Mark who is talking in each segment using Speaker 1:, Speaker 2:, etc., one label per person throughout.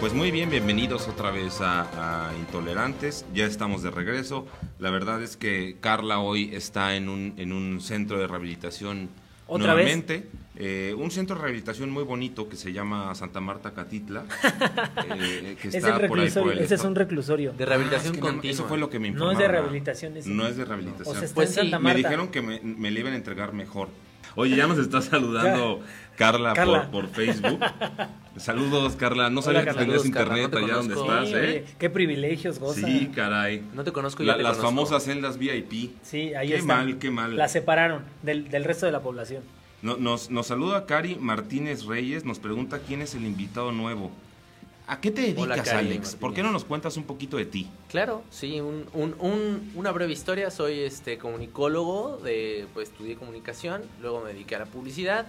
Speaker 1: Pues muy bien, bienvenidos otra vez a, a, Intolerantes. Ya estamos de regreso. La verdad es que Carla hoy está en un, en un centro de rehabilitación
Speaker 2: ¿Otra
Speaker 1: nuevamente. Vez? Eh, un centro de rehabilitación muy bonito que se llama Santa Marta Catitla.
Speaker 2: eh, que está es por ahí por el ese es un reclusorio.
Speaker 3: De rehabilitación ah, es que continua.
Speaker 1: Eso fue lo que me
Speaker 2: informaron. No es de rehabilitación. Es
Speaker 1: no es de rehabilitación.
Speaker 2: O sea, pues sí.
Speaker 1: Me dijeron que me, me le iban a entregar mejor. Oye, ya nos está saludando Carla, Carla. Por, por, Facebook. Saludos, Carla. No sabía Hola, Carla. que tenías Saludos, internet Carla, no te allá conozco. donde estás, ¿eh?
Speaker 2: Qué privilegios, goza.
Speaker 1: Sí, caray.
Speaker 3: No te conozco yo. La, te
Speaker 1: las
Speaker 3: conozco.
Speaker 1: famosas celdas VIP.
Speaker 2: Sí, ahí
Speaker 1: qué
Speaker 2: está.
Speaker 1: Qué mal, qué mal.
Speaker 2: Las separaron del, del resto de la población.
Speaker 1: No, nos, nos saluda Cari Martínez Reyes. Nos pregunta quién es el invitado nuevo. ¿A qué te dedicas, Hola, Alex? Martínez. ¿Por qué no nos cuentas un poquito de ti?
Speaker 3: Claro, sí, un, un, un, una breve historia. Soy este comunicólogo, de, pues estudié comunicación, luego me dediqué a la publicidad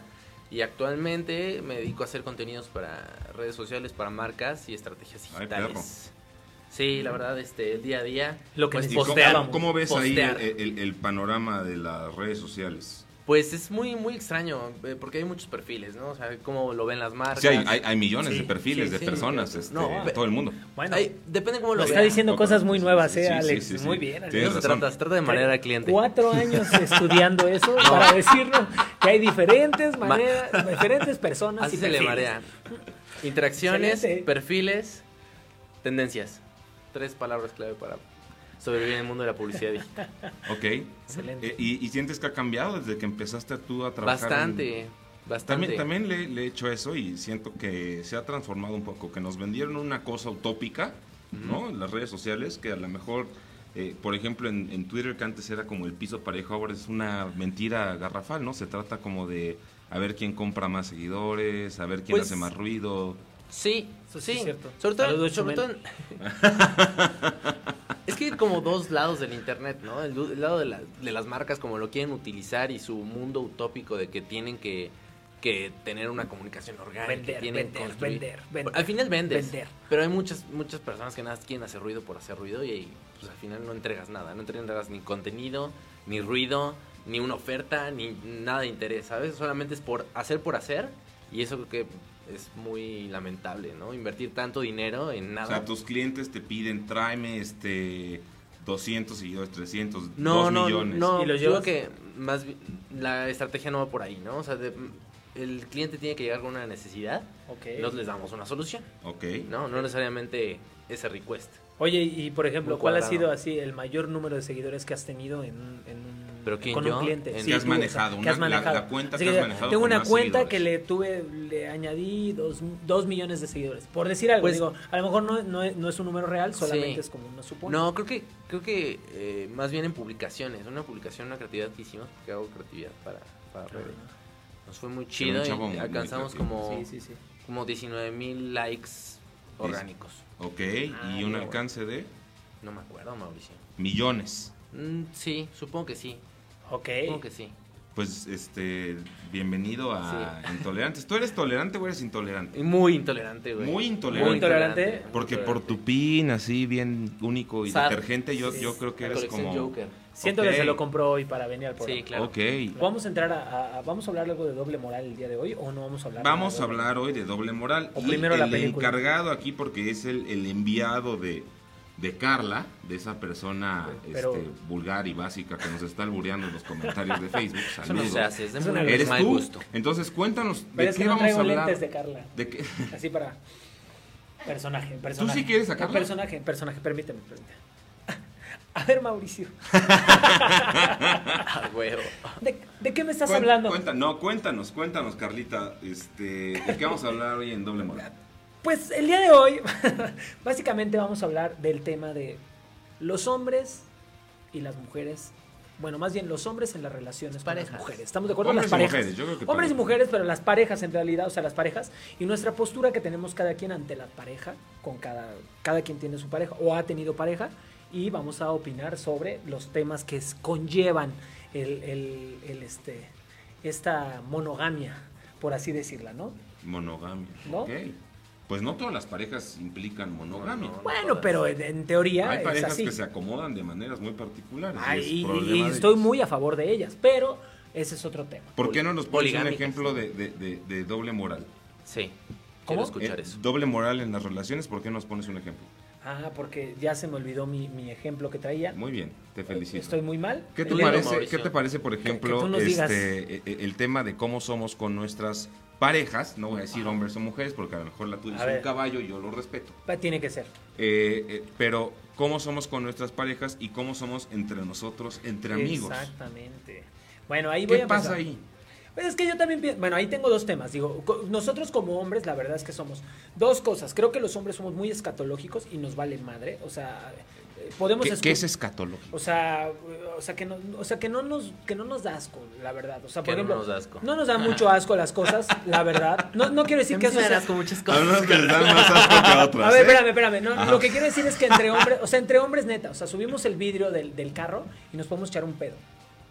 Speaker 3: y actualmente me dedico a hacer contenidos para redes sociales, para marcas y estrategias digitales. Ay, sí, la verdad, este, el día a día.
Speaker 2: Lo que pues,
Speaker 1: postear, ¿cómo, ¿Cómo ves postear? ahí el, el, el panorama de las redes sociales?
Speaker 3: Pues es muy, muy extraño, eh, porque hay muchos perfiles, ¿no? O sea, cómo lo ven las marcas.
Speaker 1: Sí, hay, hay, hay millones sí, de perfiles sí, de sí, personas, este, no, todo el mundo.
Speaker 3: Bueno, hay, depende cómo lo
Speaker 2: Nos está diciendo no, cosas muy nuevas, ¿eh, Alex? Muy bien.
Speaker 3: Alex. Se trata, se trata de manera al cliente.
Speaker 2: Cuatro años estudiando eso no. para decirnos que hay diferentes maneras, Ma diferentes personas.
Speaker 3: Así y se le marean. Interacciones, Excelente. perfiles, tendencias. Tres palabras clave para sobrevivir en el mundo de la publicidad digital.
Speaker 1: Ok. Excelente. ¿Y, ¿Y, sientes que ha cambiado desde que empezaste tú a trabajar?
Speaker 3: Bastante, en... bastante.
Speaker 1: También, también le, le, he hecho eso y siento que se ha transformado un poco, que nos vendieron una cosa utópica, uh -huh. ¿no? En las redes sociales, que a lo mejor... Eh, por ejemplo, en, en, Twitter, que antes era como el piso parejo, ahora es una mentira garrafal, ¿no? Se trata como de a ver quién compra más seguidores, a ver quién pues, hace más ruido.
Speaker 3: Sí, eso sí, sí. Es cierto. Sobre todo, sobre todo en... es que hay como dos lados del internet, ¿no? El, el lado de, la, de, las marcas como lo quieren utilizar y su mundo utópico de que tienen que, que tener una comunicación orgánica,
Speaker 2: vender,
Speaker 3: tienen
Speaker 2: vender, vender, vender,
Speaker 3: Al final vendes, vender. pero hay muchas muchas personas que nada más quieren hacer ruido por hacer ruido y pues al final no entregas nada, no entregas ni contenido, ni ruido, ni una oferta, ni nada de interés, ¿sabes? Solamente es por hacer por hacer y eso creo que es muy lamentable, ¿no? Invertir tanto dinero en nada.
Speaker 1: O sea, tus clientes te piden, tráeme este 200 seguidores, 300,
Speaker 3: no,
Speaker 1: 2
Speaker 3: no,
Speaker 1: millones.
Speaker 3: No, no, yo creo que más la estrategia no va por ahí, ¿no? O sea, de, el cliente tiene que llegar con una necesidad, okay. nosotros les damos una solución.
Speaker 1: Ok.
Speaker 3: No, no necesariamente ese request.
Speaker 2: Oye, y por ejemplo, ¿cuál ha sido así el mayor número de seguidores que has tenido en, en
Speaker 3: ¿Pero quién,
Speaker 2: con
Speaker 3: yo?
Speaker 2: un cliente.
Speaker 1: Sí, que has, manejado, una,
Speaker 2: que has manejado.
Speaker 1: La, la cuenta que, que, has manejado.
Speaker 2: Tengo una cuenta seguidores. que le tuve, le añadí dos, dos, millones de seguidores. Por decir algo, pues, digo, a lo mejor no, no, no, es un número real, solamente sí. es como uno supone.
Speaker 3: No, creo que, creo que eh, más bien en publicaciones. Una publicación, una creatividad que hicimos, porque hago creatividad para, para redes. Nos fue muy chido y muy alcanzamos como, sí, como 19 mil likes orgánicos.
Speaker 1: Ok, ah, y un alcance bueno. de...
Speaker 3: No me acuerdo, Mauricio.
Speaker 1: Millones.
Speaker 3: Mm, sí, supongo que sí.
Speaker 2: Ok.
Speaker 3: Supongo que sí.
Speaker 1: Pues, este, bienvenido a sí. Intolerantes. ¿Tú eres tolerante o eres intolerante?
Speaker 3: Muy intolerante, güey.
Speaker 1: Muy intolerante.
Speaker 2: Muy intolerante.
Speaker 1: Porque intolerante. por tu pin así bien único y Sad. detergente, yo, sí. yo creo que eres como...
Speaker 3: Joker.
Speaker 2: Siento okay. que se lo compró hoy para venir al programa.
Speaker 3: Sí, claro.
Speaker 1: Ok.
Speaker 2: ¿Vamos a entrar a, a, ¿Vamos a hablar algo de doble moral el día de hoy o no vamos a hablar?
Speaker 1: Vamos a hablar hoy de doble moral.
Speaker 2: O primero
Speaker 1: el,
Speaker 2: la película.
Speaker 1: El encargado aquí porque es el, el enviado de de Carla, de esa persona Pero, este, vulgar y básica que nos está albureando en los comentarios de Facebook. Saludos.
Speaker 3: Eso no se hace, es de muy
Speaker 1: ¿Eres
Speaker 3: mal
Speaker 1: tú?
Speaker 3: Gusto.
Speaker 1: Entonces cuéntanos
Speaker 2: Pero
Speaker 1: de
Speaker 2: es
Speaker 1: qué
Speaker 2: que no
Speaker 1: vamos a hablar.
Speaker 2: lentes de Carla.
Speaker 1: ¿De qué?
Speaker 2: Así para personaje, personaje.
Speaker 1: ¿Tú sí quieres sacarlo?
Speaker 2: No, personaje, personaje, permíteme, permíteme. A ver, Mauricio.
Speaker 3: ah, huevo.
Speaker 2: ¿De, ¿De, qué me estás Cuenta, hablando?
Speaker 1: Cuenta, no, cuéntanos, cuéntanos, Carlita, este, ¿de qué vamos a hablar hoy en Doble Moral?
Speaker 2: Pues el día de hoy, básicamente vamos a hablar del tema de los hombres y las mujeres. Bueno, más bien los hombres en las relaciones
Speaker 3: parejas.
Speaker 2: con las mujeres. ¿Estamos de acuerdo?
Speaker 1: Hombres
Speaker 2: las parejas.
Speaker 1: Y mujeres, yo creo que
Speaker 2: hombres
Speaker 1: parejas. y
Speaker 2: mujeres, pero las parejas en realidad, o sea, las parejas. Y nuestra postura que tenemos cada quien ante la pareja, con cada, cada quien tiene su pareja o ha tenido pareja. Y vamos a opinar sobre los temas que conllevan el, el, el este, esta monogamia, por así decirla, ¿no?
Speaker 1: Monogamia.
Speaker 2: ¿No?
Speaker 1: Okay. Pues no todas las parejas implican monogamia. No, no,
Speaker 2: bueno, no pero en, en, teoría.
Speaker 1: Hay parejas
Speaker 2: es así.
Speaker 1: que se acomodan de maneras muy particulares.
Speaker 2: Ay,
Speaker 1: es
Speaker 2: y, y, estoy
Speaker 1: ellos.
Speaker 2: muy a favor de ellas, pero ese es otro tema.
Speaker 1: ¿Por qué no nos pones un ejemplo de, de, de, de, doble moral?
Speaker 3: Sí.
Speaker 2: ¿Cómo?
Speaker 3: Quiero escuchar
Speaker 1: Eh,
Speaker 3: eso.
Speaker 1: Doble moral en las relaciones, ¿por qué nos pones un ejemplo?
Speaker 2: Ah, porque ya se me olvidó mi, mi ejemplo que traía.
Speaker 1: Muy bien, te felicito.
Speaker 2: Estoy muy mal.
Speaker 1: ¿Qué te,
Speaker 3: Lelo,
Speaker 2: Léelo.
Speaker 1: parece,
Speaker 3: Mauricio.
Speaker 1: ¿Qué te parece, por
Speaker 2: que
Speaker 1: ejemplo,
Speaker 2: tú nos
Speaker 1: este,
Speaker 2: digas.
Speaker 1: e- e- el tema de cómo somos con nuestras parejas? No voy a decir hombres o mujeres, porque a lo mejor la tuya
Speaker 2: A
Speaker 1: es
Speaker 2: ver.
Speaker 1: un caballo y yo lo respeto.
Speaker 2: Pa- Tiene que ser.
Speaker 1: Eh, eh, pero cómo somos con nuestras parejas y cómo somos entre nosotros, entre amigos.
Speaker 2: Exactamente. Bueno, ahí voy
Speaker 1: ¿Qué
Speaker 2: a
Speaker 1: pasa
Speaker 2: empezar.
Speaker 1: ahí?
Speaker 2: Pues es que yo también pienso, bueno, ahí tengo dos temas. Digo, co- nosotros como hombres, la verdad es que somos dos cosas. Creo que los hombres somos muy escatológicos y nos vale madre. O sea, eh, podemos
Speaker 1: ¿Qué,
Speaker 2: escu-
Speaker 1: qué es escatológico?
Speaker 2: O sea, eh, o sea que no, o sea que no nos, que no nos da asco, la verdad. O sea, por
Speaker 3: Que no
Speaker 2: ejemplo,
Speaker 3: nos da asco.
Speaker 2: no nos da mucho asco las cosas, la verdad. No, no quiero decir que eso sea.
Speaker 3: muchas
Speaker 1: Algunos que les dan más asco que a otras.
Speaker 2: A ver,
Speaker 1: ¿eh?
Speaker 2: espérame, espérame. No,
Speaker 1: Ajá.
Speaker 2: lo que quiero decir es que entre hombres, o sea, entre hombres neta, o sea, subimos el vidrio del, del carro y nos podemos echar un pedo.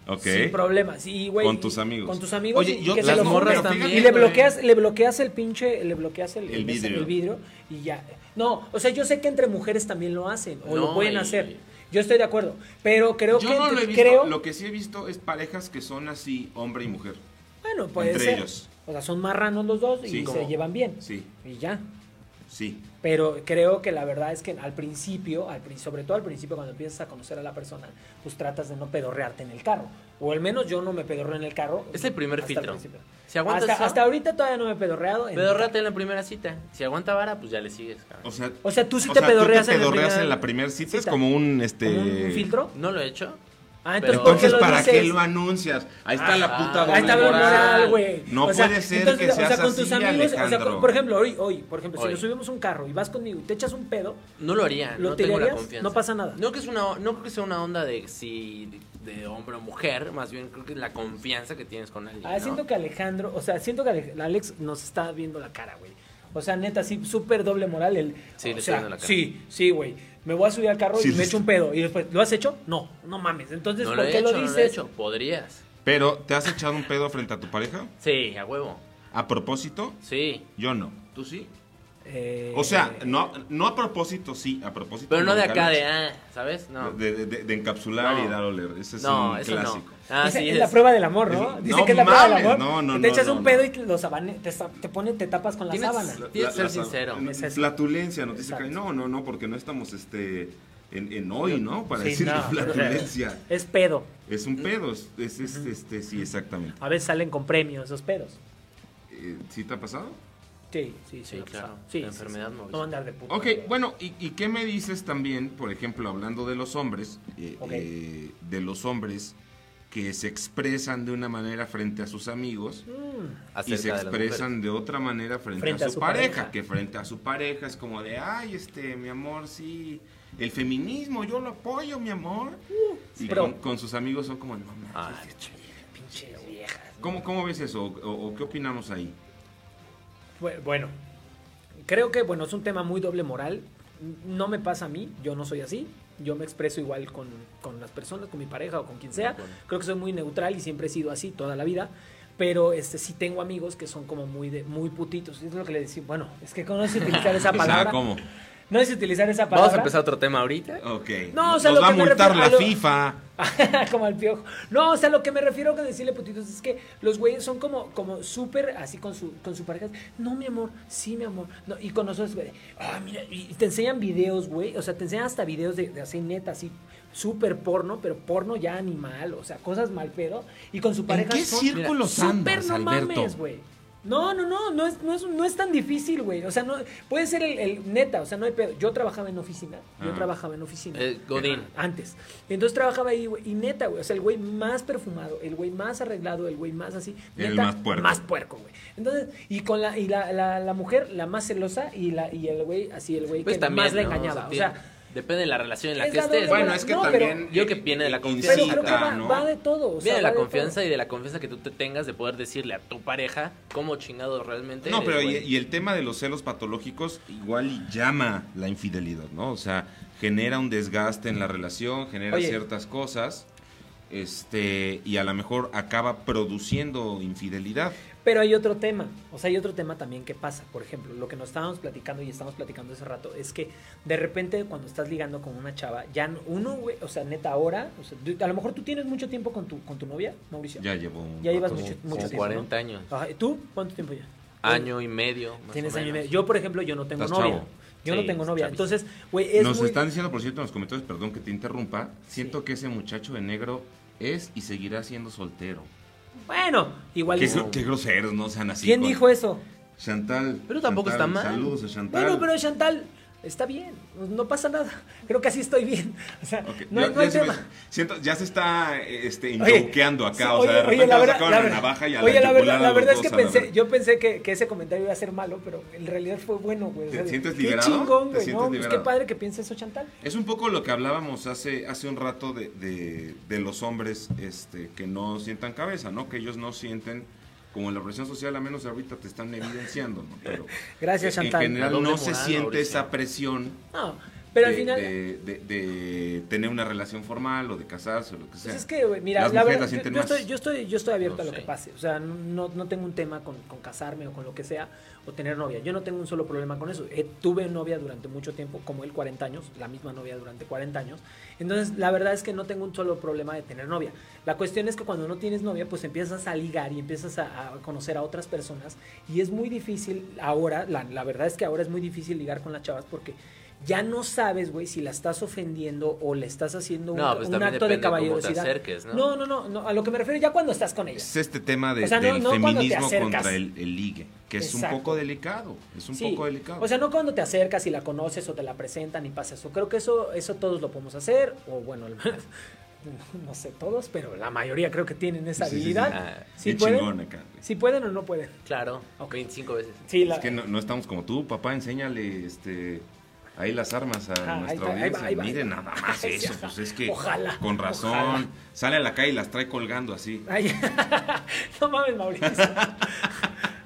Speaker 1: Ok.
Speaker 2: Sin problemas. Y, güey,
Speaker 1: Con
Speaker 2: y-
Speaker 1: tus amigos.
Speaker 2: Con tus amigos.
Speaker 1: Oye,
Speaker 2: y-
Speaker 1: yo-
Speaker 2: y que se
Speaker 3: las
Speaker 2: lo
Speaker 3: morras
Speaker 2: fumen.
Speaker 3: también,
Speaker 2: Y le
Speaker 3: güey.
Speaker 2: bloqueas, le bloqueas el pinche, le bloqueas el,
Speaker 1: El vidrio.
Speaker 2: el vidrio y ya. No, o sea, yo sé que entre mujeres también lo hacen o lo
Speaker 3: No,
Speaker 2: pueden
Speaker 3: y-
Speaker 2: hacer. Yo estoy de acuerdo. Pero creo
Speaker 1: Yo
Speaker 2: que
Speaker 1: no
Speaker 2: entre-
Speaker 1: lo he visto.
Speaker 2: creo.
Speaker 1: Lo que sí he visto es parejas que son así, hombre y mujer.
Speaker 2: Bueno, puede
Speaker 1: entre
Speaker 2: ser.
Speaker 1: ellos.
Speaker 2: O sea, son marranos los dos y
Speaker 1: Sí.
Speaker 2: se
Speaker 1: Como-
Speaker 2: llevan bien.
Speaker 1: Sí,
Speaker 2: Y ya.
Speaker 1: sí.
Speaker 2: Pero creo que la verdad es que al principio, al, pri- sobre todo al principio cuando empiezas a conocer a la persona, pues tratas de no pedorrearte en el carro. O al menos yo no me pedorreo en el carro.
Speaker 3: Es el primer
Speaker 2: hasta
Speaker 3: filtro.
Speaker 2: principio.
Speaker 3: Si aguantas
Speaker 2: hasta,
Speaker 3: eso,
Speaker 2: hasta ahorita todavía no me he pedorreado. en el
Speaker 3: pedorreate en la primera cita. Si aguanta vara, pues ya le sigues, cabrón.
Speaker 1: O sea,
Speaker 2: carro. O sea, tú sí
Speaker 1: o
Speaker 2: te
Speaker 1: sea,
Speaker 2: pedorreas,
Speaker 1: tú te pedorreas
Speaker 2: en,
Speaker 1: en la primera cita, es
Speaker 2: cita.
Speaker 1: como un este
Speaker 2: ¿Como un filtro.
Speaker 3: No lo he hecho.
Speaker 2: Ah, entonces,
Speaker 3: Pero-
Speaker 2: ¿por qué
Speaker 1: Entonces,
Speaker 2: lo
Speaker 1: ¿para
Speaker 2: dices?
Speaker 1: qué lo anuncias? Ahí está la
Speaker 3: Ah,
Speaker 1: puta doble
Speaker 2: Ahí está la
Speaker 3: moral.
Speaker 2: moral, güey.
Speaker 1: No puede ser que
Speaker 2: o sea,
Speaker 1: seas
Speaker 2: con tus
Speaker 1: así,
Speaker 2: amigos, o sea, con-
Speaker 1: Alejandro.
Speaker 2: por ejemplo, hoy, hoy, por ejemplo, si
Speaker 3: Hoy.
Speaker 2: nos subimos a un carro y vas conmigo y te echas un pedo,
Speaker 3: No lo haría,
Speaker 2: ¿Lo
Speaker 3: no tengo la
Speaker 2: tirarías?
Speaker 3: confianza.
Speaker 2: No pasa nada.
Speaker 3: No, que es una, no creo que sea una onda de si de hombre o mujer, más bien creo que es la confianza que tienes con alguien.
Speaker 2: Ah,
Speaker 3: ¿no?
Speaker 2: siento que Alejandro, o sea, siento que Ale- Alex nos está viendo la cara, güey. O sea, neta, sí, súper doble moral el.
Speaker 3: Sí,
Speaker 2: o
Speaker 3: le estoy
Speaker 2: sea,
Speaker 3: viendo la cara.
Speaker 2: Sí, sí, güey. Me voy a subir al carro
Speaker 1: Sí,
Speaker 2: y me
Speaker 1: le-
Speaker 2: echo un pedo. Y después, ¿lo has hecho? No, no mames. Entonces,
Speaker 3: No lo
Speaker 2: ¿por
Speaker 3: he
Speaker 2: qué
Speaker 3: hecho,
Speaker 2: lo
Speaker 3: no
Speaker 2: dices?
Speaker 3: lo he hecho. Podrías.
Speaker 1: Pero, ¿te has echado un pedo frente a tu pareja?
Speaker 3: Sí, a huevo.
Speaker 1: A propósito,
Speaker 3: Sí.
Speaker 1: yo no.
Speaker 3: ¿Tú sí?
Speaker 2: Eh,
Speaker 1: O sea, no, no a propósito, sí, a propósito.
Speaker 3: Pero no de
Speaker 1: nunca
Speaker 3: acá,
Speaker 1: lo he
Speaker 3: de
Speaker 1: hecho.
Speaker 3: ah, ¿sabes? No.
Speaker 1: De, de- de- de encapsular
Speaker 3: No.
Speaker 1: y dar a oler. Ese es
Speaker 3: no,
Speaker 1: un
Speaker 3: eso
Speaker 1: clásico.
Speaker 3: no. Ah,
Speaker 2: esa
Speaker 3: sí
Speaker 2: es,
Speaker 3: es.
Speaker 2: la prueba del amor, ¿no?
Speaker 1: Es-
Speaker 2: Dicen
Speaker 1: no
Speaker 2: que es la prueba del
Speaker 1: mames,
Speaker 2: amor.
Speaker 1: no, no,
Speaker 2: que
Speaker 1: no,
Speaker 2: te echas
Speaker 1: no,
Speaker 2: un
Speaker 1: no.
Speaker 2: pedo y te, los abane- te, sa- te pone, te tapas con la
Speaker 3: Tienes-
Speaker 2: sábana.
Speaker 3: Tienes que ser sincero.
Speaker 1: La,
Speaker 2: Es eso.
Speaker 1: flatulencia nos dice
Speaker 2: Exacto.
Speaker 1: que no, no, no, porque no estamos este, en, en hoy, ¿no? Para
Speaker 2: Sí,
Speaker 1: decir
Speaker 2: no, pero-
Speaker 1: flatulencia.
Speaker 2: Es pedo.
Speaker 1: Es un pedo, es, es- es- este, sí, exactamente.
Speaker 2: A veces salen con premios esos pedos.
Speaker 1: Eh, ¿Sí te ha pasado?
Speaker 2: Sí, sí, sí.
Speaker 3: Sí,
Speaker 2: me ha
Speaker 3: claro.
Speaker 2: pasado. Sí,
Speaker 3: La
Speaker 2: sí,
Speaker 3: enfermedad
Speaker 2: sí.
Speaker 3: no avisa.
Speaker 2: No andar de Mm. puta.
Speaker 1: Ok, bueno, ¿y, y qué me dices también, por ejemplo, hablando de los hombres, eh,
Speaker 2: Ok.
Speaker 1: eh, de los hombres que se expresan de una manera frente a sus amigos
Speaker 2: Mm.
Speaker 1: y
Speaker 3: Acerca
Speaker 1: se
Speaker 3: de las
Speaker 1: expresan de, otra manera frente,
Speaker 2: Frente
Speaker 1: a su, pareja, que frente a su pareja es como de, ay, este, mi amor, sí, el feminismo, yo lo apoyo, mi amor. y
Speaker 2: Uh, pero-
Speaker 1: con, con sus amigos son como, no, manches,
Speaker 3: Ah,
Speaker 1: este,
Speaker 2: Pinches viejas.
Speaker 1: ¿cómo, ¿Cómo ves eso? ¿O, o qué opinamos ahí?
Speaker 2: Bu- Bueno, creo que bueno, es un tema muy doble moral. No me pasa a mí, yo no soy así. Yo me expreso igual con, con las personas, con mi pareja o con quien sea. Creo que soy muy neutral y siempre he sido así toda la vida. Pero este sí tengo amigos que son como muy de, muy putitos. Es lo que le decía. Bueno, es que no sé utilizar esa
Speaker 1: O sea,
Speaker 2: palabra.
Speaker 1: ¿cómo?
Speaker 2: No sé utilizar esa palabra.
Speaker 3: Vamos a empezar otro tema ahorita.
Speaker 1: Ok.
Speaker 2: No, o
Speaker 1: Nos
Speaker 2: sea, lo
Speaker 1: va a
Speaker 2: que me
Speaker 1: multar
Speaker 2: refiero
Speaker 1: la
Speaker 2: a lo-
Speaker 1: FIFA.
Speaker 2: como el piojo. No, o sea, lo que me refiero con decirle putitos es que los güeyes son como, como súper así con su, con su pareja. No, mi amor, sí, mi amor. No, y con nosotros, güey, ah, mira, y te enseñan videos, güey. O sea, te enseñan hasta videos de, de así neta, así súper porno, pero porno ya animal, o sea, cosas mal pedo. Y con su pareja.
Speaker 1: qué
Speaker 2: son-
Speaker 1: círculos
Speaker 2: mira,
Speaker 1: andas,
Speaker 2: súper no
Speaker 1: Alberto?
Speaker 2: mames, güey. No, no, no, no es, no, es, no es tan difícil, güey. O sea, no, puede ser el, el- neta, o sea, no hay pedo. Yo trabajaba en oficina, yo
Speaker 1: Ah.
Speaker 2: trabajaba en oficina.
Speaker 3: Eh, Godín.
Speaker 2: Antes. Entonces trabajaba ahí, güey. Y neta, güey. O sea, el güey más perfumado, el güey más arreglado, el güey más así.
Speaker 1: El
Speaker 2: neta,
Speaker 1: más puerco.
Speaker 2: puerco, güey. Entonces, y con la, y la, la, la mujer, la más celosa, y la, y el güey, así el güey
Speaker 3: Pues
Speaker 2: que
Speaker 3: también.
Speaker 2: más le
Speaker 3: ¿no?
Speaker 2: engañaba. O sea,
Speaker 3: tiene- depende de la relación en la
Speaker 2: es
Speaker 3: que
Speaker 2: la doble
Speaker 3: estés. ¿no?
Speaker 1: Bueno, es que
Speaker 2: No, pero-
Speaker 1: también.
Speaker 3: Yo que viene de la confianza.
Speaker 2: pero creo que va,
Speaker 1: ¿no?
Speaker 2: va de todo. O sea,
Speaker 3: Viene de
Speaker 2: va
Speaker 3: la
Speaker 2: todo.
Speaker 3: confianza y de la confianza que tú te tengas de poder decirle a tu pareja cómo chingado realmente.
Speaker 1: No,
Speaker 3: eres,
Speaker 1: pero y,
Speaker 3: güey.
Speaker 1: y el tema de los celos patológicos igual y llama la infidelidad, ¿no? O sea, genera un desgaste en la relación, genera
Speaker 2: Oye.
Speaker 1: ciertas cosas, este, y a lo mejor acaba produciendo infidelidad.
Speaker 2: Pero hay otro tema, o sea, hay otro tema también que pasa. Por ejemplo, lo que nos estábamos platicando y estamos platicando hace rato es que de repente cuando estás ligando con una chava, ya no- uno, güey, o sea, neta, ahora, o sea, du- a lo mejor tú tienes mucho tiempo con tu, con tu novia, Mauricio.
Speaker 1: Ya llevo un
Speaker 2: Ya llevas
Speaker 1: rato-
Speaker 2: mucho-
Speaker 3: Como
Speaker 2: mucho tiempo,
Speaker 3: 40 años.
Speaker 2: Ajá, ¿y ¿Tú cuánto tiempo ya?
Speaker 3: año y medio. más
Speaker 2: Tienes
Speaker 3: o
Speaker 2: año y
Speaker 3: menos.
Speaker 2: medio. Yo, por ejemplo, yo no tengo
Speaker 1: Estás
Speaker 2: novia.
Speaker 1: chavo.
Speaker 2: Yo
Speaker 3: Sí,
Speaker 2: no tengo
Speaker 3: estás
Speaker 2: novia.
Speaker 3: chavito.
Speaker 2: Entonces, güey, es
Speaker 1: Nos
Speaker 2: muy-
Speaker 1: están diciendo, por cierto, en los comentarios, perdón que te interrumpa, siento que ese muchacho de negro es y seguirá siendo soltero.
Speaker 2: Bueno, igual...
Speaker 1: Qué,
Speaker 2: es-
Speaker 1: gro- qué groseros, no sean así.
Speaker 2: ¿Quién
Speaker 1: con-
Speaker 2: dijo eso?
Speaker 1: Chantal.
Speaker 3: Pero tampoco
Speaker 1: Chantal,
Speaker 3: está mal.
Speaker 1: Saludos a Chantal.
Speaker 2: Bueno, pero Chantal, está bien. No pasa nada. Creo que así estoy bien. O sea,
Speaker 1: Ok,
Speaker 2: no,
Speaker 1: ya,
Speaker 2: hay- no
Speaker 1: ya
Speaker 2: hay
Speaker 1: se me-
Speaker 2: tema.
Speaker 1: siento- ya se está eh, este,
Speaker 2: Oye,
Speaker 1: invoqueando
Speaker 2: sí,
Speaker 1: acá. o sea, de repente
Speaker 2: la
Speaker 1: le
Speaker 2: verdad-
Speaker 1: sacaron
Speaker 2: la
Speaker 1: la,
Speaker 2: verdad-
Speaker 1: navaja y a
Speaker 2: oye, la
Speaker 1: yugular
Speaker 2: verdad,
Speaker 1: a
Speaker 2: la
Speaker 1: los
Speaker 2: verdad es
Speaker 1: dos,
Speaker 2: que
Speaker 1: a la
Speaker 2: pensé,
Speaker 1: verga.
Speaker 2: yo pensé que, que ese comentario iba a ser malo, pero en realidad fue bueno, güey. O
Speaker 1: ¿Te
Speaker 2: sea,
Speaker 1: sientes
Speaker 2: qué
Speaker 1: liberado?
Speaker 2: chingón,
Speaker 1: ¿Te
Speaker 2: güey,
Speaker 1: sientes
Speaker 2: ¿no? Pues qué
Speaker 1: liberado?
Speaker 2: padre que piense eso, Chantal.
Speaker 1: Es un poco lo que hablábamos hace, hace un rato de, de- de los hombres este, que no sientan cabeza, ¿no? Que ellos no sienten, como la presión social, a menos ahorita te están evidenciando, ¿no? Pero
Speaker 2: Gracias,
Speaker 1: en
Speaker 2: Chantal.
Speaker 1: general
Speaker 3: La doble
Speaker 1: no se
Speaker 3: moral,
Speaker 1: siente
Speaker 3: Mauricio.
Speaker 1: esa presión
Speaker 2: No, Ah, pero
Speaker 1: de,
Speaker 2: al final...
Speaker 1: de- de- de tener una relación formal o de casarse o lo que sea.
Speaker 2: Pues es que, güey, mira,
Speaker 1: Las
Speaker 2: la
Speaker 1: mujeres
Speaker 2: verdad,
Speaker 1: la
Speaker 2: yo,
Speaker 1: sienten
Speaker 2: yo
Speaker 1: más.
Speaker 2: estoy, yo, estoy, yo estoy abierto
Speaker 3: No
Speaker 2: a lo
Speaker 3: sé.
Speaker 2: que pase. O sea, no, no tengo un tema con, con casarme o con lo que sea, o tener novia. Yo no tengo un solo problema con eso. Eh, tuve novia durante mucho tiempo, como él, 40 años, la misma novia durante 40 años. Entonces, la verdad es que no tengo un solo problema de tener novia. La cuestión es que cuando no tienes novia, pues empiezas a ligar y empiezas a, a conocer a otras personas. Y es muy difícil ahora, la, la verdad es que ahora es muy difícil ligar con las chavas porque... Ya no sabes, güey, si la estás ofendiendo o le estás haciendo un,
Speaker 3: No, pues
Speaker 2: un
Speaker 3: también
Speaker 2: acto de
Speaker 3: depende cómo te
Speaker 2: caballerosidad.
Speaker 3: acerques, ¿no?
Speaker 2: no, no, no, no, a lo que me refiero ya cuando estás con ella.
Speaker 1: Es este tema de-
Speaker 2: O sea, no-
Speaker 1: del
Speaker 2: no cuando te
Speaker 1: feminismo
Speaker 2: acercas.
Speaker 1: contra el, el ligue, que es
Speaker 2: Exacto.
Speaker 1: un poco delicado. Es un
Speaker 2: Sí.
Speaker 1: poco delicado.
Speaker 2: O sea, no cuando te acercas y la conoces o te la presentan y pasa eso. Creo que eso, eso todos lo podemos hacer, o bueno, al menos, no sé todos, pero la mayoría creo que tienen esa
Speaker 1: Sí, sí, sí.
Speaker 2: habilidad.
Speaker 3: Ah,
Speaker 2: Si
Speaker 1: Qué
Speaker 2: pueden,
Speaker 1: chingón acá, güey.
Speaker 2: si pueden o no pueden.
Speaker 3: claro, 25 veces.
Speaker 2: Sí, la-
Speaker 1: Es que no, no estamos como tú, papá, enséñale este ahí las armas a
Speaker 2: Ah, ahí
Speaker 1: nuestra
Speaker 2: va, ahí
Speaker 1: audiencia.
Speaker 2: va, ahí va.
Speaker 1: Miren nada más
Speaker 2: Ay,
Speaker 1: eso,
Speaker 2: sí,
Speaker 1: pues es que
Speaker 2: ojalá,
Speaker 1: con razón
Speaker 2: ojalá. Ah,
Speaker 1: sale a la calle y las trae colgando así.
Speaker 2: Ay, no mames, Mauricio.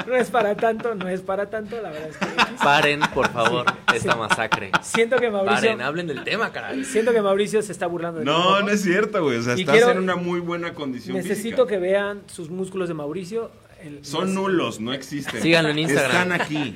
Speaker 2: No es para tanto, no es para tanto, la verdad es que
Speaker 3: Paren, por favor, esta masacre.
Speaker 2: siento que Mauricio,
Speaker 3: Paren, hablen del tema, caray.
Speaker 2: siento que Mauricio se está burlando de mí un
Speaker 1: No,
Speaker 2: poco.
Speaker 1: no es cierto, güey. O sea,
Speaker 2: Y
Speaker 1: estás
Speaker 2: quiero-
Speaker 1: en una muy buena condición
Speaker 2: Necesito
Speaker 1: física.
Speaker 2: que vean sus músculos de Mauricio. el-
Speaker 1: Son
Speaker 2: los-
Speaker 1: nulos, no existen.
Speaker 3: Síganlo en Instagram.
Speaker 1: Están aquí.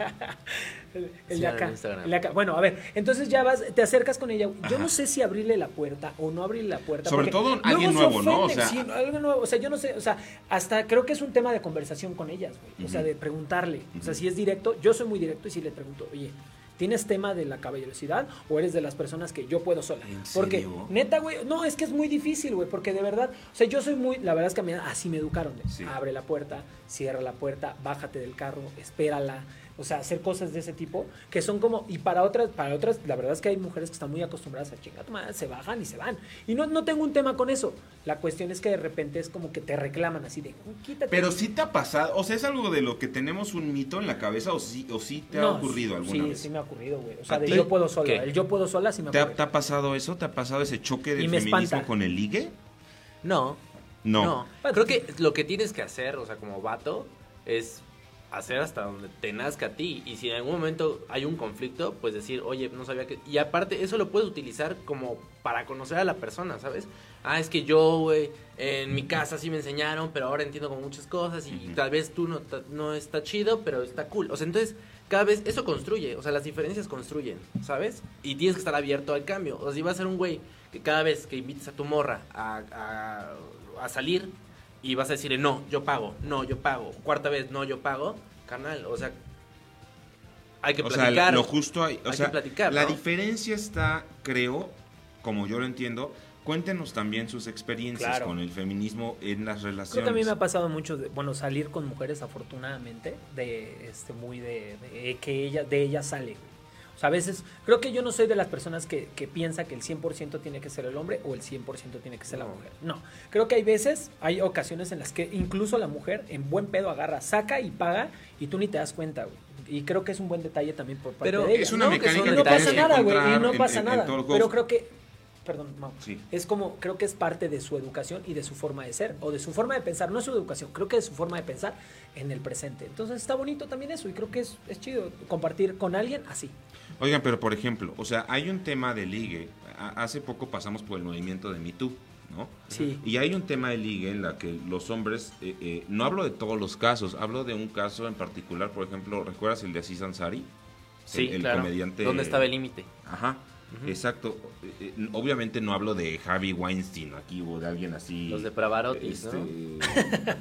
Speaker 2: El, el de
Speaker 3: Síganlo en
Speaker 2: acá,
Speaker 3: Instagram.
Speaker 2: el de acá. Bueno, a ver, entonces ya vas, te acercas con ella. Yo
Speaker 1: Ajá.
Speaker 2: no sé si abrirle la puerta o no abrirle la puerta.
Speaker 1: Sobre
Speaker 2: porque
Speaker 1: todo
Speaker 2: luego
Speaker 1: alguien
Speaker 2: se
Speaker 1: nuevo, ¿no?
Speaker 2: ofenden,
Speaker 1: O sea-
Speaker 2: sí, alguien nuevo. O sea, yo no sé, o sea, hasta creo que es un tema de conversación con ellas, güey. O sea,
Speaker 1: Ujú.
Speaker 2: de preguntarle. O sea,
Speaker 1: Ujú.
Speaker 2: si es directo, yo soy muy directo y si le pregunto, oye. ¿Tienes tema de la caballerosidad o eres de las personas que yo puedo sola?
Speaker 1: ¿En
Speaker 2: Porque,
Speaker 1: serio?
Speaker 2: neta, güey, no, es que es muy difícil, güey, porque de verdad, o sea, yo soy muy, la verdad es que a mí así me educaron. de, "Ah,
Speaker 1: Sí.
Speaker 2: Abre la puerta, cierra la puerta, bájate del carro, espérala. O sea, hacer cosas de ese tipo que son como. Y para otras, para otras, la verdad es que hay mujeres que están muy acostumbradas a chingar, se bajan y se van. Y no, no tengo un tema con eso. La cuestión es que de repente es como que te reclaman así de, quítate.
Speaker 1: Pero sí te ha pasado, o sea, es algo de lo que tenemos un mito en la cabeza o sí, o sí te ha
Speaker 2: No,
Speaker 1: ocurrido alguna
Speaker 2: sí,
Speaker 1: vez.
Speaker 2: Sí, me ha ocurrido, güey. O sea,
Speaker 1: ¿A
Speaker 2: de
Speaker 1: ti?
Speaker 2: yo puedo sola.
Speaker 3: ¿Qué?
Speaker 2: El yo puedo sola sí me ha
Speaker 1: ¿Te ha,
Speaker 2: ocurrido.
Speaker 1: te ha pasado eso? ¿Te ha pasado ese choque
Speaker 2: Y
Speaker 1: del
Speaker 2: me
Speaker 1: feminismo
Speaker 2: espanta.
Speaker 1: con el ligue?
Speaker 3: No,
Speaker 1: No.
Speaker 3: no. Creo que lo que tienes que hacer, o sea, como vato, es hacer hasta donde te nazca a ti. Y si en algún momento hay un conflicto, pues decir, oye, no sabía que... Y aparte, eso lo puedes utilizar como para conocer a la persona, ¿sabes? Ah, es que yo, güey, en mi casa sí me enseñaron, pero ahora entiendo como muchas cosas y
Speaker 1: Ujú.
Speaker 3: tal vez tú no, ta- no está chido, pero está cool. O sea, entonces, cada vez eso construye, o sea, las diferencias construyen, ¿sabes? Y tienes que estar abierto al cambio. O sea, si vas a ser un güey que cada vez que invites a tu morra a, a- a salir y vas a decirle, no, yo pago, no, yo pago, cuarta vez, no, yo pago, canal, o sea, hay que
Speaker 1: o sea,
Speaker 3: platicar.
Speaker 1: lo justo hay, o
Speaker 3: Hay
Speaker 1: sea,
Speaker 3: que platicar,
Speaker 1: la
Speaker 3: ¿no?
Speaker 1: diferencia está, creo, como yo lo entiendo, cuéntenos también sus experiencias
Speaker 2: Claro.
Speaker 1: con el feminismo en las relaciones.
Speaker 2: Creo que a mí me ha pasado mucho, de- bueno, salir con mujeres afortunadamente, de este muy de, de que ella, de ellas sale. güey. O sea, a veces, creo que yo no soy de las personas que, que piensa que el 100% tiene que ser el hombre o el 100% tiene que ser la
Speaker 3: No.
Speaker 2: mujer. No, creo que hay veces, hay ocasiones en las que incluso la mujer en buen pedo agarra, saca y paga y tú ni te das cuenta, güey. Y creo que es un buen detalle también por parte
Speaker 3: Pero
Speaker 2: de ella.
Speaker 1: es una
Speaker 3: ¿no? Que
Speaker 1: mecánica
Speaker 3: son-
Speaker 1: que,
Speaker 2: Y no
Speaker 1: tienes
Speaker 2: pasa
Speaker 1: que
Speaker 2: nada, güey, y
Speaker 1: encontrar
Speaker 2: no
Speaker 1: en-
Speaker 2: pasa
Speaker 1: en- en
Speaker 2: nada.
Speaker 1: todos los
Speaker 2: pero
Speaker 1: juegos.
Speaker 2: creo que, perdón, Mau,
Speaker 1: Sí.
Speaker 2: es como, creo que es parte de su educación y de su forma de ser, o de su forma de pensar, no es su educación, creo que es su forma de pensar en el presente. Entonces está bonito también eso, y creo que es, es chido compartir con alguien así.
Speaker 1: Oigan, pero por ejemplo, o sea, hay un tema de ligue. A- hace poco pasamos por el movimiento de Me Too, ¿no?
Speaker 2: Sí.
Speaker 1: Y hay un tema de ligue en la que los hombres, eh, eh, no hablo de todos los casos, hablo de un caso en particular, por ejemplo, ¿recuerdas el de Aziz Ansari?
Speaker 3: sí,
Speaker 1: el, el
Speaker 3: claro.
Speaker 1: comediante.
Speaker 3: ¿Dónde estaba el límite?
Speaker 1: Ajá. Exacto. Eh, eh, Obviamente no hablo de Javi Weinstein aquí o de alguien así.
Speaker 3: Los de Pravarotis,
Speaker 1: Este,
Speaker 3: ¿no?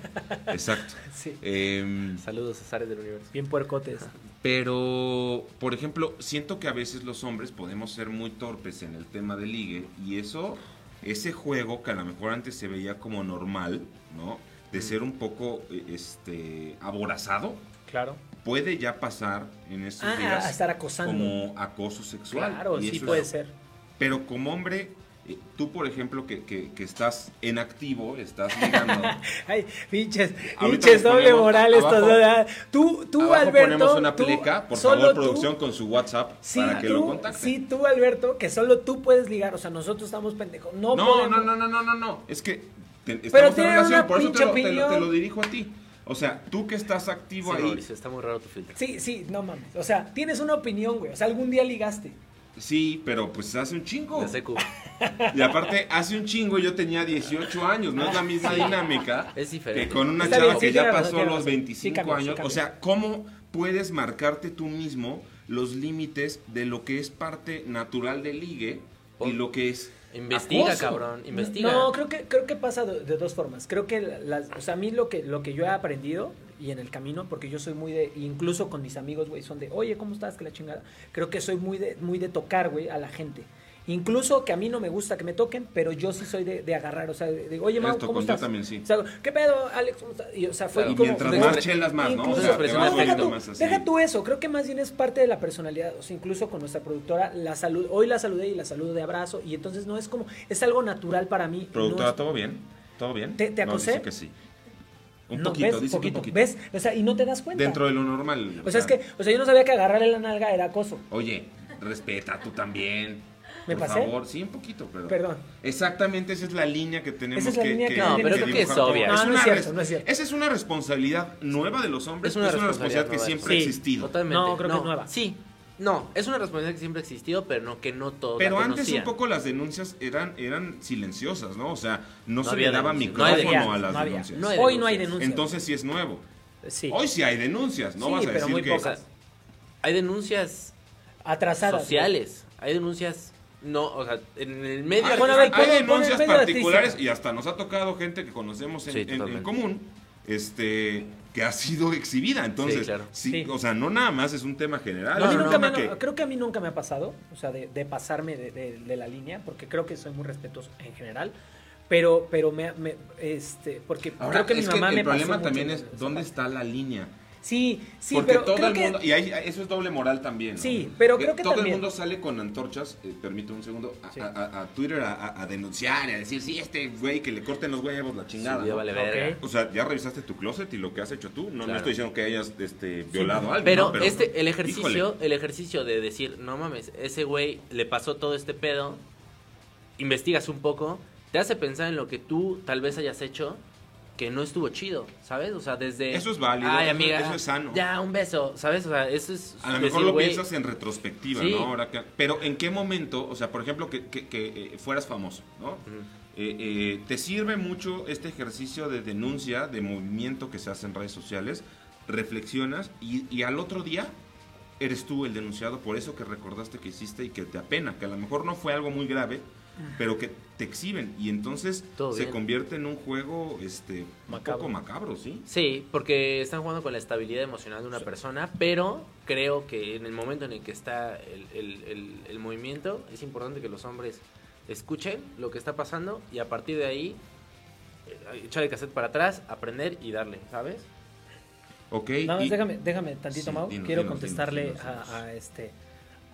Speaker 1: Exacto.
Speaker 2: Sí.
Speaker 1: Em,
Speaker 3: Saludos a Zares del Universo.
Speaker 2: Bien puercotes.
Speaker 1: pero, por ejemplo, siento que a veces los hombres podemos ser muy torpes en el tema de ligue y eso, ese juego que a lo mejor antes se veía como normal, ¿no?
Speaker 2: Mm.
Speaker 1: De ser un poco eh, este, aborazado,
Speaker 2: Claro.
Speaker 1: puede ya pasar en estos
Speaker 2: Ah,
Speaker 1: días
Speaker 2: a estar acosando.
Speaker 1: como acoso sexual.
Speaker 2: Claro,
Speaker 1: Y
Speaker 2: sí
Speaker 1: eso
Speaker 2: puede
Speaker 1: es-
Speaker 2: ser.
Speaker 1: Pero como hombre, eh, tú, por ejemplo, que, que- que estás en activo, estás ligando.
Speaker 2: Ay, pinches,
Speaker 1: Ahorita
Speaker 2: pinches
Speaker 1: les
Speaker 2: doble
Speaker 1: ponemos
Speaker 2: moral estos
Speaker 1: abajo-
Speaker 2: dos, ah. Tú, tú,
Speaker 1: Abajo
Speaker 2: Alberto.
Speaker 1: ponemos una
Speaker 2: tú-
Speaker 1: pleca, por
Speaker 2: solo
Speaker 1: favor,
Speaker 2: tú-
Speaker 1: producción, con su WhatsApp
Speaker 2: Sí,
Speaker 1: para que
Speaker 2: tú,
Speaker 1: lo contacten.
Speaker 2: sí, tú, Alberto, que solo tú puedes ligar. O sea, nosotros estamos pendejos.
Speaker 1: no,
Speaker 2: No,
Speaker 1: no,
Speaker 2: podemos-
Speaker 1: no, no, no, no, no. Es que te- estamos
Speaker 2: Pero
Speaker 1: en
Speaker 2: tienen
Speaker 1: relación,
Speaker 2: una
Speaker 1: por eso te lo,
Speaker 2: pinche
Speaker 1: te lo- te lo
Speaker 2: opinión.
Speaker 1: dirijo a ti. O sea, tú que estás
Speaker 3: Sí,
Speaker 1: activo ahí.
Speaker 3: Mauricio, está muy raro tu filtro.
Speaker 2: Sí, sí, no mames. O sea, tienes una opinión, güey. O sea, algún día ligaste.
Speaker 1: Sí, pero pues hace un chingo.
Speaker 3: La secu.
Speaker 1: Y aparte, hace un chingo yo tenía 18 años, no es la misma dinámica
Speaker 3: Es diferente.
Speaker 1: que con una
Speaker 2: Está
Speaker 1: chava
Speaker 2: bien, sí,
Speaker 1: que ya
Speaker 2: tienes razón,
Speaker 1: pasó
Speaker 2: tienes
Speaker 1: los
Speaker 2: razón.
Speaker 1: 25
Speaker 2: Sí cambió, sí
Speaker 1: años. o
Speaker 2: cambió.
Speaker 1: sea, ¿cómo puedes marcarte tú mismo los límites de lo que es parte natural del ligue
Speaker 3: Oh.
Speaker 1: y lo que es
Speaker 3: Investiga,
Speaker 1: acoso?
Speaker 3: cabrón. Investiga.
Speaker 2: No, creo que, creo que pasa de, de dos formas. Creo que, la- las, o sea, a mí lo que, lo que yo he aprendido y en el camino, porque yo soy muy de, incluso con mis amigos, güey, son de, oye, ¿cómo estás? Que la chingada. Creo que soy muy de, muy de tocar, güey, a la gente. Incluso que a mí no me gusta que me toquen, pero yo sí soy de, de agarrar, o sea, de, de, oye, Mau,
Speaker 1: Esto
Speaker 2: ¿cómo
Speaker 1: con yo
Speaker 2: estás?
Speaker 1: también sí.
Speaker 2: O sea, ¿qué pedo, Alex? ¿Cómo estás? Y, o sea, fue
Speaker 3: Claro,
Speaker 1: Y
Speaker 2: como-
Speaker 1: mientras
Speaker 3: de-
Speaker 1: más chelas, más, ¿no? O
Speaker 2: Incluso-
Speaker 1: sea, te vas
Speaker 3: expresión
Speaker 2: no, deja,
Speaker 1: volviendo
Speaker 2: tú,
Speaker 1: más así.
Speaker 2: deja tú eso, creo que más bien es parte de la personalidad, o sea, incluso con nuestra productora, la salud, hoy la saludé y la saludo de abrazo, y entonces no es como, es algo natural para mí.
Speaker 1: Productora,
Speaker 2: no es-
Speaker 1: ¿todo bien? ¿Todo bien?
Speaker 2: ¿Te- te
Speaker 1: No,
Speaker 2: acosé?
Speaker 1: dice que sí. Un
Speaker 2: no,
Speaker 1: poquito,
Speaker 2: ¿ves?
Speaker 1: dice que un
Speaker 2: Poquito,
Speaker 1: poquito.
Speaker 2: ¿Ves? O sea, y no te das cuenta.
Speaker 1: Dentro de lo normal.
Speaker 2: o sea, es que, o sea, yo no sabía que agarrarle la nalga era acoso.
Speaker 1: Oye, respeta tú también.
Speaker 2: ¿Me
Speaker 1: por
Speaker 2: pasé?
Speaker 1: favor, sí, un poquito, pero.
Speaker 2: Perdón.
Speaker 1: Exactamente, esa es la línea que tenemos
Speaker 2: Esa es la
Speaker 1: que,
Speaker 2: línea que Ah,
Speaker 3: No, pero creo que es
Speaker 1: dibujar
Speaker 3: obvia.
Speaker 1: todos.
Speaker 2: No, no
Speaker 1: una
Speaker 2: es cierto,
Speaker 1: res-
Speaker 2: no es cierto.
Speaker 1: Esa es una responsabilidad nueva de los hombres.
Speaker 3: Es una responsabilidad
Speaker 1: que
Speaker 3: nueva de los
Speaker 1: siempre ha
Speaker 2: hombres.
Speaker 1: existido.
Speaker 3: Totalmente.
Speaker 2: No, creo que es nueva.
Speaker 3: Sí. No, es una responsabilidad que siempre ha existido, pero no que no todos
Speaker 1: Pero
Speaker 3: la
Speaker 1: antes un
Speaker 3: conocían.
Speaker 1: poco las denuncias eran, eran silenciosas, ¿no? O sea, no,
Speaker 3: No
Speaker 1: se
Speaker 3: había
Speaker 1: le daba
Speaker 3: denuncias, no hay
Speaker 1: micrófono a
Speaker 2: denuncias,
Speaker 1: las
Speaker 2: no había,
Speaker 1: denuncias.
Speaker 3: no hay
Speaker 2: hoy no hay
Speaker 3: denuncias.
Speaker 2: denuncias.
Speaker 1: Entonces sí es nuevo.
Speaker 2: sí.
Speaker 1: Hoy sí hay denuncias, no
Speaker 2: Sí,
Speaker 1: vas a
Speaker 2: pero
Speaker 1: decir
Speaker 2: muy
Speaker 1: que.
Speaker 2: pocas.
Speaker 3: Hay denuncias
Speaker 2: Atrasadas. güey.
Speaker 3: sociales. Hay denuncias. No, o sea, en el medio.
Speaker 1: Hay,
Speaker 2: Ah, Bueno, a ver,
Speaker 1: hay
Speaker 2: pon- pon el
Speaker 1: denuncias
Speaker 2: medio de
Speaker 1: particulares
Speaker 2: artista.
Speaker 1: y hasta nos ha tocado gente que conocemos en,
Speaker 3: Sí,
Speaker 1: en- en
Speaker 3: totalmente.
Speaker 1: común, este, que ha sido exhibida. Entonces, sí,
Speaker 3: Sí, claro.
Speaker 2: Sí.
Speaker 1: o sea, no nada más es un tema general.
Speaker 2: A
Speaker 1: es
Speaker 2: mí
Speaker 1: un
Speaker 2: nunca
Speaker 1: tema
Speaker 2: me-
Speaker 1: que-
Speaker 2: no, creo que a mí nunca me ha pasado, o sea, de, de pasarme de, de- de la línea, porque creo que soy muy respetuoso en general, pero, pero me, me- este, porque
Speaker 1: Ahora,
Speaker 2: creo que mi
Speaker 1: es
Speaker 2: mamá
Speaker 1: que
Speaker 2: me
Speaker 1: el problema
Speaker 2: pasó
Speaker 1: también
Speaker 2: mucho
Speaker 1: es
Speaker 2: en esa
Speaker 1: dónde
Speaker 2: parte.
Speaker 1: está la línea.
Speaker 2: Sí, sí,
Speaker 1: Porque
Speaker 2: pero
Speaker 1: todo
Speaker 2: creo
Speaker 1: el
Speaker 2: que-
Speaker 1: mundo, y ahí- eso es doble moral también. ¿no?
Speaker 2: Sí, pero creo que
Speaker 1: todo
Speaker 2: también-
Speaker 1: el mundo sale con antorchas, eh, permíteme un segundo, a,
Speaker 2: Sí.
Speaker 1: a- a- a Twitter a, a- a denunciar, a decir, sí, este güey que le corten los huevos, la
Speaker 3: Sí,
Speaker 1: chingada.
Speaker 3: ya
Speaker 1: ¿no?
Speaker 3: vale
Speaker 2: Ok.
Speaker 3: verga.
Speaker 1: O sea, ya revisaste tu closet y lo que has hecho tú. No, no
Speaker 3: Claro.
Speaker 1: estoy diciendo que hayas este, violado algo.
Speaker 3: Pero,
Speaker 1: ¿no?
Speaker 3: este, el ejercicio,
Speaker 1: híjole.
Speaker 3: el ejercicio de decir, no mames, ese güey le pasó todo este pedo, investigas un poco, te hace pensar en lo que tú tal vez hayas hecho que no estuvo chido, ¿sabes? O sea, desde...
Speaker 1: Eso es válido,
Speaker 3: Ay,
Speaker 1: eso-
Speaker 3: amiga,
Speaker 1: eso es sano".
Speaker 3: Ya, un beso, ¿sabes? O sea, eso es...
Speaker 1: A lo
Speaker 3: decir,
Speaker 1: mejor lo
Speaker 3: güey,
Speaker 1: piensas en retrospectiva,
Speaker 3: Sí.
Speaker 1: ¿no? Ahora que- pero ¿en qué momento, o sea, por ejemplo, que, que- que, eh, fueras famoso, ¿no?
Speaker 3: mm,
Speaker 1: Eh, eh, ¿Te sirve mucho este ejercicio de denuncia, de movimiento que se hace en redes sociales? Reflexionas y, y al otro día eres tú el denunciado por eso que recordaste que hiciste y que te apena, que a lo mejor no fue algo muy grave, pero que te exhiben y entonces
Speaker 3: Todo
Speaker 1: se
Speaker 3: bien.
Speaker 1: convierte en un juego este,
Speaker 2: Macabro.
Speaker 1: un poco macabro, ¿sí?
Speaker 3: Sí, porque están jugando con la estabilidad emocional de una persona, pero creo que en el momento en el que está el, el- el- el movimiento, es importante que los hombres escuchen lo que está pasando y a partir de ahí eh, echar el cassette para atrás, aprender y darle, ¿sabes?
Speaker 1: Ok.
Speaker 2: Nada más
Speaker 1: y-
Speaker 2: déjame, déjame tantito,
Speaker 1: Sí,
Speaker 2: Mau.
Speaker 1: dinos,
Speaker 2: Quiero
Speaker 1: dinos,
Speaker 2: contestarle
Speaker 1: dinos, dinos,
Speaker 2: A,
Speaker 1: dinos.
Speaker 2: a este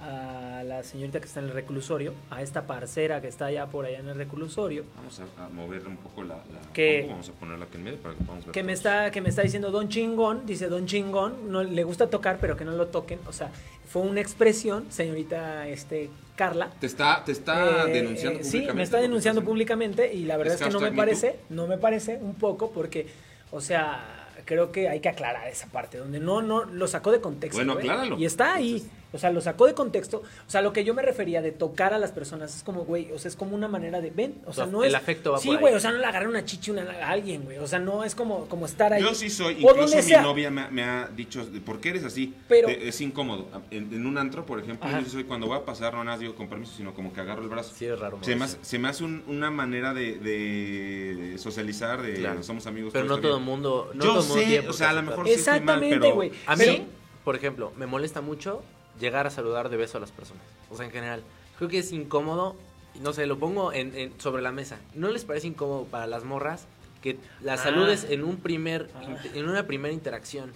Speaker 2: a la señorita que está en el reclusorio, a esta parcera que está allá por allá en el reclusorio,
Speaker 1: Vamos a, a mover un poco la... la
Speaker 2: Que-
Speaker 1: compu, vamos a ponerla aquí en medio para que podamos ver
Speaker 2: que me
Speaker 1: todos.
Speaker 2: está que me está diciendo Don Chingón, dice Don Chingón, no le gusta tocar, pero que no lo toquen, o sea, fue una expresión, señorita este Carla.
Speaker 1: Te está, te está
Speaker 2: Eh,
Speaker 1: denunciando
Speaker 2: eh,
Speaker 1: públicamente.
Speaker 2: Sí, me está
Speaker 1: lo que
Speaker 2: denunciando
Speaker 1: estás haciendo.
Speaker 2: públicamente y la verdad
Speaker 1: ¿Es
Speaker 2: es que no me
Speaker 1: hashtag me too?
Speaker 2: parece, no me parece un poco porque, o sea, creo que hay que aclarar esa parte donde no no lo sacó de contexto.
Speaker 1: Bueno,
Speaker 2: güey,
Speaker 1: acláralo.
Speaker 2: Y está ahí,
Speaker 1: Entonces,
Speaker 2: O sea, lo sacó de contexto. O sea, lo que yo me refería de tocar a las personas es como, güey, o sea, es como una manera de ven. O sea, no
Speaker 3: el
Speaker 2: es.
Speaker 3: afecto va
Speaker 2: Sí,
Speaker 3: por ahí.
Speaker 2: güey, o sea, no le agarré una chichi una- a alguien, güey. O sea, no es como, como estar ahí.
Speaker 1: Yo sí soy,
Speaker 2: O
Speaker 1: incluso
Speaker 2: donde
Speaker 1: mi
Speaker 2: sea.
Speaker 1: novia me, ha- me ha dicho, ¿por qué eres así?
Speaker 2: Pero-
Speaker 1: Te- es incómodo. Ah, En, en un antro, por ejemplo,
Speaker 2: Ajá.
Speaker 1: yo sí soy cuando voy a pasar, no nada digo con permiso, sino como que agarro el brazo.
Speaker 3: Sí, es raro.
Speaker 1: se, me
Speaker 3: moverse.
Speaker 1: hace, se me hace un- una manera de, de socializar, de
Speaker 3: Claro.
Speaker 1: somos amigos.
Speaker 3: Pero
Speaker 1: pero
Speaker 3: no
Speaker 1: está
Speaker 3: todo el
Speaker 1: bien.
Speaker 3: mundo. No
Speaker 1: Yo
Speaker 3: todo el mundo
Speaker 1: sé,
Speaker 3: tiene por
Speaker 1: o
Speaker 3: qué
Speaker 1: sea, a lo
Speaker 3: aceptar.
Speaker 1: mejor sí estoy mal,
Speaker 2: Exactamente,
Speaker 1: pero-
Speaker 2: güey.
Speaker 3: A mí,
Speaker 2: Pero-
Speaker 3: por ejemplo, me molesta mucho llegar a saludar de beso a las personas. O sea, en general. Creo que es incómodo. y No sé, lo pongo en, en- sobre la mesa. ¿No les parece incómodo para las morras que las
Speaker 2: Ah.
Speaker 3: saludes en un primer
Speaker 2: Ah.
Speaker 3: inte- en una primera interacción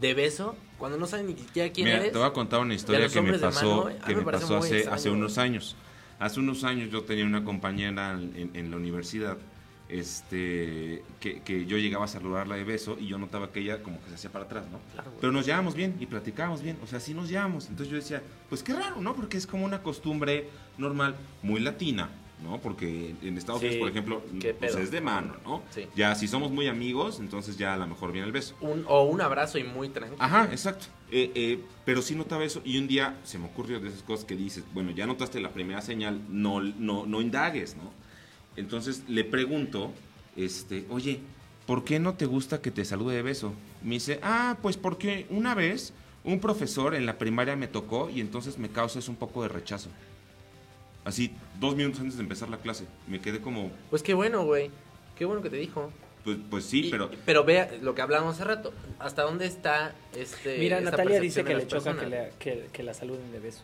Speaker 3: de beso cuando no saben ni siquiera quién
Speaker 1: Mira,
Speaker 3: eres?
Speaker 1: te voy a contar una historia
Speaker 3: los
Speaker 1: que me
Speaker 3: hombres de
Speaker 1: pasó,
Speaker 3: mano, a
Speaker 1: que
Speaker 3: mí me
Speaker 1: me
Speaker 3: parece
Speaker 1: pasó
Speaker 3: muy
Speaker 1: hace,
Speaker 3: extraño,
Speaker 1: hace unos
Speaker 3: güey.
Speaker 1: años. Hace unos años yo tenía una compañera en, en- en la universidad este que, que yo llegaba a saludarla de beso y yo notaba que ella como que se hacía para atrás, ¿no?
Speaker 3: Claro, güey.
Speaker 1: Pero nos llevábamos bien y platicábamos bien, o sea, sí nos llevábamos. Entonces yo decía, pues qué raro, ¿no? Porque es como una costumbre normal, muy latina, ¿no? Porque en Estados
Speaker 3: Sí,
Speaker 1: Unidos, por ejemplo,
Speaker 3: qué
Speaker 1: pues
Speaker 3: pedo.
Speaker 1: es de mano, ¿no?
Speaker 3: Sí.
Speaker 1: Ya si somos muy amigos, entonces ya a lo mejor viene el beso.
Speaker 3: Un- o un abrazo y muy tranquilo.
Speaker 1: Ajá, exacto. Eh, eh, pero sí notaba eso y un día se me ocurrió de esas cosas que dices, bueno, ya notaste la primera señal, no, no, no indagues, ¿no? Entonces le pregunto, este, oye, ¿por qué no te gusta que te salude de beso? Me dice, ah, pues porque una vez un profesor en la primaria me tocó y entonces me causa eso un poco de rechazo. Así, dos minutos antes de empezar la clase, me quedé como,
Speaker 3: Pues qué bueno, güey. Qué bueno que te dijo.
Speaker 1: pues, pues sí,
Speaker 3: Y-
Speaker 1: pero...
Speaker 3: pero vea lo que hablábamos hace rato. ¿Hasta dónde está este.
Speaker 2: Mira,
Speaker 3: esta
Speaker 2: Natalia
Speaker 3: percepción
Speaker 2: dice
Speaker 3: de
Speaker 2: que
Speaker 3: las
Speaker 2: le choca que,
Speaker 3: personas?
Speaker 2: le- que- que la saluden de beso.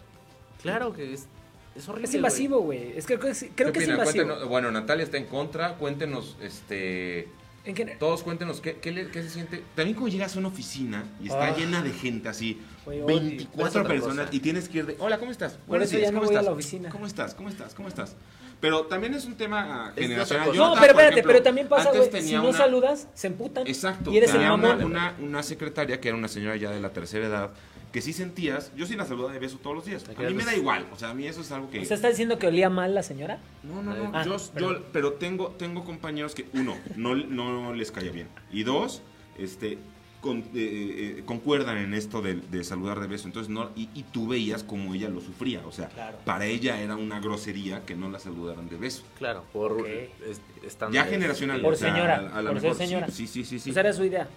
Speaker 3: Claro que es, es horrible.
Speaker 2: Es invasivo, güey. Es que creo que es, creo
Speaker 4: ¿Qué
Speaker 2: que es
Speaker 4: opinan?
Speaker 2: invasivo.
Speaker 4: Cuéntenos- bueno, Natalia está en contra. Cuéntenos, este.
Speaker 2: En general-
Speaker 4: Todos cuéntenos qué, qué, le- qué se siente.
Speaker 1: También cuando llegas a una oficina y está
Speaker 2: Ah.
Speaker 1: llena de gente así,
Speaker 2: Güey, odio.
Speaker 1: 24
Speaker 3: otra
Speaker 1: personas
Speaker 3: cosa.
Speaker 1: y tienes que ir de, hola, ¿cómo estás? Buenos
Speaker 2: eso
Speaker 1: días,
Speaker 2: ya no
Speaker 1: ¿cómo
Speaker 2: voy a
Speaker 1: estás?
Speaker 2: la oficina.
Speaker 1: ¿Cómo estás? ¿Cómo estás? ¿Cómo estás? Pero también es un tema
Speaker 3: Es
Speaker 1: generacional.
Speaker 3: otra cosa.
Speaker 1: Yo
Speaker 2: No,
Speaker 1: notaba,
Speaker 2: pero
Speaker 1: por
Speaker 2: espérate,
Speaker 1: ejemplo,
Speaker 2: pero también pasa,
Speaker 1: antes
Speaker 2: güey.
Speaker 1: tenía
Speaker 2: Si no
Speaker 1: una-
Speaker 2: saludas, se emputan.
Speaker 1: Exacto.
Speaker 2: Y eres el
Speaker 1: tenía una,
Speaker 2: mamón.
Speaker 1: una, una secretaria que era una señora ya de la tercera edad que sí sentías, yo sí la saludaba de beso todos los días. A mí me da igual, o sea, a mí eso es algo que...
Speaker 2: ¿Usted está diciendo que olía mal la señora?
Speaker 1: No, no, no.
Speaker 2: Ah,
Speaker 1: yo,
Speaker 2: perdón.
Speaker 1: yo- pero tengo, tengo compañeros que, uno, no, no les cae bien. Y dos, este, con- eh, eh, concuerdan en esto de, de saludar de beso. Entonces, no, y, y tú veías como ella lo sufría. O sea,
Speaker 2: Claro.
Speaker 1: para ella era una grosería que no la saludaran de beso.
Speaker 3: Claro, por
Speaker 2: Ok.
Speaker 3: es- estándares.
Speaker 1: Ya generacional.
Speaker 2: Por
Speaker 1: o sea,
Speaker 2: señora,
Speaker 1: a- a la
Speaker 2: por ser
Speaker 1: mejor sí,
Speaker 2: señora.
Speaker 1: Sí, sí, sí. sí.
Speaker 2: Esa pues era su idea.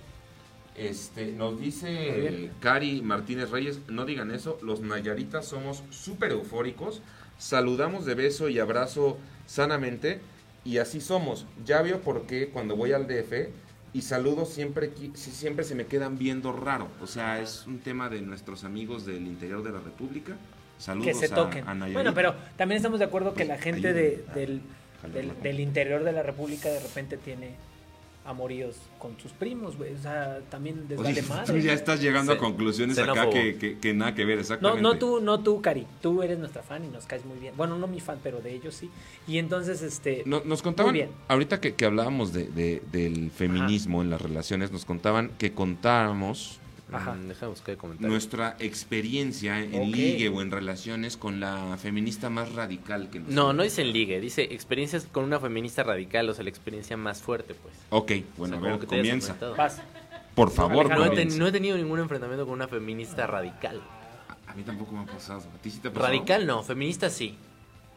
Speaker 4: Este, nos
Speaker 2: Muy
Speaker 4: dice
Speaker 2: bien.
Speaker 4: eh, Cari Martínez Reyes, no digan eso, los Nayaritas somos súper eufóricos, saludamos de beso y abrazo sanamente y así somos. Ya veo por qué cuando voy al DF y saludo siempre, qui- sí, siempre se me quedan viendo raro.
Speaker 1: O sea, es un tema de nuestros amigos del interior de la República. Saludos
Speaker 2: que se
Speaker 1: a- Pues
Speaker 2: toquen.
Speaker 1: a, Nayarit.
Speaker 2: bueno, pero también estamos de acuerdo que la gente de-
Speaker 1: ayúdenme.
Speaker 2: del,
Speaker 1: Jalo,
Speaker 2: del-
Speaker 1: jalo.
Speaker 2: del interior de la República de repente tiene amoríos con sus primos, güey. O sea, también
Speaker 1: Oye,
Speaker 2: les vale
Speaker 1: tú
Speaker 2: madre.
Speaker 1: ya estás llegando a conclusiones acá
Speaker 3: xenófobo.
Speaker 1: que, que- que nada que ver,
Speaker 2: No,
Speaker 1: exactamente.
Speaker 2: no tú, no tú, Cari. Tú eres nuestra fan y nos caes muy bien. Bueno, no mi fan, pero de ellos sí. Y entonces, este...
Speaker 4: No- nos contaban,
Speaker 2: Muy bien.
Speaker 4: ahorita que, que hablábamos de- de- del feminismo en las relaciones, nos contaban que contáramos
Speaker 3: Mm,
Speaker 2: Ajá.
Speaker 3: Dejamos que comentar.
Speaker 1: Nuestra experiencia en
Speaker 2: Ok.
Speaker 1: ligue o en relaciones con la feminista más radical que nos.
Speaker 3: No, no dice en ligue, dice experiencias con una feminista radical, o sea, la experiencia más fuerte, pues.
Speaker 1: Ok,
Speaker 3: O sea,
Speaker 1: bueno,
Speaker 3: como
Speaker 1: a
Speaker 3: que
Speaker 1: ver,
Speaker 3: te hayas
Speaker 1: comienza.
Speaker 3: enfrentado.
Speaker 2: Vas.
Speaker 1: Por favor,
Speaker 2: Alejandro,
Speaker 3: No he,
Speaker 1: comienza.
Speaker 3: ten- no he tenido ningún enfrentamiento con una feminista radical.
Speaker 1: A- A mí tampoco me ha pasado. ¿A ti sí te ha pasado?
Speaker 3: Radical no, feminista sí.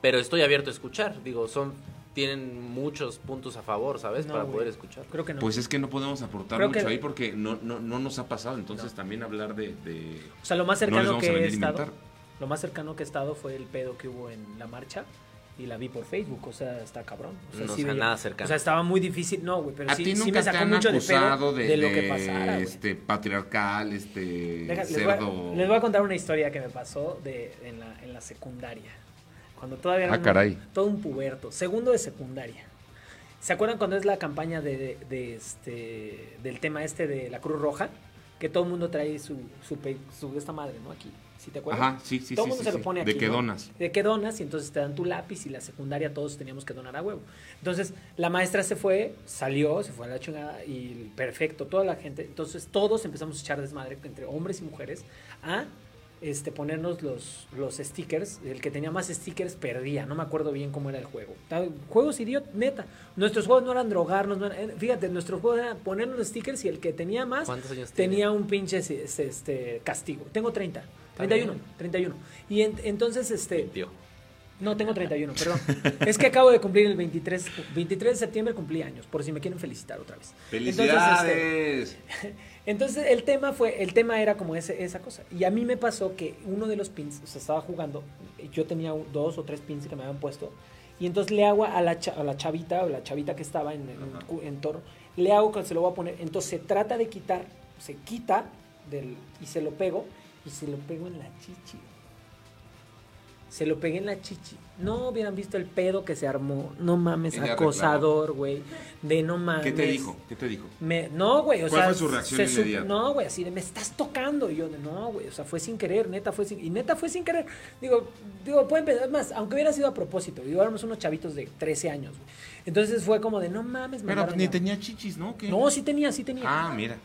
Speaker 3: Pero estoy abierto a escuchar. Digo, son tienen muchos puntos a favor, ¿sabes?
Speaker 2: No,
Speaker 3: Para
Speaker 2: güey.
Speaker 3: poder escuchar.
Speaker 2: Creo que no.
Speaker 1: Pues es que no podemos aportar
Speaker 2: Creo
Speaker 1: mucho
Speaker 2: que-
Speaker 1: ahí porque no, no, no nos ha pasado. Entonces también hablar de. de-
Speaker 2: o sea, lo más
Speaker 1: No les
Speaker 2: cercano
Speaker 1: vamos
Speaker 2: que
Speaker 1: a venir
Speaker 2: he
Speaker 1: a
Speaker 2: estado...
Speaker 1: inventar.
Speaker 2: Lo más cercano que he estado fue el pedo que hubo en la marcha y la vi por Facebook, o sea, está cabrón. O sea,
Speaker 3: No,
Speaker 2: sí
Speaker 3: o sea,
Speaker 2: veía-
Speaker 3: nada cercano.
Speaker 2: O sea, estaba muy difícil, no, güey, pero
Speaker 1: a
Speaker 2: sí,
Speaker 1: ti
Speaker 2: sí
Speaker 1: nunca
Speaker 2: me
Speaker 1: te
Speaker 2: sacó
Speaker 1: han
Speaker 2: mucho de pedo
Speaker 1: acusado
Speaker 2: de,
Speaker 1: de,
Speaker 2: lo que
Speaker 1: de,
Speaker 2: pasara, güey.
Speaker 1: este patriarcal, este
Speaker 2: Deja- les, voy a,
Speaker 1: cerdo.
Speaker 2: les voy a contar una historia que me pasó de, en, la, en la secundaria. Cuando todavía era
Speaker 4: Ah,
Speaker 2: un-
Speaker 4: caray.
Speaker 2: todo un puberto. Segundo de secundaria. ¿Se acuerdan cuando es la campaña de, de este, del tema este de la Cruz Roja? Que todo el mundo trae su, su, pe- su- esta madre, ¿no? Aquí. ¿Sí te acuerdas?
Speaker 1: Ajá, sí, sí,
Speaker 2: todo
Speaker 1: sí,
Speaker 2: el mundo
Speaker 1: sí,
Speaker 2: se
Speaker 1: sí.
Speaker 2: lo pone aquí.
Speaker 1: De que
Speaker 2: ¿no?
Speaker 1: donas.
Speaker 2: De que donas y entonces te dan tu lápiz y la secundaria todos teníamos que donar a huevo. Entonces la maestra se fue, salió, se fue a la chingada y perfecto, toda la gente. Entonces todos empezamos a echar desmadre entre hombres y mujeres a este, ponernos los, los stickers. El que tenía más stickers perdía, no me acuerdo bien cómo era el juego. Ta- Juegos idiot, neta. Nuestros juegos no eran drogarnos, no eran- eh, fíjate, nuestros juegos eran ponernos los stickers y el que tenía más
Speaker 3: ¿Cuántos años
Speaker 2: tenía un pinche este, este, castigo. Tengo 30. 31, 31. Y en- entonces, este...
Speaker 3: Mintió.
Speaker 2: No, tengo 31, perdón. Es que acabo de cumplir el 23, 23 de septiembre cumplí años, por si me quieren felicitar otra vez. Entonces, este,
Speaker 1: ¡Felicidades!
Speaker 2: Entonces el tema fue, el tema era como ese, esa cosa. Y a mí me pasó que uno de los pins, o sea, estaba jugando, yo tenía un- dos o tres pins que me habían puesto, y entonces le hago a la, cha- a la chavita, o la chavita que estaba en, en, cu- en toro, le hago que se lo voy a poner, entonces se trata de quitar, se quita del, y se lo pego, y se lo pego en la chichi. Se lo pegué en la chichi. No hubieran visto el pedo que se armó. No mames,
Speaker 1: Ella reclamó.
Speaker 2: acosador, güey. De no mames.
Speaker 5: ¿Qué te dijo? ¿Qué te dijo?
Speaker 2: Me- no, güey, o
Speaker 5: ¿Cuál
Speaker 2: sea,
Speaker 5: fue su reacción
Speaker 2: se supo-
Speaker 5: inmediata?
Speaker 2: No, güey, así de, me estás tocando. Y yo, de, no, güey, o sea, fue sin querer, neta, fue sin... Y neta fue sin querer. Digo, digo, pueden pensar más, aunque hubiera sido a propósito. Digo, éramos unos chavitos de 13 años, güey. Entonces fue como de, no mames, me
Speaker 5: Pero pues,
Speaker 2: mandaron
Speaker 5: ni
Speaker 2: a-
Speaker 5: tenía chichis, ¿no? ¿Qué?
Speaker 2: No, sí tenía, sí tenía.
Speaker 5: Ah, mira.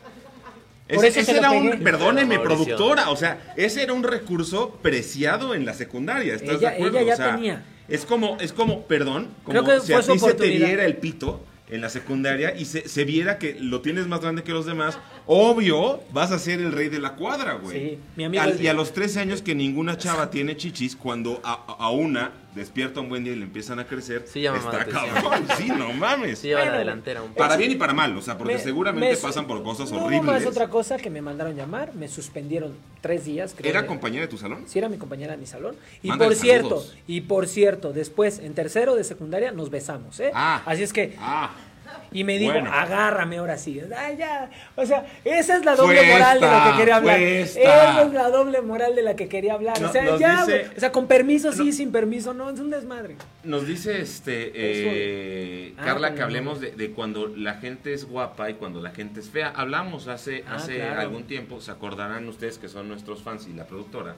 Speaker 2: Por
Speaker 5: Ese-
Speaker 2: eso
Speaker 5: ese
Speaker 2: se lo
Speaker 5: era un,
Speaker 2: pegué.
Speaker 5: perdóneme,
Speaker 3: Mauricio.
Speaker 5: productora, o sea, ese era un recurso preciado en la secundaria, ¿estás
Speaker 2: Ella-
Speaker 5: de acuerdo?
Speaker 2: ella ya
Speaker 5: O sea,
Speaker 2: tenía.
Speaker 5: Es como, es como, perdón, como
Speaker 2: Creo que
Speaker 5: si a
Speaker 2: fue su
Speaker 5: ti se te
Speaker 2: oportunidad.
Speaker 5: viera el pito en la secundaria y se, se viera que lo tienes más grande que los demás, obvio, vas a ser el rey de la cuadra, güey.
Speaker 2: Sí, mi amigo
Speaker 5: Al-
Speaker 2: es-
Speaker 5: y a los 13 años que ninguna chava tiene chichis, cuando a, a una despierta un buen día y le empiezan a crecer,
Speaker 3: Sí llama más
Speaker 5: está
Speaker 3: la atención.
Speaker 5: cabrón, sí, no mames.
Speaker 3: Sí, lleva
Speaker 2: Bueno,
Speaker 3: la delantera un
Speaker 5: Para
Speaker 3: poco.
Speaker 5: bien y para mal, o sea, porque
Speaker 2: Me-
Speaker 5: seguramente
Speaker 2: me-
Speaker 5: pasan por cosas
Speaker 2: no,
Speaker 5: horribles.
Speaker 2: No, es otra cosa que me mandaron llamar, me suspendieron tres días. Creo,
Speaker 5: ¿Era
Speaker 2: de-
Speaker 5: compañera de tu salón?
Speaker 2: Sí, era mi compañera de mi salón. Y
Speaker 5: Mándale
Speaker 2: por cierto,
Speaker 5: saludos.
Speaker 2: y por cierto, después, en tercero de secundaria, nos besamos, ¿eh?
Speaker 5: Ah.
Speaker 2: Así es que,
Speaker 5: Ah,
Speaker 2: Y me dijo,
Speaker 5: Bueno.
Speaker 2: agárrame ahora sí. Ay, ya. O sea, esa es la doble
Speaker 5: Fue
Speaker 2: moral de
Speaker 5: esta,
Speaker 2: la que quería hablar.
Speaker 5: fue esta.
Speaker 2: Esa es la doble moral de la que quería hablar.
Speaker 1: No,
Speaker 2: o sea,
Speaker 1: nos
Speaker 2: ya,
Speaker 1: dice-
Speaker 2: güey. O sea, con permiso sí, sin permiso no, es un desmadre.
Speaker 1: Nos dice este eh,
Speaker 2: Eso. Ah,
Speaker 1: Carla
Speaker 2: con
Speaker 1: que
Speaker 2: la
Speaker 1: hablemos de, de cuando la gente es guapa y cuando la gente es fea. Hablamos hace,
Speaker 2: Ah,
Speaker 1: hace
Speaker 2: claro.
Speaker 1: algún tiempo, se acordarán ustedes que son nuestros fans y la productora,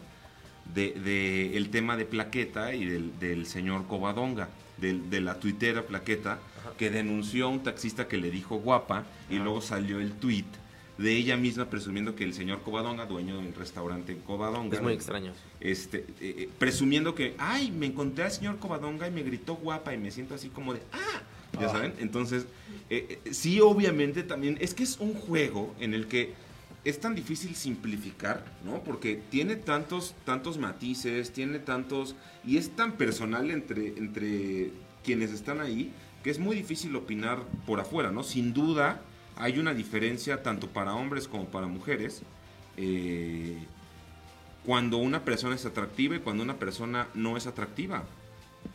Speaker 1: de, de el tema de Plaqueta y del, del señor Covadonga, del- de, la tuitera Plaqueta, que denunció a un taxista que le dijo guapa y luego salió el tuit de ella misma presumiendo que el señor Covadonga, dueño del restaurante Covadonga,
Speaker 3: Es muy extraño.
Speaker 1: este, eh, eh, presumiendo que, ay, me encontré al señor Covadonga y me gritó guapa y me siento así como de, ah, ya saben, entonces, eh, eh, sí, obviamente también, es que es un juego en el que es tan difícil simplificar, ¿no? Porque tiene tantos, tantos matices, tiene tantos, y es tan personal entre, entre quienes están ahí, que es muy difícil opinar por afuera, ¿no? Sin duda, hay una diferencia tanto para hombres como para mujeres. Eh, cuando una persona es atractiva y cuando una persona no es atractiva.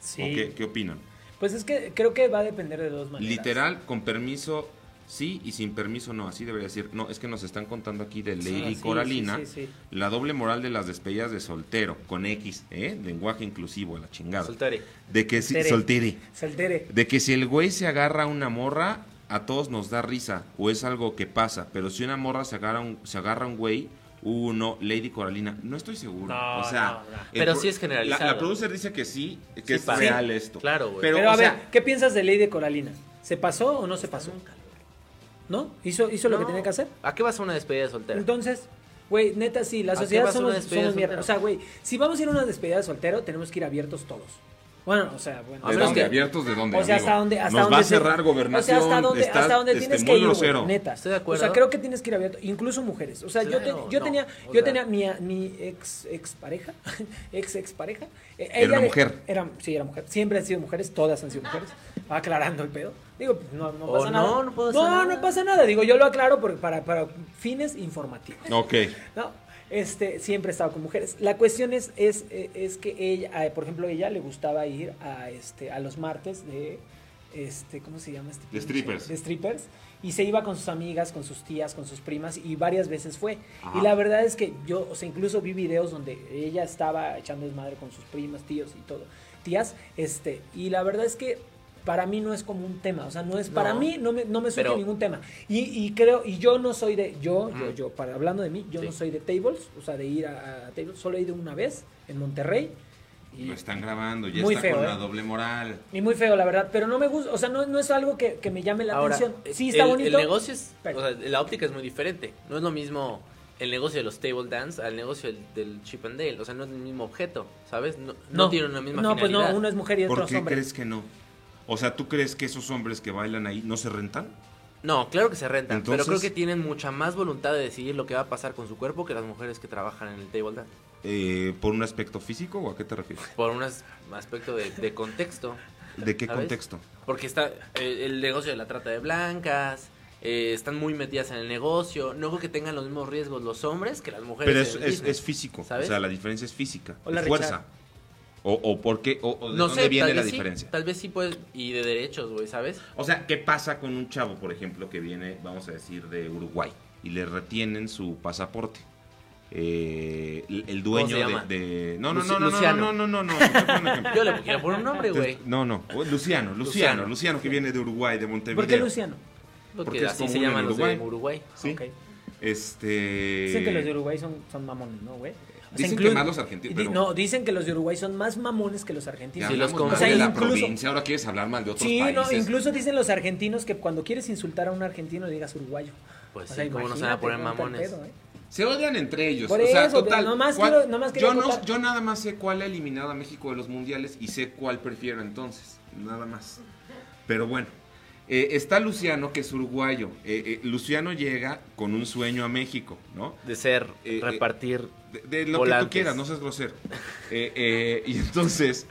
Speaker 2: Sí.
Speaker 1: ¿O qué, qué opinan?
Speaker 2: Pues es que creo que va a depender de dos maneras.
Speaker 1: Literal, con permiso sí y sin permiso no. Así debería decir. No, es que nos están contando aquí de
Speaker 2: Ah, Sí,
Speaker 1: Lady
Speaker 2: sí,
Speaker 1: Coralina
Speaker 2: sí, sí, sí.
Speaker 1: la doble moral de las despedidas de soltero con X, ¿eh? Lenguaje inclusivo a la chingada.
Speaker 3: Soltare.
Speaker 1: de que si,
Speaker 2: Soltere.
Speaker 1: soltere.
Speaker 2: Se altere.
Speaker 1: De que si el güey se agarra a una morra, a todos nos da risa, o es algo que pasa. Pero si una morra se agarra a un, se agarra a un güey, uh, no, Lady Coralina, no estoy seguro.
Speaker 2: No,
Speaker 1: o sea,
Speaker 2: no, no.
Speaker 1: el
Speaker 3: Pero
Speaker 1: pro-
Speaker 3: sí es generalizado.
Speaker 1: La, la producer dice que sí, que
Speaker 3: Sí
Speaker 1: es
Speaker 3: pasa.
Speaker 1: real
Speaker 3: Sí,
Speaker 1: esto.
Speaker 3: claro, güey.
Speaker 1: Pero,
Speaker 2: Pero,
Speaker 1: o
Speaker 2: a ver,
Speaker 1: sea,
Speaker 2: ¿qué piensas de Ley de Coralina? ¿Se pasó o no se pasó? ¿No? ¿Hizo, hizo lo que
Speaker 3: No.
Speaker 2: tenía que hacer?
Speaker 3: ¿A qué vas a una despedida de soltero?
Speaker 2: Entonces, güey, neta, sí, la
Speaker 3: ¿A qué
Speaker 2: sociedad
Speaker 3: vas a una
Speaker 2: somos,
Speaker 3: despedida
Speaker 2: somos
Speaker 3: de
Speaker 2: mierda.
Speaker 3: soltero?
Speaker 2: O sea, güey, si vamos a ir a una despedida de soltero, tenemos que ir abiertos todos. Bueno, o sea, bueno.
Speaker 1: ¿de
Speaker 3: menos
Speaker 1: dónde?
Speaker 3: que-
Speaker 1: ¿Abiertos de dónde?
Speaker 2: O sea,
Speaker 1: amigo?
Speaker 2: hasta donde, hasta
Speaker 1: Nos
Speaker 2: donde
Speaker 1: va a
Speaker 2: se-
Speaker 1: cerrar gobernación.
Speaker 2: O sea, hasta donde,
Speaker 1: está,
Speaker 2: hasta donde
Speaker 1: este,
Speaker 2: tienes
Speaker 1: muy
Speaker 2: que ir, güey,
Speaker 1: grosero.
Speaker 2: neta.
Speaker 3: Estoy de acuerdo.
Speaker 2: O sea, creo que tienes que ir abierto, incluso mujeres. O sea, yo, te-
Speaker 3: Claro,
Speaker 2: yo
Speaker 3: no,
Speaker 2: tenía,
Speaker 3: o
Speaker 2: yo
Speaker 3: sea.
Speaker 2: tenía mi, mi ex ex pareja, ex ex pareja. eh,
Speaker 1: Era
Speaker 2: de-
Speaker 1: mujer.
Speaker 2: Era, sí, era mujer. Siempre han sido mujeres, todas han sido mujeres. Aclarando el pedo. Digo, pues, no, no
Speaker 3: O
Speaker 2: pasa
Speaker 3: no,
Speaker 2: nada.
Speaker 3: no pasa
Speaker 2: no,
Speaker 3: nada.
Speaker 2: no pasa nada. Digo, yo lo aclaro porque para, para fines informativos.
Speaker 1: Ok.
Speaker 2: No, este, siempre he estado con mujeres. La cuestión es, es, eh, es que ella, eh, por ejemplo, ella le gustaba ir a, este, a los martes de, este, ¿cómo se llama este?
Speaker 1: De
Speaker 2: pinche?
Speaker 1: strippers.
Speaker 2: De strippers. Y se iba con sus amigas, con sus tías, con sus primas y varias veces fue.
Speaker 1: Ajá.
Speaker 2: Y la verdad es que yo, o sea, incluso vi videos donde ella estaba echando desmadre con sus primas, tíos y todo, tías, este, y la verdad es que para mí no es como un tema, o sea, no es, para
Speaker 3: No.
Speaker 2: mí no me, no me surge
Speaker 3: Pero-
Speaker 2: ningún tema. Y, y creo, y yo no soy de, yo, yo,
Speaker 3: Mm.
Speaker 2: yo, para, hablando de mí, yo
Speaker 3: Sí.
Speaker 2: no soy de tables, o sea, de ir a, a tables, solo he ido una vez en Monterrey. Y,
Speaker 1: Lo
Speaker 3: Pues
Speaker 1: están grabando, ya
Speaker 2: Muy
Speaker 1: está
Speaker 2: feo,
Speaker 1: con
Speaker 2: ¿eh?
Speaker 1: la doble moral.
Speaker 2: y muy feo, la verdad, pero no me gusta, o sea, no, no es algo que, que me llame la
Speaker 3: Ahora, eh,
Speaker 2: atención. Sí, está
Speaker 3: el,
Speaker 2: bonito.
Speaker 3: El negocio es.
Speaker 2: pero-
Speaker 3: O sea, la óptica es muy diferente. No es lo mismo el negocio de los table dance al negocio del, del chip and dale. O sea, no es el mismo objeto, ¿sabes? No, no, tienen la misma
Speaker 2: No, pues
Speaker 3: finalidad.
Speaker 2: no, uno es mujer y otro
Speaker 1: ¿Por
Speaker 2: es
Speaker 1: qué
Speaker 2: hombre.
Speaker 1: crees que no? O sea, ¿tú crees que esos hombres que bailan ahí no se rentan?
Speaker 3: No, claro que se rentan,
Speaker 1: Entonces-
Speaker 3: pero creo que tienen mucha más voluntad de decidir lo que va a pasar con su cuerpo que las mujeres que trabajan en el table dance.
Speaker 1: eh, por un aspecto físico o a qué te refieres?
Speaker 3: Por un as- aspecto de, de contexto.
Speaker 1: ¿De qué
Speaker 3: ¿Sabes?
Speaker 1: contexto?
Speaker 3: Porque está eh, el negocio de la trata de blancas, eh, están muy metidas en el negocio. No creo que tengan los mismos riesgos los hombres que las mujeres.
Speaker 1: Pero es,
Speaker 3: en el
Speaker 1: es,
Speaker 3: business.
Speaker 1: es físico,
Speaker 3: ¿sabes?
Speaker 1: o sea, la diferencia es física,
Speaker 2: O la
Speaker 1: de fuerza. O, o por qué, o, o de dónde viene
Speaker 3: tal
Speaker 1: la
Speaker 3: vez sí,
Speaker 1: diferencia.
Speaker 3: tal vez sí, pues, y de derechos, güey, ¿sabes?
Speaker 1: O sea, ¿qué pasa con un chavo, por ejemplo, que viene, vamos a decir, de Uruguay y le retienen su pasaporte? Eh, el, el dueño
Speaker 3: ¿Cómo se llama?
Speaker 1: de, de- No, no,
Speaker 3: Luci-
Speaker 1: no, no, no, no,
Speaker 3: Luciano.
Speaker 1: no, no, no, te pongo un ejemplo.
Speaker 3: Yo le quiero poner un nombre,
Speaker 1: Entonces,
Speaker 3: güey.
Speaker 1: No, no, o- Luciano, Luciano,
Speaker 3: Luciano.
Speaker 1: Luciano que viene de Uruguay, de Montevideo.
Speaker 2: ¿Por qué Luciano?
Speaker 1: porque
Speaker 3: Porque
Speaker 1: es
Speaker 3: así
Speaker 1: común
Speaker 3: se
Speaker 1: en
Speaker 3: llaman los de
Speaker 1: Uruguay.
Speaker 3: Uruguay.
Speaker 1: Sí.
Speaker 2: Ok.
Speaker 1: Este.
Speaker 2: Dicen que los de Uruguay son, son mamones, ¿no, güey? O sea,
Speaker 1: Dicen que
Speaker 2: incluyen-
Speaker 1: más los argentinos,
Speaker 2: di-
Speaker 1: pero-
Speaker 2: No, dicen que los de Uruguay son más mamones que los argentinos.
Speaker 3: Sí, los
Speaker 4: Hablamos mal
Speaker 3: o sea,
Speaker 4: de la
Speaker 2: incluso-
Speaker 4: provincia, ahora quieres hablar mal de otros
Speaker 2: Sí, no,
Speaker 4: países.
Speaker 2: incluso dicen los argentinos que cuando quieres insultar a un argentino le digas uruguayo.
Speaker 3: Pues
Speaker 2: O
Speaker 3: sí,
Speaker 2: sea,
Speaker 3: ¿cómo no se van a
Speaker 2: imagínate
Speaker 3: poner
Speaker 2: cómo está el
Speaker 3: mamones?
Speaker 2: pedo, ¿eh?
Speaker 4: Se odian entre ellos.
Speaker 2: Por
Speaker 4: o sea,
Speaker 2: eso,
Speaker 4: total.
Speaker 2: pero nomás
Speaker 4: ¿cuál-
Speaker 2: quiero- nomás quería
Speaker 4: yo, no,
Speaker 2: acotar.
Speaker 4: yo nada más sé cuál ha eliminado a México de los mundiales y sé cuál prefiero entonces. Nada más.
Speaker 1: Pero bueno, eh, está Luciano, que es uruguayo. Eh, eh, Luciano llega con un sueño a México, ¿no?
Speaker 3: De ser,
Speaker 1: Eh, eh,
Speaker 3: repartir.
Speaker 1: De, de lo que
Speaker 3: Volantes.
Speaker 1: tú quieras, no seas grosero. Eh, eh, y entonces,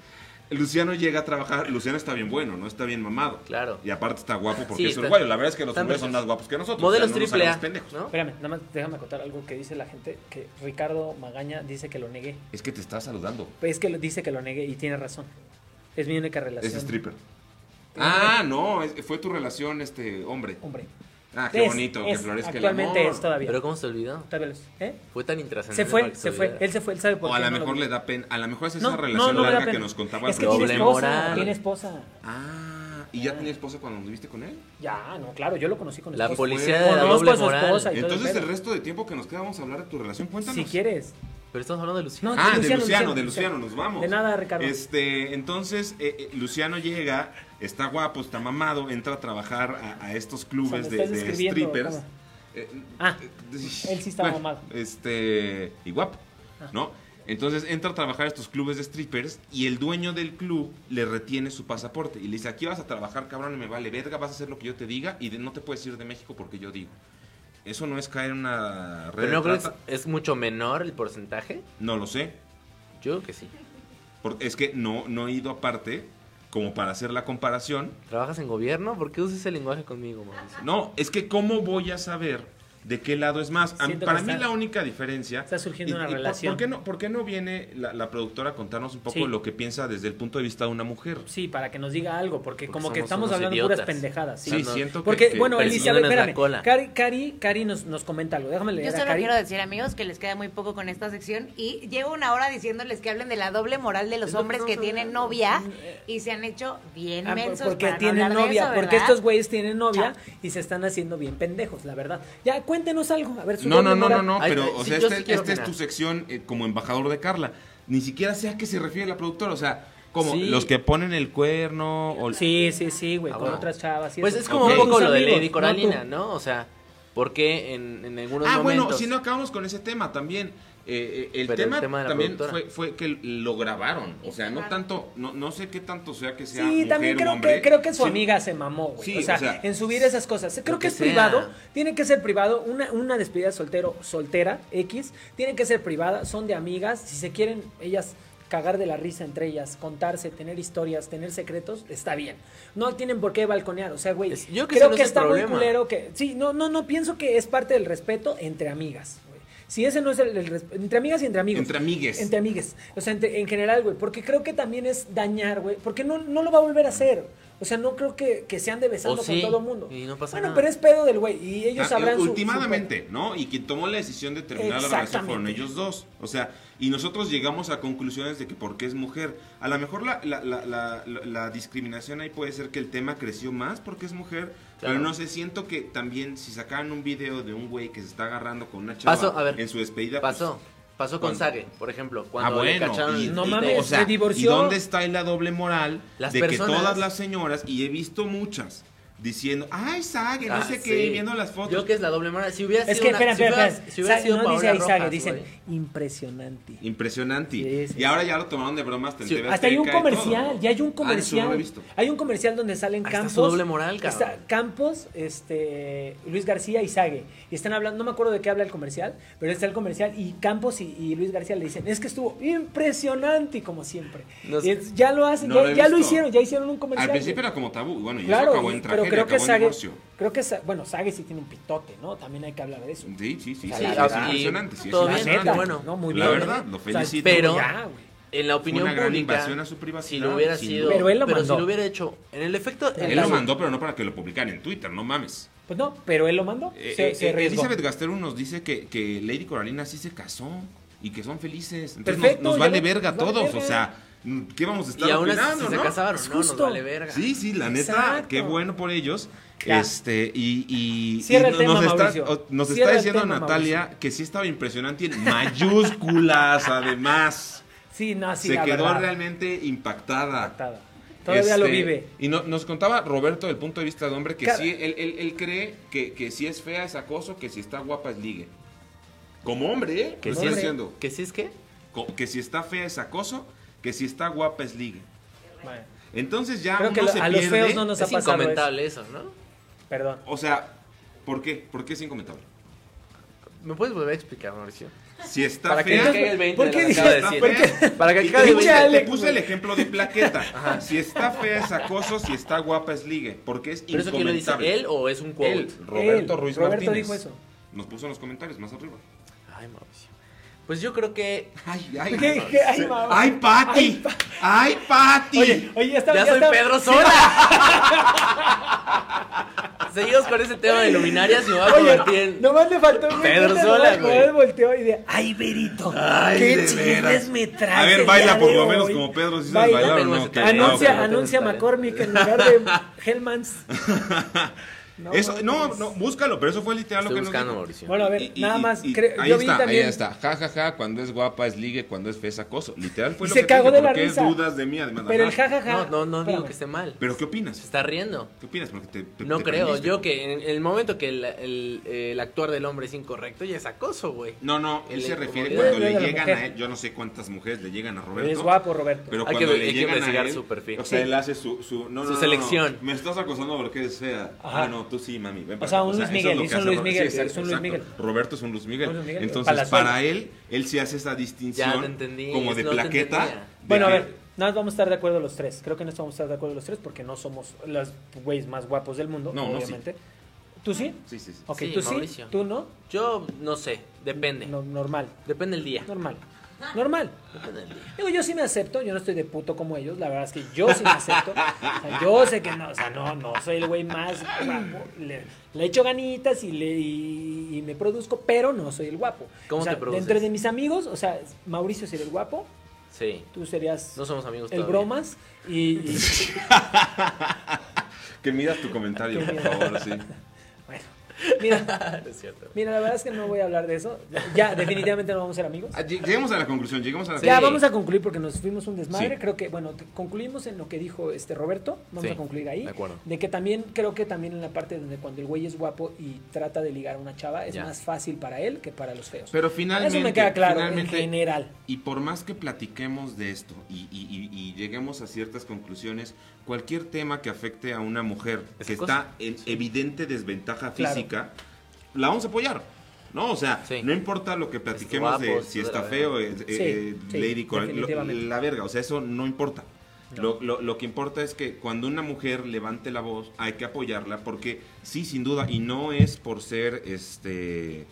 Speaker 1: Luciano llega a trabajar. Luciano está bien bueno, ¿no? Está bien mamado.
Speaker 3: Claro.
Speaker 1: Y aparte está guapo porque
Speaker 3: Sí,
Speaker 1: es
Speaker 3: está-
Speaker 1: uruguayo. La verdad es que los
Speaker 3: están
Speaker 1: uruguayos son más
Speaker 3: preciosos.
Speaker 1: guapos que nosotros.
Speaker 3: Modelos
Speaker 1: o sea, no nos
Speaker 3: triple A,
Speaker 1: hagamos pendejos.
Speaker 3: ¿no?
Speaker 2: Espérame, nada más déjame acotar algo que dice la gente, que Ricardo Magaña dice que lo negué.
Speaker 1: Es que te está saludando.
Speaker 2: Pues es que lo- dice que lo negué y tiene razón. Es mi única relación.
Speaker 1: Es stripper.
Speaker 4: Ah, no, es- fue tu relación, este hombre.
Speaker 2: Hombre.
Speaker 1: Ah, qué
Speaker 2: Es-
Speaker 1: bonito,
Speaker 2: es,
Speaker 1: que florezca el
Speaker 2: Actualmente
Speaker 1: amor.
Speaker 2: es todavía.
Speaker 3: Pero ¿cómo se olvidó?
Speaker 2: Todavía lo es. ¿Eh?
Speaker 3: Fue tan intrascendente.
Speaker 2: Se fue,
Speaker 3: para que
Speaker 2: se fue.
Speaker 3: olvidara.
Speaker 2: Él se fue, él sabe por
Speaker 1: O
Speaker 2: qué.
Speaker 1: a lo
Speaker 2: no lo
Speaker 1: mejor
Speaker 2: vi.
Speaker 1: le da pena. A lo mejor es esa
Speaker 2: No,
Speaker 1: relación
Speaker 2: no, no me da
Speaker 1: larga que
Speaker 2: pena.
Speaker 1: nos contaba
Speaker 2: Es que
Speaker 1: al
Speaker 2: tiene
Speaker 3: Doble
Speaker 1: principio.
Speaker 2: esposa,
Speaker 3: moral.
Speaker 2: tiene esposa.
Speaker 1: Ah, ¿y ya tenía esposa cuando anduviste con él?
Speaker 2: Ya, no, claro, yo lo conocí con
Speaker 3: La
Speaker 2: esposa.
Speaker 3: policía de la
Speaker 2: Conozco
Speaker 3: doble
Speaker 2: a su
Speaker 3: moral.
Speaker 2: esposa y todo
Speaker 1: Entonces
Speaker 2: el
Speaker 1: el
Speaker 2: pedo.
Speaker 1: resto de tiempo que nos queda vamos a hablar de tu relación, cuéntanos.
Speaker 2: Si quieres.
Speaker 3: Pero estamos hablando de Luciano.
Speaker 2: No,
Speaker 1: Ah,
Speaker 2: de Luciano,
Speaker 1: de Luciano, de
Speaker 2: Luciano,
Speaker 1: Luciano, nos vamos.
Speaker 2: De nada, Ricardo.
Speaker 1: Este, entonces, eh, eh, Luciano llega, está guapo, está mamado, entra a trabajar a, a estos clubes
Speaker 2: O sea, me
Speaker 1: de,
Speaker 2: estás
Speaker 1: de
Speaker 2: describiendo,
Speaker 1: strippers.
Speaker 2: ¿cómo?
Speaker 1: Eh,
Speaker 2: Ah,
Speaker 1: eh,
Speaker 2: él sí estaba mamado. Ah.
Speaker 1: Este, y guapo, ¿no? Entonces entra a trabajar a estos clubes de strippers y el dueño del club le retiene su pasaporte y le dice, aquí vas a trabajar, cabrón, y me vale verga, vas a hacer lo que yo te diga y de- no te puedes ir de México porque yo digo. Eso no es caer en una red
Speaker 3: Pero no
Speaker 1: de
Speaker 3: creo que es,
Speaker 1: trata.
Speaker 3: es mucho menor el porcentaje.
Speaker 1: No lo sé.
Speaker 3: Yo creo que sí.
Speaker 1: Porque es que no, no he ido aparte como para hacer la comparación.
Speaker 3: ¿Trabajas en gobierno? ¿Por qué usas ese lenguaje conmigo, Mauricio?
Speaker 1: No, es que cómo voy a saber de qué lado es más. A mí-
Speaker 2: Siento que
Speaker 1: para mí
Speaker 2: está-
Speaker 1: la única diferencia...
Speaker 2: está surgiendo una
Speaker 1: por-
Speaker 2: relación.
Speaker 1: ¿por, qué no, por qué no viene la, la productora a contarnos un poco
Speaker 2: Sí.
Speaker 1: lo que piensa desde el punto de vista de una mujer?
Speaker 2: Sí, para que nos diga algo, porque,
Speaker 3: Porque
Speaker 2: como que
Speaker 3: somos
Speaker 2: estamos
Speaker 3: unos
Speaker 2: hablando
Speaker 3: idiotas.
Speaker 2: puras pendejadas.
Speaker 1: Sí,
Speaker 2: Sí,
Speaker 3: no.
Speaker 1: siento que-
Speaker 2: Porque,
Speaker 1: que-
Speaker 2: bueno,
Speaker 3: Pero si no,
Speaker 2: Elizabeth,
Speaker 3: no es la
Speaker 2: espérame.
Speaker 3: cola.
Speaker 2: Cari, Cari, Cari nos, nos comenta algo. Déjame leer
Speaker 6: Yo
Speaker 2: a
Speaker 6: solo
Speaker 2: Cari.
Speaker 6: quiero decir, amigos, que les queda muy poco con esta sección y llevo una hora diciéndoles que hablen de la doble moral de los
Speaker 3: Es lo que
Speaker 6: hombres que
Speaker 3: estamos
Speaker 6: tienen
Speaker 3: hablando.
Speaker 6: novia y se han hecho bien
Speaker 2: Mm, eh. Ah, por-
Speaker 6: mensos
Speaker 2: porque
Speaker 6: para no
Speaker 2: tienen
Speaker 6: hablar de
Speaker 2: novia,
Speaker 6: eso,
Speaker 2: porque
Speaker 6: ¿verdad?
Speaker 2: estos güeyes tienen novia y se están haciendo bien pendejos, la verdad. Ya, cuéntenos algo, a ver su
Speaker 1: No, no,
Speaker 2: doble
Speaker 1: no, no,
Speaker 2: moral.
Speaker 1: no,
Speaker 3: Ay,
Speaker 1: pero
Speaker 3: ay,
Speaker 1: o
Speaker 3: sí,
Speaker 1: sea,
Speaker 3: yo
Speaker 1: esta
Speaker 3: sí quiero
Speaker 1: este es
Speaker 3: opinar.
Speaker 1: tu sección eh, como embajador de Carla. Ni siquiera sé a qué se refiere la productora, o sea, como
Speaker 3: Sí.
Speaker 1: los que ponen el cuerno o...
Speaker 2: Sí, sí, sí, güey,
Speaker 3: Ah,
Speaker 2: con
Speaker 3: bueno.
Speaker 2: otras chavas. y
Speaker 3: Pues
Speaker 2: eso.
Speaker 3: es como
Speaker 1: Ok.
Speaker 3: un poco
Speaker 2: Tus
Speaker 3: lo de
Speaker 2: amigos,
Speaker 3: Lady
Speaker 2: no
Speaker 3: Coralina,
Speaker 2: tú.
Speaker 3: ¿no? O sea, porque en, en algunos
Speaker 1: Ah,
Speaker 3: momentos.
Speaker 1: bueno, si no acabamos con ese tema también. Eh, eh, el,
Speaker 3: Pero el
Speaker 1: tema
Speaker 3: tema de la
Speaker 1: también
Speaker 3: productora.
Speaker 1: fue, fue que lo grabaron. O sea, no tanto, no, no sé qué tanto sea que sea.
Speaker 2: Sí,
Speaker 1: mujer
Speaker 2: también
Speaker 1: o
Speaker 2: creo
Speaker 1: hombre.
Speaker 2: que, creo que su
Speaker 1: Sí.
Speaker 2: amiga se mamó, güey.
Speaker 1: Sí,
Speaker 2: o, sea,
Speaker 1: o sea,
Speaker 2: en subir esas cosas. Creo
Speaker 3: lo
Speaker 2: que,
Speaker 3: que
Speaker 2: es
Speaker 3: sea.
Speaker 2: privado, tiene que ser privado. Una, una despedida soltero, soltera, X, tiene que ser privada, son de amigas. Si se quieren ellas cagar de la risa entre ellas, contarse, tener historias, tener secretos, está bien. No tienen por qué balconear, o sea, güey.
Speaker 3: Es- yo creo que ese
Speaker 2: creo
Speaker 3: no
Speaker 2: que
Speaker 3: es el
Speaker 2: está muy
Speaker 3: problema.
Speaker 2: culero que... Sí, no, no, no, pienso que es parte del respeto entre amigas, güey. Si ese no es el, el respeto, entre amigas y entre amigos.
Speaker 1: Entre amigues.
Speaker 2: Entre amigues. O sea, entre- en general, güey. Porque creo que también es dañar, güey. Porque no, no lo va a volver a hacer. O sea, no creo que, que se ande besando
Speaker 3: O Oh, sí,
Speaker 2: con todo mundo.
Speaker 3: y no pasa
Speaker 2: bueno,
Speaker 3: nada.
Speaker 2: pero es pedo del güey. Y ellos
Speaker 1: Ah,
Speaker 2: sabrán. su- su-
Speaker 1: Últimamente, ¿no? Y quien tomó la decisión de terminar la relación fueron
Speaker 2: Exactamente.
Speaker 1: ellos dos. O sea, y nosotros llegamos a conclusiones de que porque es mujer. A lo mejor la, la- la- la- la- la discriminación ahí puede ser que el tema creció más porque es mujer. Pero
Speaker 3: Claro.
Speaker 1: no sé, siento que también si sacaran un video de un güey que se está agarrando con una chava
Speaker 3: Pasó, a ver.
Speaker 1: en su despedida. pues,
Speaker 3: Pasó. Pasó con
Speaker 1: cuando-
Speaker 3: Sage, por ejemplo. Cuando le cacharon.
Speaker 1: y-
Speaker 3: el-
Speaker 2: No
Speaker 1: y-
Speaker 2: mames,
Speaker 1: o sea,
Speaker 2: se divorció.
Speaker 1: ¿Y dónde está ahí la doble moral
Speaker 3: Las
Speaker 1: de
Speaker 3: personas-
Speaker 1: que todas las señoras, y he visto muchas, diciendo, ay, Sage, no
Speaker 3: Ah,
Speaker 1: sé
Speaker 3: sí.
Speaker 1: qué, viendo las fotos.
Speaker 3: Yo que es la doble moral. Si hubiera
Speaker 2: Es
Speaker 3: sido
Speaker 2: que,
Speaker 3: una-
Speaker 2: espera,
Speaker 3: si
Speaker 2: espera,
Speaker 3: hubiera-
Speaker 2: espera.
Speaker 3: si hubiera
Speaker 2: Sa-
Speaker 3: sido
Speaker 2: no dice
Speaker 3: Paola
Speaker 2: ahí Sage,
Speaker 3: Rojas,
Speaker 2: dicen
Speaker 3: güey.
Speaker 2: impresionante.
Speaker 1: Impresionante.
Speaker 2: Sí, sí.
Speaker 1: Y ahora ya lo tomaron de bromas. te
Speaker 3: Sí.
Speaker 1: enteras
Speaker 2: Hasta hay un
Speaker 1: que cae todo,
Speaker 2: comercial,
Speaker 1: ¿no?
Speaker 2: ya hay
Speaker 1: Ah, eso
Speaker 2: un
Speaker 1: no lo
Speaker 2: comercial.
Speaker 1: he visto.
Speaker 2: Hay un comercial donde salen
Speaker 3: Ahí está
Speaker 2: Campos.
Speaker 3: su doble moral, cabrón.
Speaker 2: está Campos, este, Luis García y Sague. Y están hablando, no me acuerdo de qué habla el comercial, pero está el comercial y Campos y, y Luis García le dicen, es que estuvo impresionante, como siempre.
Speaker 3: No
Speaker 2: Y
Speaker 3: sé.
Speaker 2: es- ya lo hacen,
Speaker 1: No
Speaker 2: ya,
Speaker 1: lo he
Speaker 2: ya lo
Speaker 1: visto.
Speaker 2: hicieron, ya hicieron un comercial.
Speaker 1: Al principio
Speaker 2: güey.
Speaker 1: era como tabú. Bueno, y eso
Speaker 2: Claro,
Speaker 1: acabó en
Speaker 2: y- pero
Speaker 1: tragedia,
Speaker 2: creo que
Speaker 1: acabó en
Speaker 2: Sague,
Speaker 1: divorcio.
Speaker 2: creo que, Sa- bueno, Sague sí tiene un pitote, ¿no? También hay que hablar de eso.
Speaker 1: Sí, sí, sí.
Speaker 2: O sea,
Speaker 1: sí,
Speaker 2: la
Speaker 1: es
Speaker 2: verdad.
Speaker 1: impresionante. sí, es
Speaker 3: Todo
Speaker 2: La
Speaker 3: bien,
Speaker 1: impresionante.
Speaker 2: neta,
Speaker 3: bueno.
Speaker 2: ¿no? Muy
Speaker 1: La
Speaker 2: bien.
Speaker 1: verdad, lo
Speaker 2: O sea,
Speaker 1: felicito.
Speaker 2: pero...
Speaker 3: Pero-
Speaker 2: ya, güey.
Speaker 3: En la opinión
Speaker 1: una gran
Speaker 3: pública,
Speaker 1: invasión a su privacidad,
Speaker 3: Si lo hubiera
Speaker 1: sin
Speaker 3: sido.
Speaker 1: duda.
Speaker 2: Pero él lo mandó.
Speaker 3: si lo hubiera hecho. En el efecto. en
Speaker 1: Él
Speaker 3: la-
Speaker 1: lo mandó, pero no para que lo publicaran en Twitter, no mames.
Speaker 2: Pues no, pero él lo mandó.
Speaker 1: Eh,
Speaker 2: se,
Speaker 1: eh,
Speaker 2: se
Speaker 1: eh,
Speaker 2: arriesgó.
Speaker 1: Elizabeth Gasteru nos dice que, que Lady Coralina sí se casó y que son felices. Entonces
Speaker 2: Perfecto,
Speaker 1: nos, nos
Speaker 2: ya
Speaker 1: vale
Speaker 2: no-
Speaker 1: verga
Speaker 2: nos vale
Speaker 1: todos.
Speaker 2: verga.
Speaker 1: O sea, ¿qué vamos a estar
Speaker 3: Y aún así,
Speaker 1: opinando,
Speaker 3: si se
Speaker 1: no?
Speaker 3: casaron,
Speaker 2: Es
Speaker 3: no, nos
Speaker 2: justo.
Speaker 3: vale verga.
Speaker 1: Sí, sí, la neta,
Speaker 2: Exacto.
Speaker 1: qué bueno por ellos.
Speaker 2: Ya.
Speaker 1: Este, y, y,
Speaker 2: Cierra
Speaker 1: y
Speaker 2: el
Speaker 1: no- nos,
Speaker 2: tema,
Speaker 1: está,
Speaker 2: Mauricio.
Speaker 1: o- nos
Speaker 2: Cierra
Speaker 1: está
Speaker 2: el
Speaker 1: diciendo
Speaker 2: tema,
Speaker 1: Natalia
Speaker 2: Mauricio.
Speaker 1: que sí estaba impresionante y en mayúsculas, además.
Speaker 2: Sí, no, sí,
Speaker 1: se
Speaker 2: la
Speaker 1: quedó
Speaker 2: verdad.
Speaker 1: realmente impactada.
Speaker 2: Impactada. Todavía lo
Speaker 1: Este,
Speaker 2: vive.
Speaker 1: Y no- nos contaba Roberto, del punto de vista de hombre, que
Speaker 2: Cara-
Speaker 1: sí, él, él- él cree que, que si es fea es acoso, que si está guapa es ligue. Como hombre, ¿eh?
Speaker 3: Que
Speaker 1: Lo
Speaker 3: si
Speaker 1: estoy
Speaker 3: es-
Speaker 1: diciendo.
Speaker 3: Que si es que.
Speaker 1: Co- Que si está fea es acoso, que si está guapa es ligue.
Speaker 2: Bueno,
Speaker 1: Entonces ya
Speaker 2: Creo que
Speaker 1: uno
Speaker 2: lo-
Speaker 1: se
Speaker 2: a los
Speaker 1: pierde.
Speaker 2: feos no nos ha
Speaker 3: Es
Speaker 2: pasado
Speaker 3: incomentable eso, ¿no?
Speaker 2: eso. Perdón.
Speaker 1: O sea, ¿por qué? ¿Por qué es incomentable?
Speaker 3: ¿Me puedes volver a explicar, Mauricio?
Speaker 1: Si está
Speaker 3: Para que
Speaker 1: fea...
Speaker 3: no caiga el 20
Speaker 2: ¿por
Speaker 3: de
Speaker 2: qué
Speaker 3: lo que acaba de
Speaker 1: dices-
Speaker 3: decir.
Speaker 1: ¿por qué?
Speaker 3: Para que
Speaker 1: Y
Speaker 3: acabe
Speaker 1: te,
Speaker 3: de
Speaker 1: puse,
Speaker 3: decir.
Speaker 1: te puse el ejemplo de plaqueta. Si está fea es acoso, si está guapa es ligue. Porque es
Speaker 3: ¿Pero eso que lo dice
Speaker 1: incomentable.
Speaker 3: él o es un quote?
Speaker 1: Él, Roberto
Speaker 2: Él,
Speaker 1: Ruiz
Speaker 2: Roberto
Speaker 1: Martínez.
Speaker 2: dijo eso.
Speaker 1: Nos puso en los comentarios, más arriba.
Speaker 3: Ay, Mauricio. Pues yo creo que.
Speaker 1: Ay, ay,
Speaker 2: ¿Qué- qué? Ay, mamá.
Speaker 1: ay, Pati. Ay, Pati.
Speaker 2: Oye, oye, ya está.
Speaker 3: Ya
Speaker 2: ya
Speaker 3: soy
Speaker 2: está-
Speaker 3: Pedro Sola. Seguimos con ese tema de luminarias y me voy a convertir
Speaker 2: Oye,
Speaker 3: en.
Speaker 2: nomás le faltó un
Speaker 3: Pedro
Speaker 2: nomás-
Speaker 3: Sola,
Speaker 2: nomás
Speaker 3: güey.
Speaker 2: volteó y de, ay, Berito,
Speaker 1: Ay,
Speaker 2: qué
Speaker 1: de
Speaker 2: chismes
Speaker 1: veras.
Speaker 2: me traes.
Speaker 1: A ver,
Speaker 2: el
Speaker 1: baila
Speaker 2: día
Speaker 1: por
Speaker 2: de
Speaker 1: lo menos
Speaker 2: hoy.
Speaker 1: como Pedro. Si sabes
Speaker 2: Baila.
Speaker 1: bailar o
Speaker 3: No tengo
Speaker 1: no.
Speaker 3: ese
Speaker 1: qué
Speaker 3: talento.
Speaker 1: loco.
Speaker 2: Anuncia,
Speaker 3: no, eh. no, no,
Speaker 2: anuncia
Speaker 3: no, no, no.
Speaker 2: McCormick en lugar de Hellmans.
Speaker 1: Eso, no,
Speaker 2: pues.
Speaker 1: no, búscalo, pero eso fue literal
Speaker 3: Estoy
Speaker 1: lo que
Speaker 3: buscando,
Speaker 1: nos dijo.
Speaker 3: Mauricio.
Speaker 2: Bueno, a ver,
Speaker 1: Y- y-
Speaker 2: nada
Speaker 1: y-
Speaker 2: más.
Speaker 1: y-
Speaker 2: creo-
Speaker 1: ahí
Speaker 2: yo vi
Speaker 1: está,
Speaker 2: también.
Speaker 1: ahí está. Ja, ja, ja. Cuando es guapa es ligue, cuando es fea es acoso. Literal fue
Speaker 2: Y
Speaker 1: lo
Speaker 2: se
Speaker 1: que
Speaker 2: cagó
Speaker 1: te
Speaker 2: de
Speaker 1: dije.
Speaker 2: la
Speaker 1: ¿Por qué
Speaker 2: risa.
Speaker 1: dudas de mí? Además,
Speaker 2: Pero el
Speaker 1: ajá.
Speaker 2: jajaja.
Speaker 3: No, no, no digo
Speaker 2: espérame.
Speaker 3: que esté mal.
Speaker 1: ¿Pero qué opinas?
Speaker 3: Se está riendo.
Speaker 1: ¿Qué opinas? Porque te, te-
Speaker 3: No
Speaker 1: te
Speaker 3: creo.
Speaker 1: prendiste.
Speaker 3: Yo que en el momento que el, el- el actuar del hombre es incorrecto, ya es acoso, güey.
Speaker 1: No, no, él
Speaker 3: El-
Speaker 1: se refiere
Speaker 3: como-
Speaker 1: cuando
Speaker 2: Yo- yo
Speaker 1: le
Speaker 2: de la
Speaker 1: llegan
Speaker 2: mujer.
Speaker 1: a él. Yo no sé cuántas mujeres le llegan a Roberto.
Speaker 2: Es guapo, Roberto.
Speaker 1: Pero
Speaker 3: Hay
Speaker 1: cuando
Speaker 3: que-
Speaker 1: le
Speaker 3: hay que
Speaker 1: llegan
Speaker 3: investigar
Speaker 1: a él,
Speaker 3: su perfil.
Speaker 1: O sea, él hace su, su, no, no,
Speaker 3: Su
Speaker 1: no, no.
Speaker 3: selección.
Speaker 1: Me estás acosando porque es fea.
Speaker 2: Ajá.
Speaker 1: Ah, no, tú sí, mami. ven
Speaker 2: O
Speaker 1: para
Speaker 2: sea,
Speaker 1: acá.
Speaker 2: un Luis
Speaker 1: eso es
Speaker 2: Miguel,
Speaker 1: lo
Speaker 2: es
Speaker 1: que
Speaker 2: un
Speaker 1: hace
Speaker 2: Luis
Speaker 1: Roberto.
Speaker 2: Miguel,
Speaker 1: Sí, exacto,
Speaker 2: es un Luis
Speaker 1: exacto.
Speaker 2: Miguel.
Speaker 1: Roberto es un Luis Miguel.
Speaker 2: Luis Miguel,
Speaker 1: Entonces,
Speaker 2: Palazuelo.
Speaker 1: para él, él sí hace esta distinción
Speaker 3: Ya te entendí,
Speaker 1: como de
Speaker 3: no te
Speaker 1: plaqueta.
Speaker 3: entendía.
Speaker 1: de
Speaker 2: Bueno, a
Speaker 1: que-
Speaker 2: ver, nada más vamos a estar de acuerdo los tres. Creo que no vamos a estar de acuerdo los tres porque no somos los güeyes más guapos del mundo,
Speaker 1: No, no,
Speaker 2: obviamente. ¿Tú sí?
Speaker 1: Sí, sí, sí.
Speaker 2: Ok,
Speaker 3: Sí,
Speaker 2: tú sí,
Speaker 3: Mauricio.
Speaker 2: tú no.
Speaker 3: Yo no sé, depende.
Speaker 2: No, normal,
Speaker 3: Depende el día.
Speaker 2: normal. Normal.
Speaker 3: Depende del día.
Speaker 2: Digo, yo sí me acepto, yo no estoy de puto como ellos, la verdad es que yo sí me acepto. O sea, yo sé que no, o sea, no, no, soy el güey más guapo. Le, le echo ganitas y, le, y, y me produzco, pero no soy el guapo.
Speaker 3: ¿Cómo
Speaker 2: o sea,
Speaker 3: te produces?
Speaker 2: Entre de mis amigos, o sea, Mauricio sería el guapo,
Speaker 3: Sí.
Speaker 2: tú serías
Speaker 3: No somos amigos
Speaker 2: el
Speaker 3: todavía.
Speaker 2: bromas y, y-
Speaker 1: Que midas tu comentario,
Speaker 2: Que
Speaker 1: por
Speaker 2: mida.
Speaker 1: favor, sí.
Speaker 2: bueno, mira,
Speaker 3: Ah, No es cierto.
Speaker 2: mira, la verdad es que no voy a hablar de eso. Ya, definitivamente no vamos a ser amigos.
Speaker 1: Ah, lleg- Lleguemos a la conclusión, lleguemos a la
Speaker 3: Sí.
Speaker 2: Ya
Speaker 1: conclusión.
Speaker 2: vamos a concluir porque nos fuimos un desmadre.
Speaker 1: Sí.
Speaker 2: Creo que, bueno, te- concluimos en lo que dijo este Roberto. Vamos
Speaker 3: Sí,
Speaker 2: a concluir ahí.
Speaker 3: de acuerdo.
Speaker 2: que también, creo que también en la parte donde cuando el güey es guapo y trata de ligar a una chava, es
Speaker 3: Ya.
Speaker 2: más fácil para él que para los feos.
Speaker 1: Pero finalmente,
Speaker 2: Eso me queda claro, en
Speaker 1: finalmente,
Speaker 2: general.
Speaker 1: Y por más que platiquemos de esto y, y- y- y lleguemos a ciertas conclusiones, cualquier tema que afecte a una mujer
Speaker 3: Es
Speaker 1: que
Speaker 3: cosa.
Speaker 1: está en evidente desventaja
Speaker 2: Claro.
Speaker 1: física, la vamos a apoyar. No, o sea,
Speaker 3: Sí.
Speaker 1: no importa lo que platiquemos
Speaker 3: guapo,
Speaker 1: de
Speaker 3: esto
Speaker 1: si
Speaker 3: de
Speaker 1: está
Speaker 3: la
Speaker 1: feo, eh, eh,
Speaker 2: sí,
Speaker 1: Lady Coral- lo-
Speaker 2: definitivamente.
Speaker 1: la verga, o sea, eso no importa.
Speaker 2: No.
Speaker 1: Lo, lo- lo que importa es que cuando una mujer levante la voz, hay que apoyarla porque sí, sin duda, y no es por ser este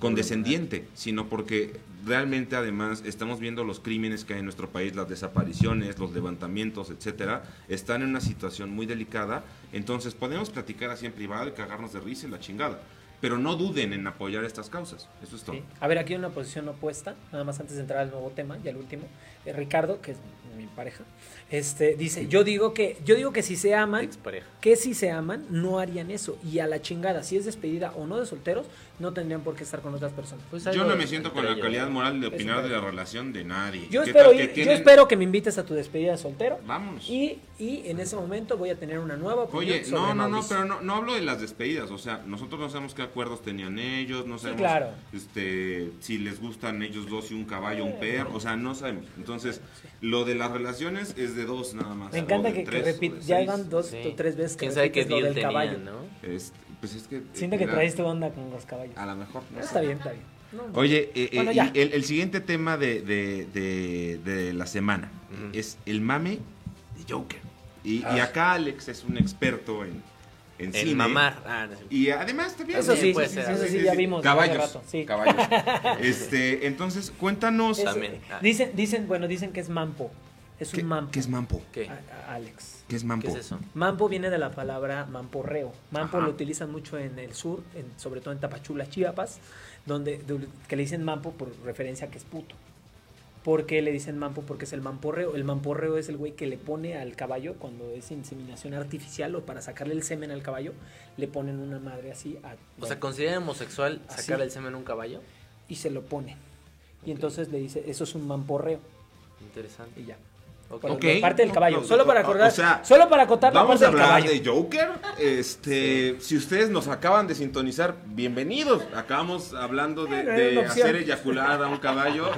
Speaker 1: condescendiente, sino porque realmente además estamos viendo los crímenes que hay en nuestro país, las desapariciones, los levantamientos, etcétera, están en una situación muy delicada, entonces podemos platicar así en privado y cagarnos de risa y la chingada. pero no duden en apoyar estas causas. Eso es todo.
Speaker 2: Sí. A ver, aquí hay una posición opuesta, nada más antes de entrar al nuevo tema y al último. Eh, Ricardo, que es mi pareja, este, dice, yo digo que, yo digo que si se aman,
Speaker 3: Expareja.
Speaker 2: que si se aman, no harían eso. Y a la chingada, si es despedida o no de solteros, no tendrían por qué estar con otras personas.
Speaker 3: Pues
Speaker 1: Yo
Speaker 3: algo
Speaker 1: no
Speaker 3: de-
Speaker 1: me siento con la
Speaker 3: entre
Speaker 1: calidad
Speaker 3: ellos.
Speaker 1: moral de
Speaker 2: Eso
Speaker 1: opinar de
Speaker 2: creo.
Speaker 1: la relación de nadie.
Speaker 2: Yo
Speaker 1: ¿Qué
Speaker 2: espero,
Speaker 1: tal que
Speaker 2: ir- yo
Speaker 1: tienen-
Speaker 2: espero que me invites a tu despedida de soltero.
Speaker 1: Vámonos.
Speaker 2: Y, y en ese momento voy a tener una nueva opinión
Speaker 1: Oye,
Speaker 2: sobre
Speaker 1: no, no, no,
Speaker 2: Mauricio.
Speaker 1: pero no, no hablo de las despedidas, o sea, nosotros no sabemos qué acuerdos tenían ellos, no sabemos
Speaker 2: claro.
Speaker 1: este, si les gustan ellos dos y un caballo, un perro, o sea, no sabemos. Entonces, lo de las relaciones es de dos nada más.
Speaker 2: Me
Speaker 1: o
Speaker 2: encanta
Speaker 1: de
Speaker 2: que,
Speaker 1: tres, o de
Speaker 2: repites,
Speaker 1: seis.
Speaker 2: ya van dos
Speaker 3: Sí.
Speaker 2: o tres veces que
Speaker 3: ¿Quién sabe qué
Speaker 2: repites lo
Speaker 3: deal
Speaker 2: del
Speaker 3: tenían,
Speaker 2: caballo.
Speaker 3: no?
Speaker 1: Este, pues es que... eh,
Speaker 2: Siento que
Speaker 1: mira,
Speaker 2: traes tu onda con los caballos.
Speaker 1: A lo mejor. no
Speaker 2: No,
Speaker 1: sé.
Speaker 2: está bien, está bien. No,
Speaker 3: pues,
Speaker 1: Oye, eh,
Speaker 2: Bueno,
Speaker 1: eh,
Speaker 2: ya.
Speaker 1: y el, el siguiente tema de, de- de- de la semana
Speaker 3: Ujú. Ah.
Speaker 1: es el mame de Joker. Y, y acá Alex es un experto en, en
Speaker 3: En
Speaker 1: cine.
Speaker 3: mamar. Ah, no sé.
Speaker 1: ¿eh? Y además también. pues,
Speaker 2: Eso sí,
Speaker 3: puede ser,
Speaker 2: eso
Speaker 3: sí,
Speaker 2: sí, ya vimos hace
Speaker 1: Caballos.
Speaker 2: rato, sí.
Speaker 1: Caballos. Este, entonces, cuéntanos.
Speaker 2: Es-
Speaker 3: También. Ah.
Speaker 2: Dicen, dicen, bueno, dicen que es mampo. Es
Speaker 1: ¿Qué,
Speaker 2: un mampo.
Speaker 1: qué es mampo?
Speaker 3: ¿Qué?
Speaker 2: A- a- Alex.
Speaker 1: ¿Qué es
Speaker 3: ¿Qué
Speaker 1: mampo?
Speaker 3: es eso?
Speaker 2: Mampo viene de la palabra mamporreo. Mampo
Speaker 1: Ajá.
Speaker 2: lo utilizan mucho en el sur, en- sobre todo en Tapachula, Chiapas, donde de- que le dicen mampo por referencia a que es puto. ¿Por qué le dicen mampo? Porque es el mamporreo. El mamporreo es el güey que le pone al caballo, cuando es inseminación artificial o para sacarle el semen al caballo, le ponen una madre así a-
Speaker 3: O sea, ¿considera homosexual
Speaker 2: Así.
Speaker 3: sacar el semen a un caballo?
Speaker 2: y se lo pone. Y entonces le dice, eso es un mamporreo.
Speaker 3: Interesante.
Speaker 2: Y ya.
Speaker 3: Ok.
Speaker 2: Por
Speaker 1: Ok.
Speaker 2: la parte del
Speaker 1: No,
Speaker 2: caballo.
Speaker 1: no,
Speaker 2: solo para
Speaker 1: o-
Speaker 2: acordar.
Speaker 1: o sea,
Speaker 2: solo para acotar la
Speaker 1: Vamos
Speaker 2: parte
Speaker 1: a
Speaker 2: del
Speaker 1: hablar
Speaker 2: caballo.
Speaker 1: de Joker. Este, si ustedes nos acaban de sintonizar, bienvenidos. Acabamos hablando de,
Speaker 2: Bueno,
Speaker 1: de
Speaker 2: era una opción.
Speaker 1: hacer eyacular a un caballo.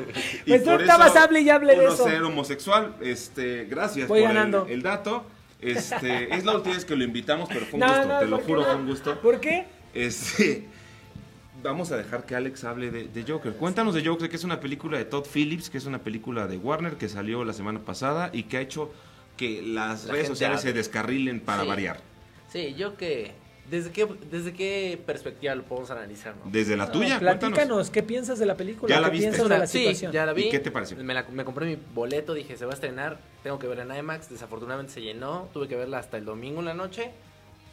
Speaker 1: y
Speaker 2: Pues tú
Speaker 1: por
Speaker 2: estabas
Speaker 1: eso
Speaker 2: hable y hable de
Speaker 1: uno
Speaker 2: eso.
Speaker 1: ser homosexual. Este, gracias
Speaker 2: Voy
Speaker 1: por el-
Speaker 2: ganando.
Speaker 1: El, dato. Este, es la última vez que lo invitamos, pero fue un
Speaker 2: No,
Speaker 1: gusto,
Speaker 2: no,
Speaker 1: te lo
Speaker 2: ¿por qué
Speaker 1: juro,
Speaker 2: no?
Speaker 1: fue un gusto.
Speaker 2: ¿Por qué?
Speaker 1: Este, vamos a dejar que Alex hable de, de Joker. Cuéntanos de Joker, que es una película de Todd Phillips, que es una película de Warner que salió la semana pasada y que ha hecho que las
Speaker 3: La
Speaker 1: redes
Speaker 3: gente
Speaker 1: sociales
Speaker 3: hable.
Speaker 1: se descarrilen para
Speaker 3: Sí.
Speaker 1: variar.
Speaker 3: Sí, yo que. ¿Desde qué, ¿Desde qué perspectiva lo podemos analizar? no?
Speaker 1: Desde la tuya,
Speaker 2: platícanos,
Speaker 1: cuéntanos.
Speaker 2: ¿qué piensas de la película?
Speaker 1: ¿Ya la
Speaker 2: ¿Qué
Speaker 1: viste?
Speaker 2: piensas de la
Speaker 3: sí,
Speaker 2: situación?
Speaker 3: ya la vi.
Speaker 1: ¿Y qué te pareció?
Speaker 3: Me, la- me compré mi boleto, dije, se va a estrenar, tengo que ver en IMAX. Desafortunadamente se llenó, tuve que verla hasta el domingo en la noche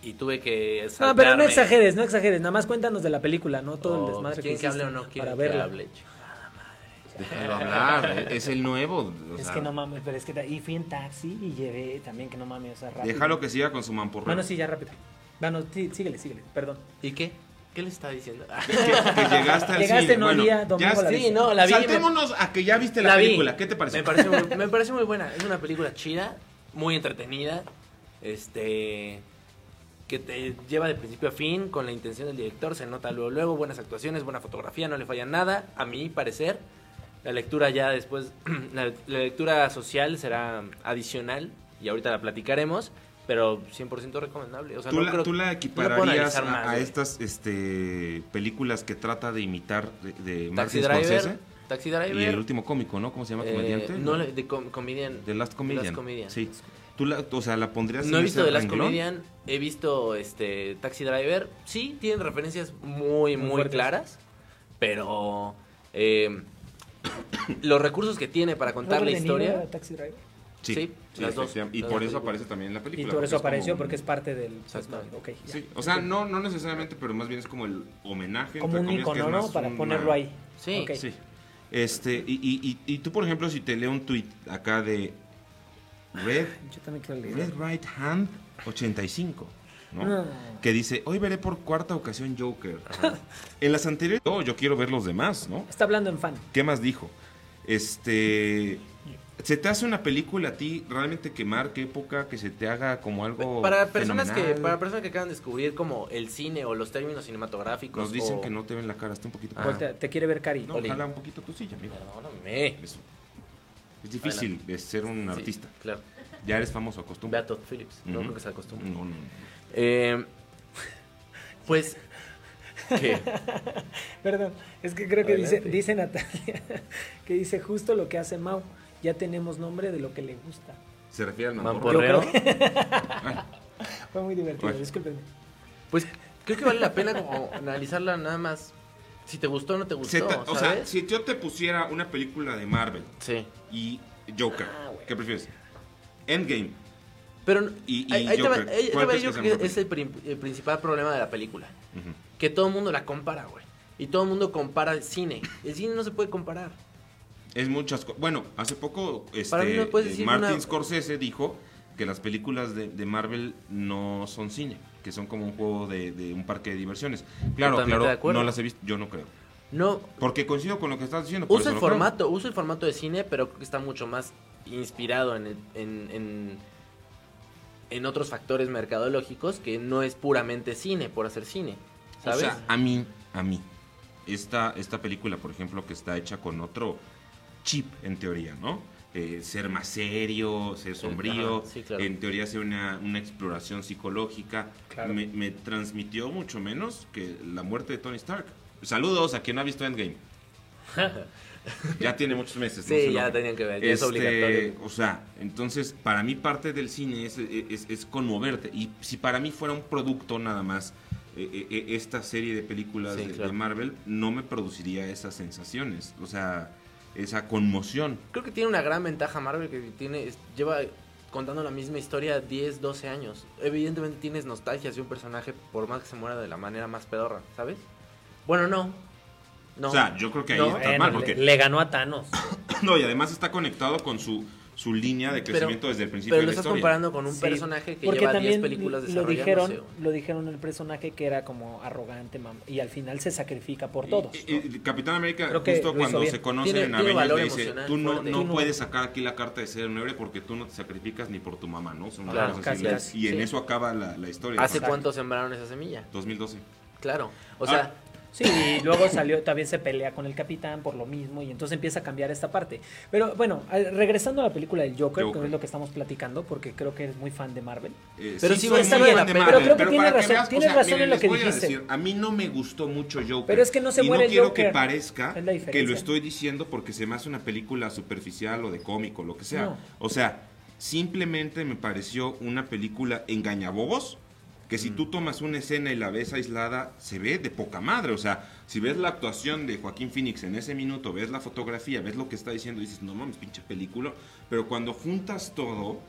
Speaker 3: y tuve que
Speaker 2: No, Ah, pero no
Speaker 3: saltarme.
Speaker 2: exageres, no exageres. Nada más cuéntanos de la película, no todo
Speaker 3: Oh,
Speaker 2: el desmadre
Speaker 3: ¿Quieren que
Speaker 2: hiciste
Speaker 3: hable o no
Speaker 2: para
Speaker 3: quieren que
Speaker 2: verla.
Speaker 3: hable?
Speaker 1: Déjalo hablar, eh, es el nuevo. o
Speaker 2: Es
Speaker 1: sea,
Speaker 2: que no mames, pero es que ahí fui en taxi y llevé también que no mames, o sea, rápido.
Speaker 1: Déjalo que siga con su mamporreo.
Speaker 2: Bueno, sí, ya rápido. Bueno, sí, síguele, síguele, perdón.
Speaker 3: ¿Y qué? ¿Qué le está diciendo?
Speaker 1: Que, que llegaste al
Speaker 2: Llegaste
Speaker 1: cine.
Speaker 2: en un
Speaker 1: bueno,
Speaker 2: día, domingo
Speaker 1: ya-
Speaker 2: la
Speaker 3: sí,
Speaker 2: viste.
Speaker 3: no, la vi. me-
Speaker 1: Saltémonos a que ya viste la,
Speaker 3: vi.
Speaker 1: película. ¿Qué te pareció?
Speaker 3: Me pareció, muy, me pareció muy buena. Es una película chida, muy entretenida, este que te lleva de principio a fin con la intención del director. Se nota luego, luego buenas actuaciones, buena fotografía, no le falla nada, a mi parecer. La lectura ya después, la, la lectura social será adicional y ahorita la platicaremos, pero 100% recomendable. O sea,
Speaker 1: ¿Tú,
Speaker 3: no
Speaker 1: la,
Speaker 3: creo-
Speaker 1: tú la
Speaker 3: no la puedo
Speaker 1: equipararías
Speaker 3: analizar
Speaker 1: a-
Speaker 3: más,
Speaker 1: a,
Speaker 3: güey.
Speaker 1: estas este, películas que trata de imitar de, de
Speaker 3: Taxi
Speaker 1: Martin
Speaker 3: Driver,
Speaker 1: Scorsese?
Speaker 3: Taxi
Speaker 1: Y el
Speaker 3: Driver,
Speaker 1: último cómico, ¿no? ¿Cómo se llama?
Speaker 3: eh,
Speaker 1: Comediante.
Speaker 3: no, le- de com- comedian,
Speaker 1: The Last Comedian.
Speaker 3: Last Comedian.
Speaker 1: Sí. Tú la, o sea, la pondrías
Speaker 3: No he
Speaker 1: en
Speaker 3: visto
Speaker 1: ese
Speaker 3: The Last
Speaker 1: renglón?
Speaker 3: Comedian, he visto este Taxi Driver. Sí, tienen referencias muy, muy,
Speaker 2: Muy fuertes.
Speaker 3: claras, pero eh, los recursos que tiene para contar
Speaker 2: Robert
Speaker 3: la
Speaker 2: De Niro
Speaker 3: historia.
Speaker 2: era Taxi Driver.
Speaker 1: Sí.
Speaker 3: Sí,
Speaker 1: sí,
Speaker 3: las dos.
Speaker 1: efectivamente. Y
Speaker 3: Las
Speaker 1: por
Speaker 3: dos
Speaker 1: eso
Speaker 3: películas.
Speaker 1: aparece también en la
Speaker 2: Y
Speaker 1: película.
Speaker 2: por eso
Speaker 1: es como-
Speaker 2: apareció, porque es parte del...
Speaker 3: Exactamente.
Speaker 2: Ok, ya.
Speaker 1: Sí, o sea, no, no necesariamente, pero más bien es como el homenaje.
Speaker 2: Como
Speaker 1: entre
Speaker 2: un
Speaker 1: comillas, que
Speaker 2: icono,
Speaker 1: es más
Speaker 2: ¿no? Para
Speaker 1: una-
Speaker 2: ponerlo ahí.
Speaker 3: Sí.
Speaker 2: Ok.
Speaker 1: Sí. Este, y, y, y, y tú, por ejemplo, si te leo un tweet acá de Red,
Speaker 2: Yo también quiero leer.
Speaker 1: Red Right Hand 85, ¿no?
Speaker 2: No.
Speaker 1: Que dice, hoy veré por cuarta ocasión Joker. en las anteriores, no, yo quiero ver los demás, ¿no?
Speaker 2: Está hablando en fan.
Speaker 1: ¿Qué más dijo? Este. ¿Se te hace una película a ti realmente que marque época, que se te haga como algo.
Speaker 3: Para personas, que,
Speaker 1: Oh, fenomenal?
Speaker 3: para personas que acaban de descubrir como el cine o los términos cinematográficos.
Speaker 1: Nos dicen
Speaker 3: o-
Speaker 1: que no te ven la cara, está un poquito.
Speaker 3: Ah.
Speaker 2: Voltea, te quiere ver Cari.
Speaker 1: No,
Speaker 3: Oli.
Speaker 1: ojalá un poquito tu silla, amigo.
Speaker 3: Perdóname.
Speaker 1: Es, es difícil de ser un
Speaker 3: Sí,
Speaker 1: artista.
Speaker 3: claro.
Speaker 1: Ya eres famoso, acostumbra.
Speaker 3: Beato Phillips. No
Speaker 1: Ujú.
Speaker 3: creo que se acostumbre.
Speaker 1: No, no, no.
Speaker 3: Eh, pues. ¿Qué?
Speaker 2: Perdón, es que creo que dice,
Speaker 3: Adelante.
Speaker 2: dice Natalia que dice justo lo que hace Mau. Ya tenemos nombre de lo que le gusta.
Speaker 1: Se refiere al mamporreo.
Speaker 3: Mamporreo.
Speaker 2: Fue muy divertido,
Speaker 1: Bueno.
Speaker 2: discúlpenme.
Speaker 3: Pues creo que vale la pena como analizarla nada más. Si te gustó o no te
Speaker 1: Se
Speaker 3: gustó,
Speaker 1: te- o sea,
Speaker 3: ¿sabes?
Speaker 1: si yo te pusiera una película de Marvel
Speaker 3: sí.
Speaker 1: y Joker,
Speaker 2: Ah, güey.
Speaker 1: ¿qué prefieres? Endgame
Speaker 3: Pero
Speaker 1: Y- y
Speaker 3: ahí- ahí te va-
Speaker 1: Joker.
Speaker 3: ahí te
Speaker 1: ¿Cuál
Speaker 3: va,
Speaker 1: crees
Speaker 3: yo
Speaker 1: que sea
Speaker 3: creo
Speaker 1: mejor
Speaker 3: que es el, prim- el principal problema de la película.
Speaker 1: Ujú.
Speaker 3: Que todo el mundo la compara, güey. Y todo el mundo compara el cine. El cine no se puede comparar.
Speaker 1: Es muchas cosas. Bueno, hace poco este,
Speaker 3: Para mí no puedes
Speaker 1: eh,
Speaker 3: decir
Speaker 1: Martin
Speaker 3: una-
Speaker 1: Scorsese dijo que las películas de, de Marvel no son cine, que son como un juego de, de un parque de diversiones. Claro,
Speaker 3: Totalmente de
Speaker 1: claro,
Speaker 3: acuerdo.
Speaker 1: no las he visto, yo no creo.
Speaker 3: No,
Speaker 1: Porque coincido con lo que estás diciendo. por eso
Speaker 3: usa el
Speaker 1: no creo.
Speaker 3: formato, usa el formato de cine, pero creo que está mucho más inspirado en, el- en, en, en otros factores mercadológicos que no es puramente cine por hacer cine. ¿Sabes?
Speaker 1: O sea, a mí, a mí. Esta, esta película, por ejemplo, que está hecha con otro chip, en teoría, ¿no? Eh, ser más serio, ser sombrío.
Speaker 3: ajá, sí, claro.
Speaker 1: En teoría, hacer una, una exploración psicológica.
Speaker 2: Claro.
Speaker 1: Me, me transmitió mucho menos que la muerte de Tony Stark. Saludos a quien no ha visto Endgame. ya tiene muchos meses. no
Speaker 3: Sí,
Speaker 1: se
Speaker 3: ya
Speaker 1: enojen.
Speaker 3: tenían que ver, ya es
Speaker 1: Este,
Speaker 3: obligatorio.
Speaker 1: O sea, entonces, para mí parte del cine es, e, es- es conmoverte. Y si para mí fuera un producto nada más, eh, eh, esta serie de películas
Speaker 3: Sí,
Speaker 1: de, de
Speaker 3: claro.
Speaker 1: Marvel no me produciría esas sensaciones. O sea, esa conmoción.
Speaker 3: Creo que tiene una gran ventaja Marvel que tiene es- lleva contando la misma historia 10, 12 años. Evidentemente tienes nostalgias de un personaje por más que se muera de la manera más pedorra, ¿sabes? Bueno, no. No.
Speaker 1: O sea, yo creo que ahí
Speaker 3: No, eh,
Speaker 1: está
Speaker 2: Bueno,
Speaker 1: mal.
Speaker 2: le-
Speaker 1: Porque,
Speaker 2: le, ganó a Thanos.
Speaker 1: No, y además está conectado con su, su línea de
Speaker 3: Pero-
Speaker 1: crecimiento desde el principio
Speaker 3: pero
Speaker 1: de
Speaker 3: lo
Speaker 1: la
Speaker 3: estás
Speaker 1: historia.
Speaker 3: comparando con un
Speaker 2: Sí,
Speaker 3: personaje que
Speaker 2: porque
Speaker 3: lleva 10
Speaker 2: también
Speaker 3: películas
Speaker 2: lo
Speaker 3: desarrollándose.
Speaker 2: dijeron, lo dijeron el personaje que era como arrogante mam- y al final se sacrifica por
Speaker 1: Y-
Speaker 2: todos.
Speaker 1: y- y Capitán América,
Speaker 2: Creo que
Speaker 1: justo
Speaker 2: lo hizo
Speaker 1: cuando
Speaker 2: bien.
Speaker 1: se conocen
Speaker 3: Tiene-
Speaker 1: en
Speaker 3: tiene
Speaker 1: Avengers,
Speaker 3: valor
Speaker 1: le dice:
Speaker 3: emocional
Speaker 1: Tú no,
Speaker 3: fuerte.
Speaker 1: no
Speaker 2: Tú no.
Speaker 1: puedes sacar aquí la carta de ser un héroe porque tú no te sacrificas ni por tu mamá, ¿no? O sea, una
Speaker 3: Claro,
Speaker 1: cosa
Speaker 2: casi,
Speaker 1: ¿no?
Speaker 2: casi,
Speaker 1: y en
Speaker 2: sí.
Speaker 1: eso acaba la, la historia.
Speaker 3: ¿Hace
Speaker 1: Exacto. Ah.
Speaker 3: cuánto sembraron esa semilla?
Speaker 1: 2012.
Speaker 3: Claro. O sea,
Speaker 2: Sí, y luego salió, también se pelea con el capitán por lo mismo y entonces empieza a cambiar esta parte. Pero bueno, a- regresando a la película del Joker,
Speaker 1: Joker.
Speaker 2: que es lo que estamos platicando, porque creo que eres muy fan de Marvel.
Speaker 1: Eh,
Speaker 3: Pero sí
Speaker 1: soy
Speaker 3: está
Speaker 1: muy
Speaker 3: bien
Speaker 1: fan
Speaker 3: la
Speaker 1: de
Speaker 3: pena.
Speaker 1: Marvel,
Speaker 2: Pero creo que tienes
Speaker 1: para
Speaker 2: razón- tienes razón en lo
Speaker 1: les
Speaker 2: que
Speaker 1: voy a
Speaker 2: dijiste.
Speaker 1: decir, a mí no me gustó mucho Joker.
Speaker 2: Pero es que no se
Speaker 1: y
Speaker 2: muere
Speaker 1: no quiero
Speaker 2: Joker.
Speaker 1: que parezca
Speaker 2: Es la
Speaker 1: que lo
Speaker 2: diferencia.
Speaker 1: estoy diciendo porque se me hace una película superficial o de cómico, lo que sea.
Speaker 2: No.
Speaker 1: O sea, simplemente me pareció una película engañabobos. Que si tú tomas una escena y la ves aislada, se ve de poca madre. O sea, si ves la actuación de Joaquín Phoenix en ese minuto, ves la fotografía, ves lo que está diciendo, dices, no mames, pinche película. Pero cuando juntas todo,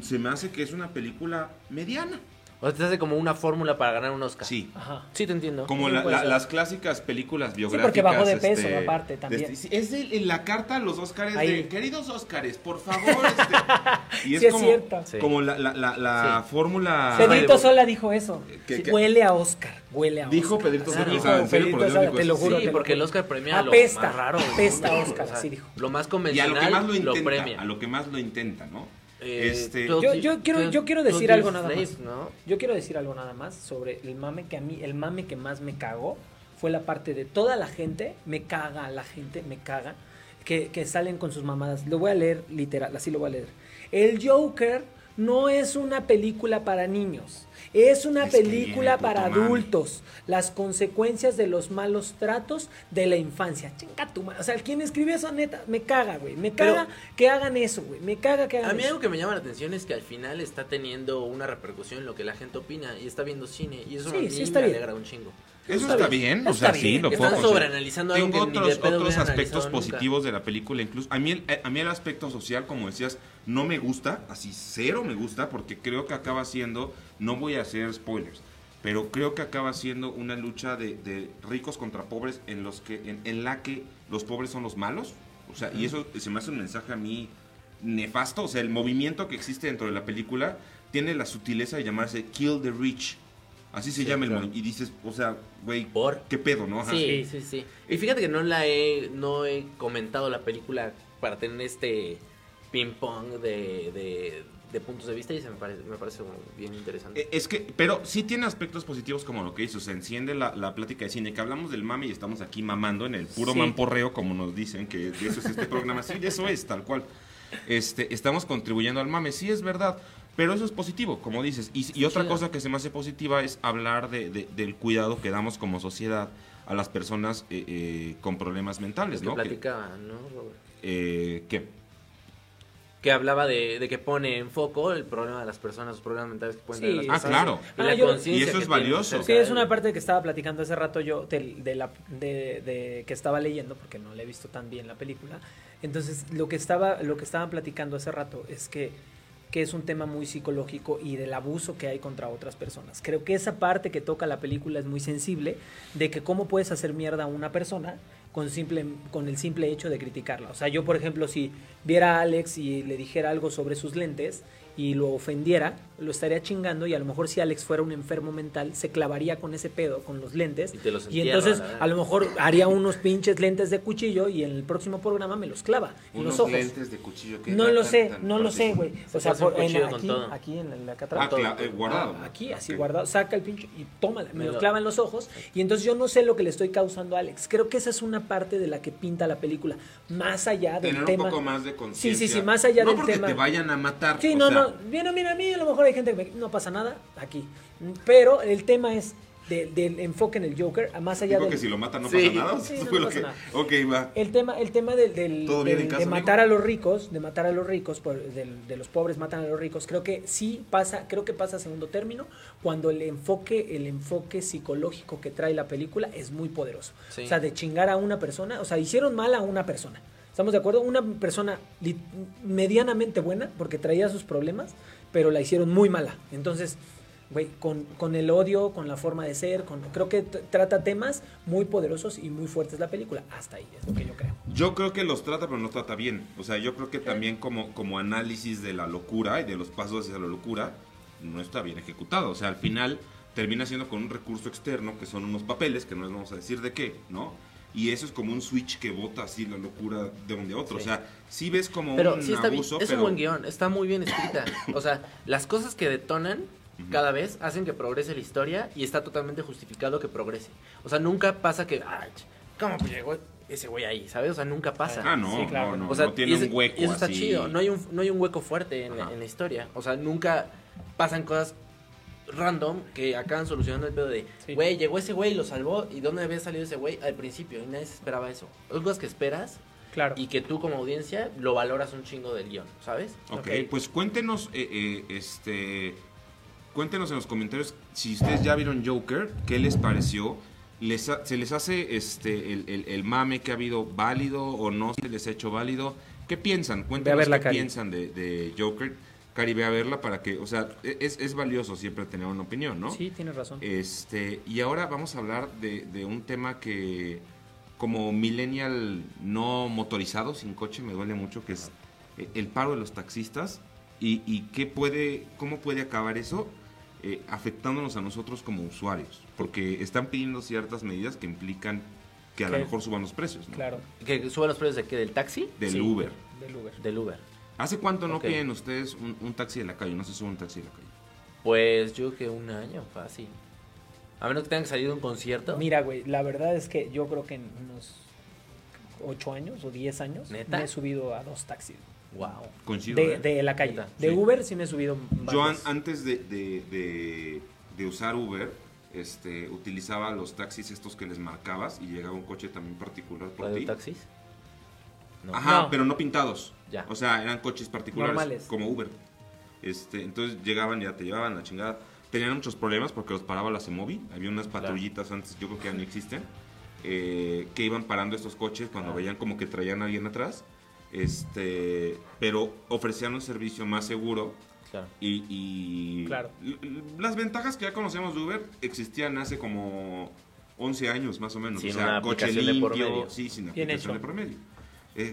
Speaker 1: se me hace que es una película mediana.
Speaker 3: o sea, te hace como una fórmula para ganar un Oscar.
Speaker 1: Sí.
Speaker 2: Ajá.
Speaker 3: Sí, te entiendo.
Speaker 1: Como
Speaker 2: Sí,
Speaker 1: la-
Speaker 2: puede
Speaker 1: la-
Speaker 2: ser.
Speaker 1: las clásicas películas biográficas.
Speaker 2: porque bajó de peso, aparte, también.
Speaker 1: de este- sí, es el- en la carta a los Óscares
Speaker 2: Ahí.
Speaker 1: de, queridos Óscares, por favor. este".
Speaker 2: Sí, es cierto.
Speaker 1: como, como la, la- la- la fórmula...
Speaker 2: Pedrito Sola dijo eso.
Speaker 1: Que-
Speaker 2: Sí,
Speaker 1: que-
Speaker 2: Huele a Oscar, huele a
Speaker 1: Dijo
Speaker 2: Oscar. Ah,
Speaker 1: Pedrito Sola,
Speaker 2: eh,
Speaker 1: o
Speaker 2: Dijo
Speaker 1: sea, en serio,
Speaker 2: Pedrito
Speaker 1: por Dios
Speaker 2: Sola,
Speaker 1: dijo
Speaker 2: te lo
Speaker 1: eso.
Speaker 2: juro.
Speaker 3: sí,
Speaker 2: te lo
Speaker 3: porque el
Speaker 2: juro.
Speaker 3: Oscar premia
Speaker 2: Apesta,
Speaker 3: lo más raro. del
Speaker 2: apesta
Speaker 3: mundo,
Speaker 2: Oscar, así dijo.
Speaker 3: Lo más
Speaker 1: Y a
Speaker 3: convencional
Speaker 1: lo que más lo intenta.
Speaker 3: premia.
Speaker 1: a lo que más lo intenta, ¿no?
Speaker 3: Eh,
Speaker 1: este,
Speaker 3: 12
Speaker 2: Yo- yo quiero- yo quiero
Speaker 3: 12
Speaker 2: decir algo nada
Speaker 3: Slaves,
Speaker 2: más.
Speaker 3: ¿no?
Speaker 2: Yo quiero decir algo nada más sobre el mame que a mí, el mame que más me cagó fue la parte de toda la gente, me caga la gente, me caga, que, que salen con sus mamadas. Lo voy a leer literal, así lo voy a leer. El Joker no es una película para niños, es una
Speaker 1: Es que viene
Speaker 2: película
Speaker 1: el puto
Speaker 2: para
Speaker 1: mame.
Speaker 2: adultos. Las consecuencias de los malos tratos de la infancia. Chinga tu madre. O sea, quien escribió eso, neta, me caga, güey. Me
Speaker 3: Pero-
Speaker 2: caga que hagan eso, güey. Me caga que hagan
Speaker 3: A mí
Speaker 2: eso.
Speaker 3: algo que me llama la atención es que al final está teniendo una repercusión en lo que la gente opina y está viendo cine y eso
Speaker 2: Sí,
Speaker 3: a mí
Speaker 2: sí, está
Speaker 3: me
Speaker 2: bien.
Speaker 3: alegra un chingo.
Speaker 1: Eso
Speaker 2: Está
Speaker 1: está
Speaker 2: bien.
Speaker 1: bien, o
Speaker 2: Está
Speaker 1: sea, sí,
Speaker 2: bien.
Speaker 1: lo puedo
Speaker 3: Están
Speaker 1: considerar.
Speaker 3: sobreanalizando algo
Speaker 1: Tengo
Speaker 3: que ni
Speaker 1: otros,
Speaker 3: de pedo
Speaker 1: otros
Speaker 3: hubiera
Speaker 1: aspectos
Speaker 3: analizado nunca.
Speaker 1: positivos de la película, incluso. A mí, el, a mí el aspecto social, como decías, no me gusta, así cero me gusta, porque creo que acaba siendo, no voy a hacer spoilers, pero creo que acaba siendo una lucha de, de ricos contra pobres en, los que, en, en la que los pobres son los malos. O sea, y eso se me hace un mensaje a mí nefasto. O sea, el movimiento que existe dentro de la película tiene la sutileza de llamarse Kill the Rich. Así se
Speaker 3: Sí,
Speaker 1: llama el
Speaker 3: claro.
Speaker 1: movimiento. Y dices, o sea, güey,
Speaker 3: ¿Por?
Speaker 1: ¿qué pedo, no? Ajá.
Speaker 3: Sí, sí, sí. Y fíjate que no la he, no he comentado la película para tener este ping pong de, de, de puntos de vista y se me parece, me parece como bien interesante.
Speaker 1: Eh, Es que, pero sí tiene aspectos positivos como lo que hizo. Se enciende la, la plática de cine, que hablamos del mame y estamos aquí mamando en el puro
Speaker 2: Sí.
Speaker 1: mamporreo, como nos dicen, que de eso es este programa. Sí, de eso es, tal cual. Este, estamos contribuyendo al mame, sí es verdad. Pero eso es positivo, como dices. Y, y otra
Speaker 3: chido.
Speaker 1: cosa que se me hace positiva es hablar de- de- del cuidado que damos como sociedad a las personas eh, eh, con problemas mentales,
Speaker 3: que
Speaker 1: pues, ¿no? Que,
Speaker 3: platicaba, ¿no, Robert?
Speaker 1: eh, ¿Qué?
Speaker 3: Que hablaba de, de que pone en foco el problema de las personas, los problemas mentales que pueden
Speaker 2: Sí.
Speaker 3: tener
Speaker 1: Ah,
Speaker 3: las personas.
Speaker 1: claro.
Speaker 3: Y la
Speaker 2: Ah, yo-
Speaker 3: conciencia
Speaker 1: Y eso
Speaker 3: que
Speaker 1: es
Speaker 3: tienen
Speaker 1: valioso.
Speaker 3: acerca
Speaker 2: Sí, es
Speaker 3: de-
Speaker 2: una parte que estaba platicando hace rato yo del- de, la, de- de que estaba leyendo, porque no la he visto tan bien la película. Entonces, lo que, estaba, lo que estaban platicando hace rato es que que es un tema muy psicológico y del abuso que hay contra otras personas. Creo que esa parte que toca la película es muy sensible de que cómo puedes hacer mierda a una persona con, simple, con el simple hecho de criticarla. O sea, yo por ejemplo, si viera a Alex y le dijera algo sobre sus lentes y lo ofendiera, lo estaría chingando y a lo mejor si Alex fuera un enfermo mental, se clavaría con ese pedo, con los lentes.
Speaker 3: Y te los
Speaker 2: y
Speaker 3: entierra,
Speaker 2: entonces
Speaker 3: la verdad.
Speaker 2: a lo mejor haría unos pinches lentes de cuchillo y en el próximo programa me los clava. en
Speaker 7: Unos
Speaker 2: los ojos.
Speaker 7: lentes de cuchillo que
Speaker 2: No lo
Speaker 7: matan
Speaker 2: sé,
Speaker 7: tan
Speaker 2: no lo sé,
Speaker 7: fácil.
Speaker 2: güey.
Speaker 3: Se
Speaker 2: O sea,
Speaker 3: hace un
Speaker 2: por- en,
Speaker 3: cuchillo con
Speaker 2: aquí,
Speaker 3: todo.
Speaker 2: aquí en la
Speaker 1: Ah,
Speaker 2: catarata.
Speaker 1: cla- eh, guardado.
Speaker 2: Ah, aquí, así
Speaker 1: Ok.
Speaker 2: guardado, saca el pinche y tómala, me
Speaker 3: Me
Speaker 2: lo
Speaker 3: lo-
Speaker 2: clava en los ojos y entonces yo no sé lo que le estoy causando a Alex. Creo que esa es una parte de la que pinta la película, más allá del
Speaker 7: Tener
Speaker 2: tema.
Speaker 7: un poco más de conciencia.
Speaker 2: Sí, sí, sí, más allá
Speaker 7: no
Speaker 2: del
Speaker 7: porque
Speaker 2: tema.
Speaker 7: te vayan a matar.
Speaker 2: Sí,
Speaker 7: o
Speaker 2: no,
Speaker 7: sea,
Speaker 2: no, mira, mira, a mí a lo mejor hay gente que me- no pasa nada aquí, pero el tema es de- del enfoque en el Joker, a más allá
Speaker 1: Digo
Speaker 2: del
Speaker 1: que si lo matan no
Speaker 3: Sí.
Speaker 1: pasa nada. o
Speaker 2: Sí,
Speaker 1: sea,
Speaker 2: no
Speaker 1: fue lo
Speaker 2: pasa
Speaker 1: que-
Speaker 2: nada. Eh,
Speaker 1: Ok, va.
Speaker 2: El tema, el tema del, del-
Speaker 7: ¿Todo bien
Speaker 2: del-
Speaker 7: en casa,
Speaker 2: de
Speaker 7: amigo?
Speaker 2: matar a los ricos, de matar a los ricos, por- del- de los pobres matan a los ricos, creo que sí pasa, creo que pasa a segundo término cuando el enfoque, el enfoque psicológico que trae la película es muy poderoso.
Speaker 3: Sí.
Speaker 2: O sea, de chingar a una persona, o sea, hicieron mal a una persona. ¿Estamos de acuerdo? Una persona lit- medianamente buena, porque traía sus problemas, pero la hicieron muy mala. Entonces, güey, con, con el odio, con la forma de ser, con, creo que t- trata temas muy poderosos y muy fuertes la película. Hasta ahí, es lo que yo creo.
Speaker 1: Yo creo que los trata, pero no trata bien. O sea, yo creo que también como, como análisis de la locura y de los pasos hacia la locura, no está bien ejecutado. O sea, al final termina siendo con un recurso externo, que son unos papeles, que no les vamos a decir de qué, ¿no? Y eso es como un switch que bota así la locura de un de otro.
Speaker 3: Sí.
Speaker 1: O sea, sí ves como
Speaker 3: Pero
Speaker 1: un
Speaker 3: sí está bien,
Speaker 1: abuso,
Speaker 3: es
Speaker 1: pero...
Speaker 3: un buen guión, está muy bien escrita. O sea, las cosas que detonan cada vez hacen que progrese la historia y está totalmente justificado que progrese. O sea, nunca pasa que, ay, ¿cómo llegó ese güey ahí? ¿Sabes? O sea, nunca pasa.
Speaker 1: Ah, no,
Speaker 2: Sí, claro.
Speaker 1: no, no,
Speaker 3: o sea,
Speaker 1: no tiene
Speaker 3: y ese-
Speaker 1: un hueco
Speaker 3: y eso está
Speaker 1: así.
Speaker 3: chido, no hay un, no hay un hueco fuerte en la,
Speaker 1: Ajá.
Speaker 3: en la historia. O sea, nunca pasan cosas random que acaban solucionando el pedo de,
Speaker 2: Sí.
Speaker 3: güey, llegó ese güey y lo salvó, ¿y dónde había salido ese güey? Al principio, y nadie se esperaba eso. Son cosas que esperas
Speaker 2: Claro.
Speaker 3: y que tú como audiencia lo valoras un chingo del guión, ¿sabes?
Speaker 1: Ok,
Speaker 2: Ok.
Speaker 1: pues cuéntenos, eh, eh, este, cuéntenos en los comentarios si ustedes ya vieron Joker, qué les pareció. ¿Les ha- ¿Se les hace este el, el- el mame que ha habido válido o no se les ha hecho válido? ¿Qué piensan? Cuéntenos
Speaker 2: verla,
Speaker 1: qué
Speaker 2: Cari.
Speaker 1: piensan de, de Joker. Cari, ve a verla para que, o sea, e, es, es valioso siempre tener una opinión, ¿no?
Speaker 2: Sí, tienes razón.
Speaker 1: Este, y ahora vamos a hablar de, de un tema que como millennial no motorizado, sin coche, me duele mucho, que es eh, el paro de los taxistas y, y qué puede, cómo puede acabar eso eh, afectándonos a nosotros como usuarios, porque están pidiendo ciertas medidas que implican que a lo
Speaker 2: Que-
Speaker 1: mejor suban los precios, ¿no?
Speaker 2: claro,
Speaker 3: Que suba los precios de qué, del taxi,
Speaker 1: Del
Speaker 2: Sí.
Speaker 1: Uber.
Speaker 2: del Uber.
Speaker 3: del Uber.
Speaker 1: ¿Hace cuánto no
Speaker 3: Ok.
Speaker 1: piden ustedes un, un taxi de la calle? No se sube un taxi de la calle.
Speaker 3: Pues yo creo que un año fácil. A menos que tengan que salir de un concierto.
Speaker 2: Mira, güey, la verdad es que yo creo que en unos 8 años o 10 años
Speaker 3: ¿Neta?
Speaker 2: me he subido a dos taxis.
Speaker 3: Wow.
Speaker 1: Coincido.
Speaker 2: De,
Speaker 1: ¿eh?
Speaker 2: de la calle.
Speaker 3: Neta.
Speaker 2: De
Speaker 1: Sí.
Speaker 2: Uber sí me he subido.
Speaker 1: Yo an-
Speaker 2: varios.
Speaker 1: antes de, de- de- de usar Uber, este, utilizaba los taxis estos que les marcabas y llegaba un coche también particular por ti.
Speaker 3: ¿Radio taxis? No.
Speaker 1: Ajá,
Speaker 2: No.
Speaker 1: pero no pintados.
Speaker 3: Ya.
Speaker 1: O sea, eran coches particulares
Speaker 2: Normales.
Speaker 1: como Uber. Este, entonces llegaban y ya te llevaban la chingada. Tenían muchos problemas porque los paraba la Semovi. Había unas patrullitas antes, yo creo que ya no existen, eh, que iban parando estos coches cuando
Speaker 3: Ah.
Speaker 1: veían como que traían a alguien atrás. Este, pero ofrecían un servicio más seguro
Speaker 3: Claro.
Speaker 1: y, y-
Speaker 2: Claro.
Speaker 1: l- l- las ventajas que ya conocemos de Uber existían hace como 11 años más o menos.
Speaker 3: Sin
Speaker 1: o sea,
Speaker 3: una
Speaker 1: coche
Speaker 3: aplicación de por
Speaker 1: limpio,
Speaker 3: medio.
Speaker 1: sí, sin
Speaker 2: Bien
Speaker 1: aplicación de
Speaker 2: hecho.
Speaker 1: promedio.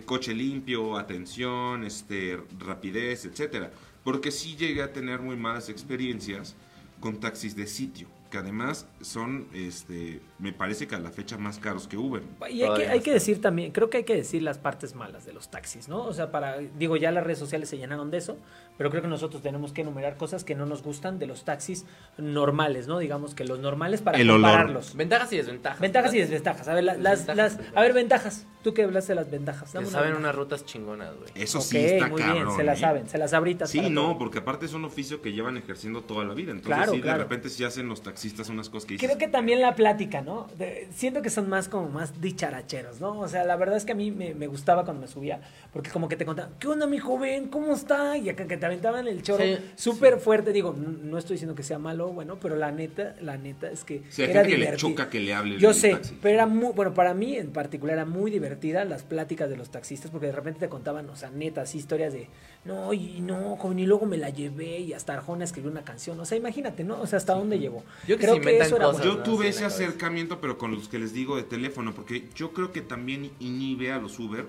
Speaker 1: coche limpio, atención, este, rapidez, etcétera. Porque sí llegué a tener muy malas experiencias con taxis de sitio, que además son, este, me parece que a la fecha más caros que Uber.
Speaker 2: Y hay que,
Speaker 3: Todavía
Speaker 2: hay
Speaker 3: no
Speaker 2: que
Speaker 3: está.
Speaker 2: decir también, creo que hay que decir las partes malas de los taxis, ¿no? O sea, para, digo, ya las redes sociales se llenaron de eso, pero creo que nosotros tenemos que enumerar cosas que no nos gustan de los taxis normales, ¿no? Digamos que los normales para
Speaker 1: El olor.
Speaker 2: compararlos.
Speaker 3: Ventajas y desventajas.
Speaker 2: Ventajas y
Speaker 3: ¿verdad?
Speaker 2: desventajas. A ver, la- las,
Speaker 3: Desventajas,
Speaker 2: las-
Speaker 3: desventajas.
Speaker 2: a ver, ventajas. Tú que hablaste de las ventajas.
Speaker 3: Que
Speaker 2: Dame
Speaker 3: saben
Speaker 2: ventaja.
Speaker 3: unas rutas chingonas, güey.
Speaker 1: Eso sí
Speaker 2: Ok,
Speaker 1: está
Speaker 2: muy
Speaker 1: cabrón.
Speaker 2: bien, se la
Speaker 1: ¿eh?
Speaker 2: saben, se las abritas.
Speaker 1: Sí,
Speaker 2: para
Speaker 1: no, pues,
Speaker 2: todo.
Speaker 1: porque aparte es un oficio que llevan ejerciendo toda la vida. Entonces,
Speaker 2: Claro,
Speaker 1: sí,
Speaker 2: claro.
Speaker 1: de repente sí hacen los taxistas unas cosas que dicen.
Speaker 2: Creo que también la plática, ¿no? De- siento que son más como más dicharacheros, ¿no? O sea, la verdad es que a mí me, me gustaba cuando me subía, porque como que te contaban, ¿qué onda mi joven? ¿Cómo está? Y acá que te aventaban el choro
Speaker 3: Sí,
Speaker 2: súper fuerte. Digo, n- no estoy diciendo que sea malo, bueno, pero la neta, la neta es que
Speaker 1: Sí, hay
Speaker 2: era
Speaker 1: gente que le
Speaker 2: divertido.
Speaker 1: choca que le hable
Speaker 2: Yo
Speaker 1: el
Speaker 2: sé,
Speaker 1: taxi.
Speaker 2: pero era muy, bueno, para mí en particular era muy divertido divertida las pláticas de los taxistas porque de repente te contaban, o sea, netas historias de, no, y no, joven, y luego me la llevé y hasta Arjona escribió una canción. O sea, imagínate, ¿no? O sea, ¿hasta dónde llegó?
Speaker 3: Yo que se inventan cosas,
Speaker 2: bueno.
Speaker 1: Yo
Speaker 3: no,
Speaker 1: tuve
Speaker 3: sí,
Speaker 1: ese
Speaker 3: la cabeza.
Speaker 1: acercamiento, pero con los que les digo de teléfono, porque yo creo que también inhibe a los Uber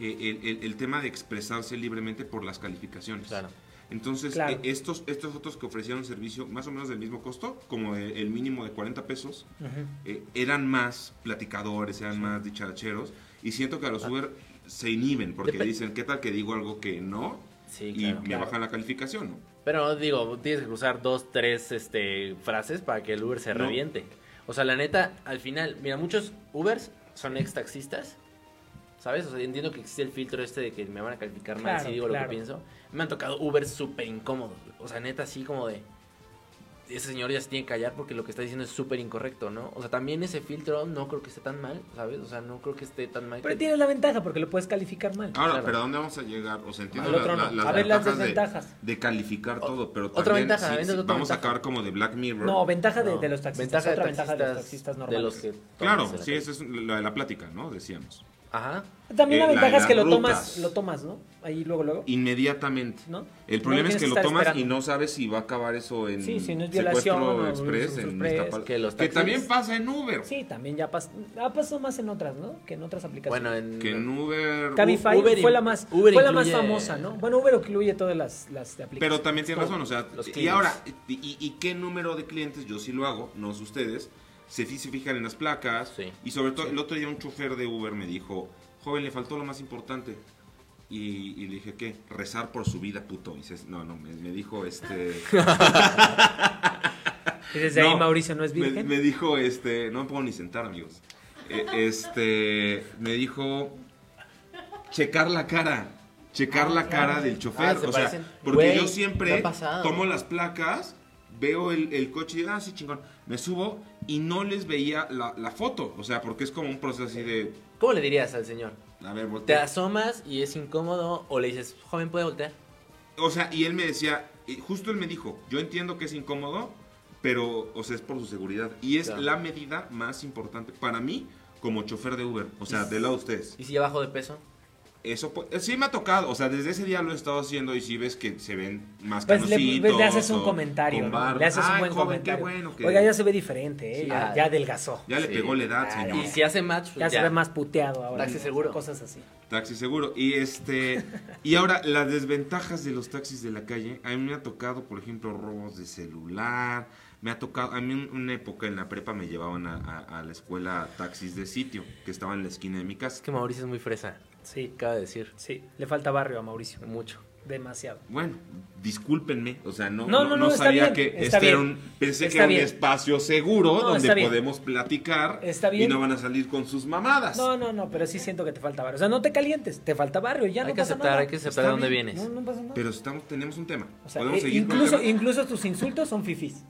Speaker 1: eh, el, el- el tema de expresarse libremente por las calificaciones.
Speaker 3: Claro.
Speaker 1: Entonces,
Speaker 2: Claro.
Speaker 1: eh, estos, estos otros que ofrecieron servicio más o menos del mismo costo, como el, el mínimo de 40 pesos,
Speaker 2: Ujú.
Speaker 1: eh, eran más platicadores, eran más dicharacheros, y siento que a los
Speaker 2: Ah.
Speaker 1: Uber se inhiben porque
Speaker 3: Depe-
Speaker 1: dicen, ¿qué tal que digo algo que no?
Speaker 3: Sí,
Speaker 1: y
Speaker 3: claro.
Speaker 1: me
Speaker 2: Claro.
Speaker 1: bajan la calificación, ¿no?
Speaker 3: Pero digo, tienes que cruzar dos, tres este, frases para que el Uber se
Speaker 1: No.
Speaker 3: reviente. O sea, la neta, al final, mira, muchos Ubers son ex taxistas. ¿Sabes? O sea, entiendo que existe el filtro este de que me van a calificar mal
Speaker 2: Claro,
Speaker 3: si digo lo
Speaker 2: claro.
Speaker 3: que pienso. Me han tocado Ubers súper incómodos. O sea, neta, así como de. Ese señor ya se tiene que callar porque lo que está diciendo es súper incorrecto, ¿no? O sea, también ese filtro no creo que esté tan mal, ¿sabes? O sea, no creo que esté tan mal.
Speaker 2: Pero
Speaker 3: que-
Speaker 2: tienes la ventaja porque lo puedes calificar mal.
Speaker 1: Ahora,
Speaker 3: Claro.
Speaker 1: ¿pero a dónde vamos a llegar? O sea, entiendo
Speaker 2: Al
Speaker 1: la-
Speaker 2: otro
Speaker 1: la-
Speaker 2: no. A ver,
Speaker 1: ventajas
Speaker 2: las
Speaker 1: de-
Speaker 2: desventajas.
Speaker 1: De, calificar
Speaker 3: O-
Speaker 1: todo, pero
Speaker 3: otra
Speaker 1: también
Speaker 3: ventaja,
Speaker 1: sí,
Speaker 3: vente
Speaker 1: sí,
Speaker 3: otra
Speaker 1: vamos a
Speaker 3: ventaja.
Speaker 1: acabar como de Black Mirror.
Speaker 2: No, ventaja de,
Speaker 3: No.
Speaker 2: de los taxistas,
Speaker 3: Ventaja de
Speaker 2: otra ventaja de los
Speaker 3: taxistas
Speaker 2: taxistas
Speaker 3: de los
Speaker 2: normales.
Speaker 3: que
Speaker 1: claro,
Speaker 3: toman en la
Speaker 1: sí,
Speaker 3: calle.
Speaker 1: esa es la de la plática, ¿no? Decíamos.
Speaker 3: Ajá.
Speaker 2: También
Speaker 1: Eh,
Speaker 2: la
Speaker 1: la-
Speaker 2: ventaja es
Speaker 1: las
Speaker 2: que lo
Speaker 1: rutas.
Speaker 2: tomas, lo tomas, ¿no? Ahí luego, luego.
Speaker 1: Inmediatamente.
Speaker 2: ¿No?
Speaker 1: El
Speaker 2: No
Speaker 1: problema es
Speaker 2: tienes
Speaker 1: que
Speaker 2: que
Speaker 1: lo
Speaker 2: estar
Speaker 1: tomas y
Speaker 2: esperando.
Speaker 1: no sabes si va a acabar eso en
Speaker 2: Sí, si no es violación
Speaker 1: secuestro
Speaker 2: o
Speaker 1: express,
Speaker 2: Uber
Speaker 1: en
Speaker 2: Express.
Speaker 1: Iztapalapa.
Speaker 3: Que los
Speaker 1: Que
Speaker 3: taxis-
Speaker 1: también pasa en Uber.
Speaker 2: Sí, también ya pas- ha pasado más en otras, ¿no? Que en otras aplicaciones.
Speaker 3: Bueno, en.
Speaker 1: Que en Uber...
Speaker 2: Cabify
Speaker 3: Uber
Speaker 2: fue
Speaker 3: in-
Speaker 2: la más,
Speaker 3: Uber
Speaker 2: fue la más
Speaker 3: incluye-
Speaker 2: famosa, ¿no? Bueno, Uber incluye todas las, las de aplicaciones.
Speaker 1: Pero también tienes razón, o sea,
Speaker 3: los
Speaker 1: y
Speaker 3: clientes.
Speaker 1: ahora, y, y- y qué número de clientes? Yo sí lo hago, no sé ustedes. Se, fi- se fijan en las placas.
Speaker 3: Sí.
Speaker 1: Y sobre todo, el otro día un chofer de Uber me dijo, joven, le faltó lo más importante. Y, y le dije, ¿qué? Rezar por su vida, puto. Y dices, no, no, me, me dijo este...
Speaker 2: Y desde ahí
Speaker 1: No,
Speaker 2: Mauricio no es
Speaker 1: me,
Speaker 2: virgen.
Speaker 1: me dijo, este, no me puedo ni sentar, amigos. Eh, Este, me dijo, checar la cara. Checar la cara del chofer.
Speaker 3: Ah, se
Speaker 1: o sea,
Speaker 3: parecen.
Speaker 1: porque
Speaker 3: Güey,
Speaker 1: yo
Speaker 3: me
Speaker 1: siempre
Speaker 3: ha pasado.
Speaker 1: tomo las placas, veo el, el coche y digo, ah, sí, chingón. Me subo y no les veía la, la foto. O sea, porque es como un proceso así de,
Speaker 3: ¿Cómo le dirías al señor?
Speaker 1: a ver,
Speaker 3: ¿Te
Speaker 1: voltea.
Speaker 3: asomas y es incómodo o le dices, joven, puede voltear?
Speaker 1: O sea, y él me decía, y justo él me dijo, yo entiendo que es incómodo, pero, o sea, es por su seguridad. Y es
Speaker 3: Claro.
Speaker 1: la medida más importante para mí como chofer de Uber. O sea, de lado de ustedes.
Speaker 3: ¿Y si ya bajo de peso?
Speaker 1: Eso pu- eh, sí me ha tocado. O sea, desde ese día lo he estado haciendo y si ves que se ven más
Speaker 2: Pues le,
Speaker 1: canositos
Speaker 2: le haces un
Speaker 1: o
Speaker 2: comentario,
Speaker 1: con
Speaker 2: ¿no?
Speaker 1: barba.
Speaker 2: le haces un
Speaker 1: Ay,
Speaker 2: buen
Speaker 1: joven,
Speaker 2: comentario.
Speaker 1: qué bueno que-
Speaker 2: Oiga, ya se ve diferente, ¿eh?
Speaker 3: Sí,
Speaker 2: ya,
Speaker 3: ah.
Speaker 2: ya adelgazó.
Speaker 1: Ya le
Speaker 3: Sí.
Speaker 1: pegó la edad,
Speaker 2: Claro.
Speaker 1: señor.
Speaker 3: Y si hace match, pues
Speaker 2: Ya, se ve más puteado ahora.
Speaker 3: Taxi
Speaker 2: ¿no?
Speaker 3: seguro.
Speaker 2: Cosas así.
Speaker 1: Taxi seguro. Y este. y ahora, las desventajas de los taxis de la calle. A mí me ha tocado, por ejemplo, robos de celular. Me ha tocado. A mí, en una época en la prepa me llevaban a, a- a la escuela taxis de sitio, que estaba en la esquina de mi
Speaker 3: Es
Speaker 1: casa.
Speaker 3: que Mauricio es muy fresa.
Speaker 2: Sí,
Speaker 3: Acaba de decir.
Speaker 2: sí. Le falta barrio a Mauricio.
Speaker 3: Mucho.
Speaker 2: Demasiado.
Speaker 1: Bueno, discúlpenme, o sea, no, no,
Speaker 2: No, no,
Speaker 1: no,
Speaker 2: no, está
Speaker 1: sabía
Speaker 2: bien,
Speaker 1: que
Speaker 2: está
Speaker 1: este era
Speaker 2: bien,
Speaker 1: un, pensé
Speaker 2: está
Speaker 1: que era un
Speaker 2: bien.
Speaker 1: espacio seguro
Speaker 2: No,
Speaker 1: donde
Speaker 2: está bien.
Speaker 1: podemos platicar
Speaker 2: Está bien.
Speaker 1: y no van a salir con sus mamadas.
Speaker 2: No, no, no, pero sí siento que te falta barrio. O sea, no te calientes, te falta barrio, ya
Speaker 3: hay
Speaker 2: no
Speaker 3: que
Speaker 2: pasa
Speaker 3: aceptar,
Speaker 2: nada.
Speaker 3: hay que aceptar
Speaker 1: Está
Speaker 3: de dónde
Speaker 1: bien.
Speaker 3: vienes.
Speaker 2: No, no pasa nada.
Speaker 1: Pero estamos, tenemos un tema.
Speaker 2: O sea,
Speaker 1: ¿Podemos
Speaker 2: eh,
Speaker 1: seguir con el
Speaker 2: incluso,
Speaker 1: tema?
Speaker 2: incluso tus insultos son fifis.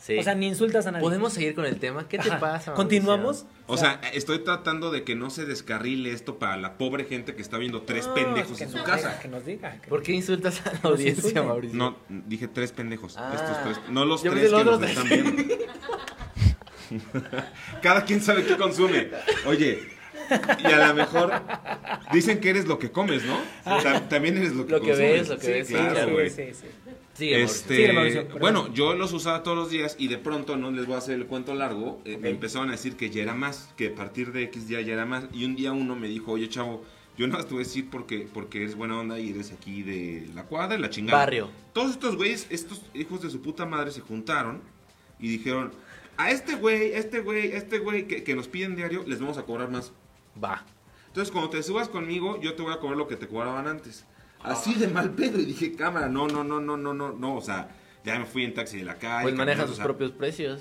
Speaker 3: Sí.
Speaker 2: O sea, ni insultas a nadie.
Speaker 3: ¿Podemos seguir con el tema? ¿Qué te
Speaker 2: Ajá.
Speaker 3: pasa? Mauricio?
Speaker 2: ¿Continuamos?
Speaker 1: O sea, estoy tratando de que no se descarrile esto para la pobre gente que está viendo tres
Speaker 2: no,
Speaker 1: pendejos
Speaker 2: que
Speaker 1: en su
Speaker 2: nos
Speaker 1: casa.
Speaker 2: diga, que nos diga. que-
Speaker 3: ¿Por qué insultas a la
Speaker 2: Nos
Speaker 3: audiencia,
Speaker 2: insultan.
Speaker 3: Mauricio?
Speaker 1: No, dije tres pendejos.
Speaker 3: Ah.
Speaker 1: Estos tres. No los
Speaker 3: Yo
Speaker 1: tres
Speaker 3: pensé
Speaker 1: que
Speaker 3: los
Speaker 1: nos
Speaker 3: otros
Speaker 1: están viendo. Cada quien sabe qué consume. Oye, y a lo mejor dicen que eres lo que comes, ¿no? Ta- también eres lo que
Speaker 3: Ah. Lo que
Speaker 1: consumes.
Speaker 3: ves, lo que
Speaker 2: Sí,
Speaker 3: ves,
Speaker 2: sí,
Speaker 1: claro,
Speaker 2: sí,
Speaker 1: güey.
Speaker 2: sí, sí.
Speaker 3: Sigue, Mauricio.
Speaker 1: Este,
Speaker 2: Síguele, Mauricio, perdón.
Speaker 1: bueno, yo los usaba todos los días y de pronto, no les voy a hacer el cuento largo, eh, me empezaron a decir que ya era más, que a partir de X día ya era más. Y un día uno me dijo, oye chavo, yo nada más te voy a decir porque, porque eres buena onda y eres aquí de la cuadra, y la chingada.
Speaker 3: Barrio.
Speaker 1: Todos estos güeyes, estos hijos de su puta madre se juntaron y dijeron, a este güey, a este güey, a este güey que, que nos piden diario, les vamos a cobrar más.
Speaker 3: Va.
Speaker 1: Entonces, cuando te subas conmigo, yo te voy a cobrar lo que te cobraban antes. Así de mal pedo. Y dije, cámara, no, no, no, no, no, no, no. O sea, ya me fui en taxi de la calle.
Speaker 3: Pues manejan
Speaker 1: caminando,
Speaker 3: sus
Speaker 1: o sea,
Speaker 3: propios precios.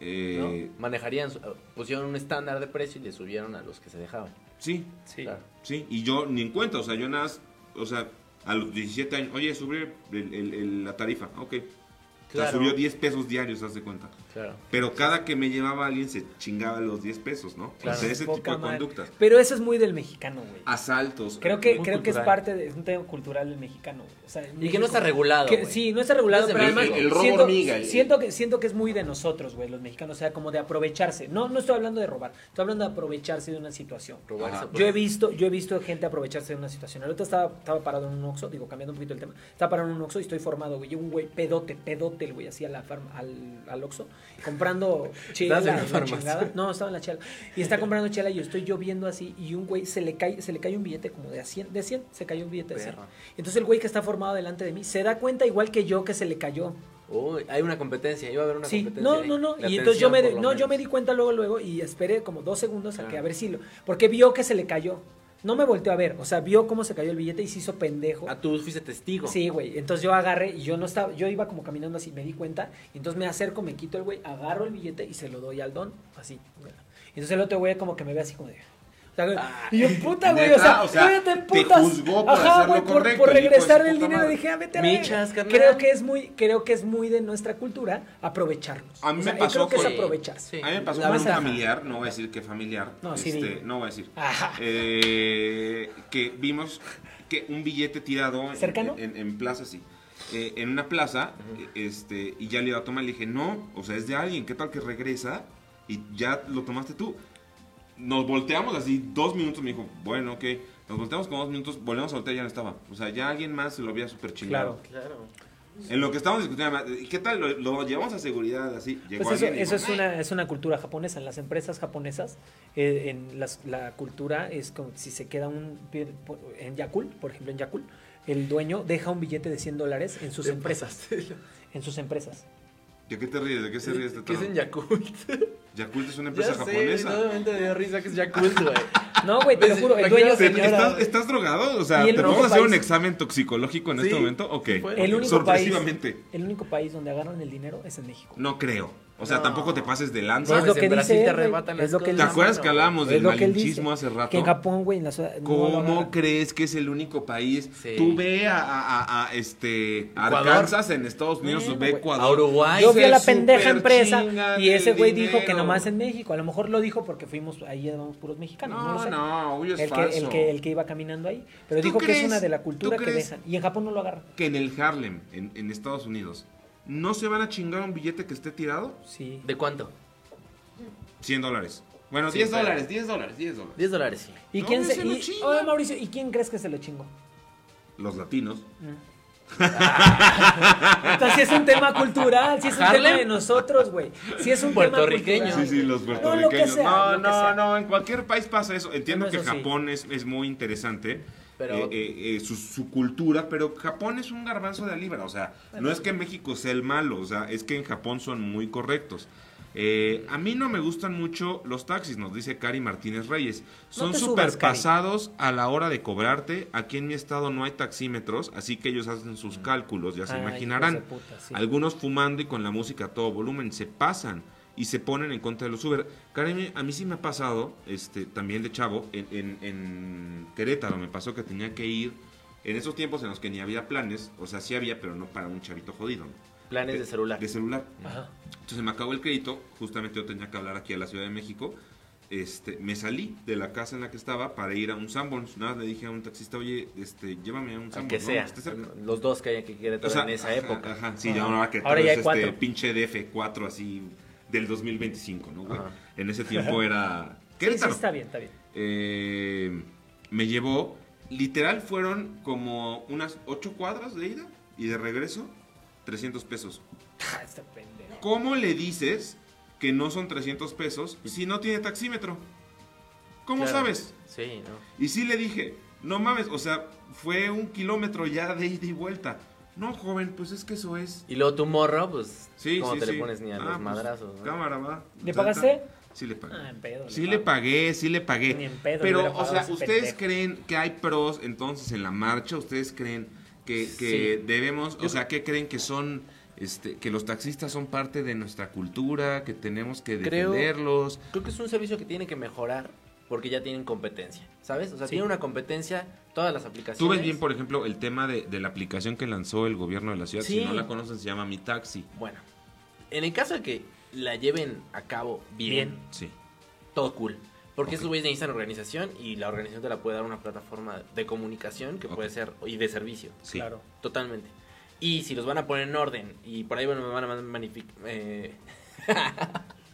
Speaker 3: ¿no?
Speaker 1: eh,
Speaker 3: Manejarían, su- pusieron un estándar de precio y le subieron a los que se dejaban.
Speaker 1: Sí,
Speaker 2: Sí.
Speaker 3: Claro.
Speaker 1: sí. Y yo ni en cuenta. O sea, yo nada más, o sea, a los 17 años, oye, subir el- el- el- la tarifa. Ok. O sea,
Speaker 3: Claro.
Speaker 1: subió 10 pesos diarios, haz de cuenta.
Speaker 3: Claro.
Speaker 1: Pero cada que me llevaba alguien se chingaba los 10 pesos, ¿no?
Speaker 3: Claro.
Speaker 1: O sea, ese tipo
Speaker 2: Poca
Speaker 1: de
Speaker 2: madre.
Speaker 1: conductas. Ah,
Speaker 2: Pero eso es muy del mexicano, güey.
Speaker 1: Asaltos. eh,
Speaker 2: Creo que,
Speaker 3: muy
Speaker 2: creo que es
Speaker 3: cultural.
Speaker 2: parte de es un tema cultural del mexicano. güey. O sea, en
Speaker 3: Y que
Speaker 2: México-
Speaker 3: no está regulado.
Speaker 2: que-
Speaker 3: güey.
Speaker 2: sí, no está regulado,
Speaker 3: Es de
Speaker 2: pero además
Speaker 3: México.
Speaker 1: El robo
Speaker 2: siento,
Speaker 1: hormiga, el-
Speaker 2: siento que siento que es muy de nosotros, güey, los mexicanos, o sea, como de aprovecharse. No, no estoy hablando de robar, estoy hablando de aprovecharse de una situación.
Speaker 3: Robarse,
Speaker 1: Ajá.
Speaker 3: pues.
Speaker 2: Yo he visto, yo he visto gente aprovecharse de una situación. Ahorita estaba, estaba parado en un oxo, digo, cambiando un poquito el tema. Estaba parado en un oxo y estoy formado, güey. y Un güey pedote, pedote, el güey, así a la farm- al, al oxo, comprando chela.
Speaker 3: Estás en la
Speaker 2: la
Speaker 3: farmacia.
Speaker 2: chingada. No, estaba en la chela. Y está comprando chela y yo estoy yo viendo así. Y un güey se le cae, se le cae un billete como de a 100, de 100, se cayó un billete de 100.
Speaker 3: Perro.
Speaker 2: Entonces el güey que está formado delante de mí se da cuenta igual que yo que se le cayó.
Speaker 3: Uy, hay una competencia, iba a haber una
Speaker 2: Sí,
Speaker 3: competencia.
Speaker 2: no,
Speaker 3: ahí.
Speaker 2: no, no.
Speaker 3: La
Speaker 2: Y entonces yo me,
Speaker 3: tensión,
Speaker 2: di-
Speaker 3: por
Speaker 2: no,
Speaker 3: lo
Speaker 2: yo me
Speaker 3: menos.
Speaker 2: di cuenta luego, luego y esperé como dos segundos a que
Speaker 3: Claro.
Speaker 2: a ver si lo, porque vio que se le cayó. No me volteó a ver, o sea, vio cómo se cayó el billete y se hizo pendejo.
Speaker 3: Ah, tú fuiste testigo.
Speaker 2: Sí, güey. Entonces yo agarré y yo no estaba, yo iba como caminando así, me di cuenta. Y entonces me acerco, me quito el güey, agarro el billete y se lo doy al don, así. güey. Y entonces el otro güey como que me ve así como de. O sea, güey, y yo, puta, güey, o
Speaker 1: Ah, neta,
Speaker 2: sea,
Speaker 1: o sea,
Speaker 2: güey, te
Speaker 1: te
Speaker 2: emputas.
Speaker 1: juzgó por hacer lo
Speaker 2: güey, por,
Speaker 1: correcto,
Speaker 2: por
Speaker 1: y dijo,
Speaker 2: regresar
Speaker 1: "Su
Speaker 2: el
Speaker 1: puta
Speaker 2: dinero.
Speaker 1: madre".
Speaker 2: Dije, ah, vete a la verga.
Speaker 3: Michas, carnal.
Speaker 2: Creo que es muy, creo que es muy de nuestra cultura aprovecharnos.
Speaker 1: A mí
Speaker 2: O sea,
Speaker 1: me
Speaker 2: yo
Speaker 1: pasó
Speaker 2: creo que
Speaker 1: con-
Speaker 2: es aprovecharse.
Speaker 3: Sí.
Speaker 1: A mí me pasó
Speaker 3: La
Speaker 1: con un
Speaker 3: ventaja.
Speaker 1: familiar, no voy a decir que familiar.
Speaker 2: No, sí,
Speaker 1: este,
Speaker 2: di.
Speaker 1: no voy a decir.
Speaker 2: Ajá.
Speaker 1: Eh, que vimos que un billete tirado en-
Speaker 2: ¿Cercano?
Speaker 1: En, en, plaza, sí. Eh, en una plaza, eh, este, y ya le iba a tomar, le dije, no, o sea, es de alguien, ¿qué tal que regresa? Y ya lo tomaste tú. Nos volteamos así dos minutos, me dijo, bueno, ok. Nos volteamos con dos minutos, volvemos a voltear, ya no estaba. O sea, ya alguien más se lo había súper chingado.
Speaker 3: Claro.
Speaker 1: En lo que estábamos discutiendo, además, ¿qué tal? Lo, lo llevamos a seguridad, así. Llegó
Speaker 2: Pues eso,
Speaker 1: alguien y
Speaker 2: eso
Speaker 1: dijo,
Speaker 2: es una, es una cultura japonesa. En las empresas japonesas, eh, en las- la cultura es como si se queda un... pie- por- En Yakul, por ejemplo, en Yakul, el dueño deja un billete de 100 dólares en sus empresas. En sus empresas.
Speaker 1: ¿De qué te ríes? ¿De qué se ríe este
Speaker 3: ¿Qué es
Speaker 1: tarado?
Speaker 3: en Yakult?
Speaker 1: Yakult es una
Speaker 3: ya
Speaker 1: empresa
Speaker 3: sé,
Speaker 1: japonesa.
Speaker 3: nuevamente me dio risa que es Yakult, güey.
Speaker 2: No, güey, te lo
Speaker 3: Ves,
Speaker 2: juro. El
Speaker 3: imagínate,
Speaker 2: dueño...
Speaker 1: ¿Te-
Speaker 2: el-
Speaker 3: señora.
Speaker 1: ¿Estás, estás drogado? O sea,
Speaker 2: Y el
Speaker 1: ¿te podemos
Speaker 2: único
Speaker 1: hacer un
Speaker 2: país-
Speaker 1: examen toxicológico en
Speaker 3: Sí.
Speaker 1: este momento? Ok.
Speaker 3: Fue.
Speaker 2: El único, país,
Speaker 1: Sorpresivamente.
Speaker 2: el único país donde agarran el dinero es en México.
Speaker 1: No creo. O sea,
Speaker 3: No.
Speaker 1: tampoco te pases de lanza.
Speaker 3: No,
Speaker 2: es lo
Speaker 3: pues en
Speaker 2: que
Speaker 3: Brasil
Speaker 2: dice
Speaker 3: te
Speaker 2: él, güey,
Speaker 3: arrebatan
Speaker 2: es
Speaker 3: las
Speaker 2: lo que él
Speaker 1: ¿Te
Speaker 3: cosas.
Speaker 2: dice.
Speaker 1: acuerdas que hablábamos
Speaker 2: Es
Speaker 1: pues del
Speaker 2: lo que él
Speaker 1: malinchismo
Speaker 2: dice,
Speaker 1: hace rato?
Speaker 2: Que en Japón, güey, en la ciudad... no lo
Speaker 1: ¿Cómo
Speaker 2: agarran.
Speaker 1: crees que es el único país?
Speaker 3: Sí.
Speaker 1: Tú ve a, a- a- a, este,
Speaker 3: Ecuador.
Speaker 1: Arkansas en Estados Unidos,
Speaker 2: Bueno,
Speaker 1: ve
Speaker 2: güey.
Speaker 1: Ecuador.
Speaker 3: A Uruguay.
Speaker 2: Yo fui a la
Speaker 1: se
Speaker 2: pendeja empresa
Speaker 1: superchingan
Speaker 2: y ese
Speaker 1: el
Speaker 2: güey dijo que
Speaker 1: dinero.
Speaker 2: nomás en México. A lo mejor lo dijo porque fuimos, ahí éramos puros mexicanos. No, lo
Speaker 1: No,
Speaker 2: sé.
Speaker 1: no, obvio es
Speaker 2: el, que,
Speaker 1: falso.
Speaker 2: el, que, el que iba caminando ahí. Pero
Speaker 1: ¿Tú
Speaker 2: dijo que es
Speaker 1: crees?
Speaker 2: una de la
Speaker 1: ¿Tú
Speaker 2: cultura que
Speaker 1: crees?
Speaker 2: dejan. Y en Japón no lo agarran.
Speaker 1: que en el Harlem, en, en Estados Unidos, ¿no se van a chingar un billete que esté tirado?
Speaker 2: Sí.
Speaker 3: ¿De cuánto?
Speaker 1: 100 dólares. Bueno,
Speaker 3: Sí,
Speaker 1: 10
Speaker 3: pero-
Speaker 1: dólares, 10 dólares, 10 dólares.
Speaker 3: 10 dólares, sí.
Speaker 2: ¿Y
Speaker 1: No,
Speaker 2: quién
Speaker 1: güey,
Speaker 2: se,
Speaker 1: se lo
Speaker 2: y-
Speaker 1: chinga.
Speaker 2: oye, Mauricio, ¿y quién crees que se lo chingó?
Speaker 1: Los latinos.
Speaker 2: Entonces, si es un tema cultural, si es un
Speaker 3: ¿Harlem?
Speaker 2: tema de nosotros, güey. Si es un
Speaker 3: Puertorriqueño.
Speaker 2: tema
Speaker 1: Sí, sí,
Speaker 2: cultural.
Speaker 1: los
Speaker 2: No, lo que
Speaker 1: puertorriqueños.
Speaker 2: sea,
Speaker 1: No,
Speaker 2: lo que
Speaker 1: no,
Speaker 2: sea.
Speaker 1: no, en cualquier país pasa eso. Entiendo
Speaker 2: Bueno,
Speaker 1: que
Speaker 2: eso sí.
Speaker 1: Japón es, es muy interesante,
Speaker 3: Pero-
Speaker 1: eh, eh, eh, su, su cultura, pero Japón es un garbanzo de a libra. O sea, no es que México sea el malo, o sea, es que en Japón son muy correctos. Eh, a mí no me gustan mucho los taxis, nos dice Cari Martínez Reyes. Son
Speaker 2: te subas, Cari.
Speaker 1: superpasados a la hora de cobrarte. Aquí en mi estado no hay taxímetros, así que ellos hacen
Speaker 2: Mm.
Speaker 1: sus cálculos, ya se
Speaker 2: Ay,
Speaker 1: imaginarán.
Speaker 2: hijos de puta, sí.
Speaker 1: Algunos fumando y con la música a todo volumen se pasan y se ponen en contra de los Uber. Karen, a mí sí me ha pasado, este, también de chavo, en, en- en Querétaro me pasó que tenía que ir en esos tiempos en los que ni había planes, o sea, sí había, pero no para un chavito jodido. ¿no?
Speaker 3: Planes de celular.
Speaker 1: De celular.
Speaker 2: Ajá.
Speaker 1: Entonces me acabó el crédito, justamente yo tenía que hablar aquí a la Ciudad de México. Este, me salí de la casa en la que estaba para ir a un Sanborns. Nada, le dije a un taxista, oye, este, llévame a un
Speaker 3: Al
Speaker 1: Sanborns.
Speaker 3: que
Speaker 1: ¿no?
Speaker 3: sea.
Speaker 1: Está cerca".
Speaker 3: Los dos que hay que querer
Speaker 1: O sea,
Speaker 3: en esa
Speaker 1: ajá,
Speaker 3: época.
Speaker 1: Ajá, sí, ya
Speaker 2: Ajá.
Speaker 1: ahora que
Speaker 2: Ahora
Speaker 1: todo
Speaker 2: ya
Speaker 1: es
Speaker 2: hay cuatro.
Speaker 1: este pinche DF4 así del 2025, ¿no, güey?
Speaker 3: Ajá.
Speaker 1: En ese tiempo era
Speaker 2: Sí, sí,
Speaker 1: Querétaro.
Speaker 2: está bien, está bien.
Speaker 1: Eh, me llevó, literal fueron como unas ocho cuadras de ida y de regreso 300 pesos.
Speaker 2: Ah, este pendejo.
Speaker 1: ¿Cómo le dices que no son 300 pesos si no tiene taxímetro? ¿Cómo
Speaker 3: Claro.
Speaker 1: sabes?
Speaker 3: Sí, ¿no?
Speaker 1: Y sí le dije, no mames, o sea, fue un kilómetro ya de ida y vuelta. No, joven, pues es que eso es.
Speaker 3: Y luego tu morro, pues,
Speaker 1: Sí,
Speaker 3: ¿cómo
Speaker 1: sí,
Speaker 3: te
Speaker 1: sí.
Speaker 3: le pones ni a
Speaker 1: Ah,
Speaker 3: los
Speaker 1: pues,
Speaker 3: madrazos? ¿no?
Speaker 1: Cámara, va.
Speaker 2: ¿Le pagaste?
Speaker 1: Sí le pagué.
Speaker 2: Ah, en pedo.
Speaker 1: sí le pagué, sí le pagué.
Speaker 2: Ni en pedo, le hubiera
Speaker 1: Pero, o
Speaker 2: pagado
Speaker 1: sea,
Speaker 2: ese
Speaker 1: ¿ustedes
Speaker 2: pendejo.
Speaker 1: creen que hay pros entonces en la marcha? ¿Ustedes creen que, que
Speaker 3: Sí.
Speaker 1: debemos,
Speaker 3: Yo-
Speaker 1: o sea, que creen que son, este, que los taxistas son parte de nuestra cultura, que tenemos que
Speaker 3: Creo-
Speaker 1: defenderlos?
Speaker 3: Creo que es un servicio que tiene que mejorar porque ya tienen competencia, ¿sabes? O sea,
Speaker 2: Sí.
Speaker 3: tienen una competencia todas las aplicaciones.
Speaker 1: Tú ves bien, por ejemplo, el tema de, de la aplicación que lanzó el gobierno de la ciudad.
Speaker 3: Sí.
Speaker 1: Si no la conocen, se llama Mi Taxi.
Speaker 3: Bueno, en el caso de que la lleven a cabo bien,
Speaker 2: Bien.
Speaker 1: Sí.
Speaker 3: todo cool. Porque
Speaker 1: Ok.
Speaker 3: esos güeyes necesitan organización y la organización te la puede dar una plataforma de comunicación que
Speaker 1: Ok.
Speaker 3: puede ser y de servicio.
Speaker 1: Sí.
Speaker 2: Claro.
Speaker 3: Totalmente. Y si los van a poner en orden y por ahí bueno, me van a magnificar.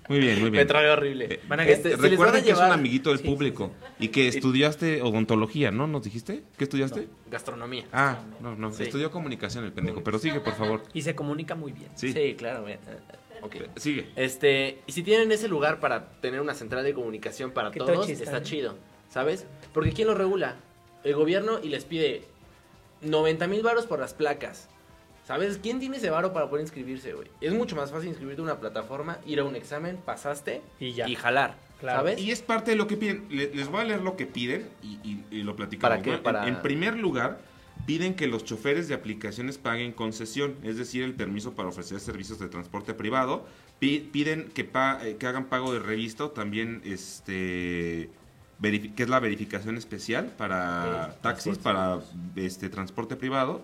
Speaker 1: Muy bien, muy
Speaker 3: me
Speaker 1: bien.
Speaker 3: trabé horrible.
Speaker 1: Eh,
Speaker 2: Van a-
Speaker 3: Este, si les van a
Speaker 1: Recuerden que es un
Speaker 3: llevar
Speaker 1: amiguito del público y que estudiaste odontología, ¿no? ¿Nos dijiste? ¿Qué estudiaste?
Speaker 3: gastronomía.
Speaker 1: Ah, no, no.
Speaker 3: Sí.
Speaker 1: Estudió comunicación el pendejo. Pero sigue, por favor.
Speaker 2: Y se comunica muy bien.
Speaker 1: Sí.
Speaker 3: Sí, claro. mira, eh, ok.
Speaker 1: Sigue.
Speaker 3: Este, y si tienen ese lugar para tener una central de comunicación para
Speaker 2: Que
Speaker 3: todos,
Speaker 2: tochis
Speaker 3: está
Speaker 2: también.
Speaker 3: chido, ¿sabes? Porque ¿quién lo regula? El gobierno y les pide 90 mil varos por las placas. ¿Sabes? ¿Quién tiene ese varo para poder inscribirse, güey? Es mucho más fácil inscribirte a una plataforma, ir a un examen, pasaste
Speaker 2: Y ya.
Speaker 3: jalar,
Speaker 2: Claro.
Speaker 3: ¿sabes?
Speaker 1: Y es parte de lo que piden. Le- les voy a leer lo que piden y, y- y lo platicamos.
Speaker 3: ¿Para qué?
Speaker 1: ¿no? En-
Speaker 3: Para-
Speaker 1: En, primer lugar, piden que los choferes de aplicaciones paguen concesión, es decir, el permiso para ofrecer servicios de transporte privado. Pi- piden que, pa- eh, que hagan pago de revista o también este. verifi- que es la verificación especial para taxis, para este transporte privado,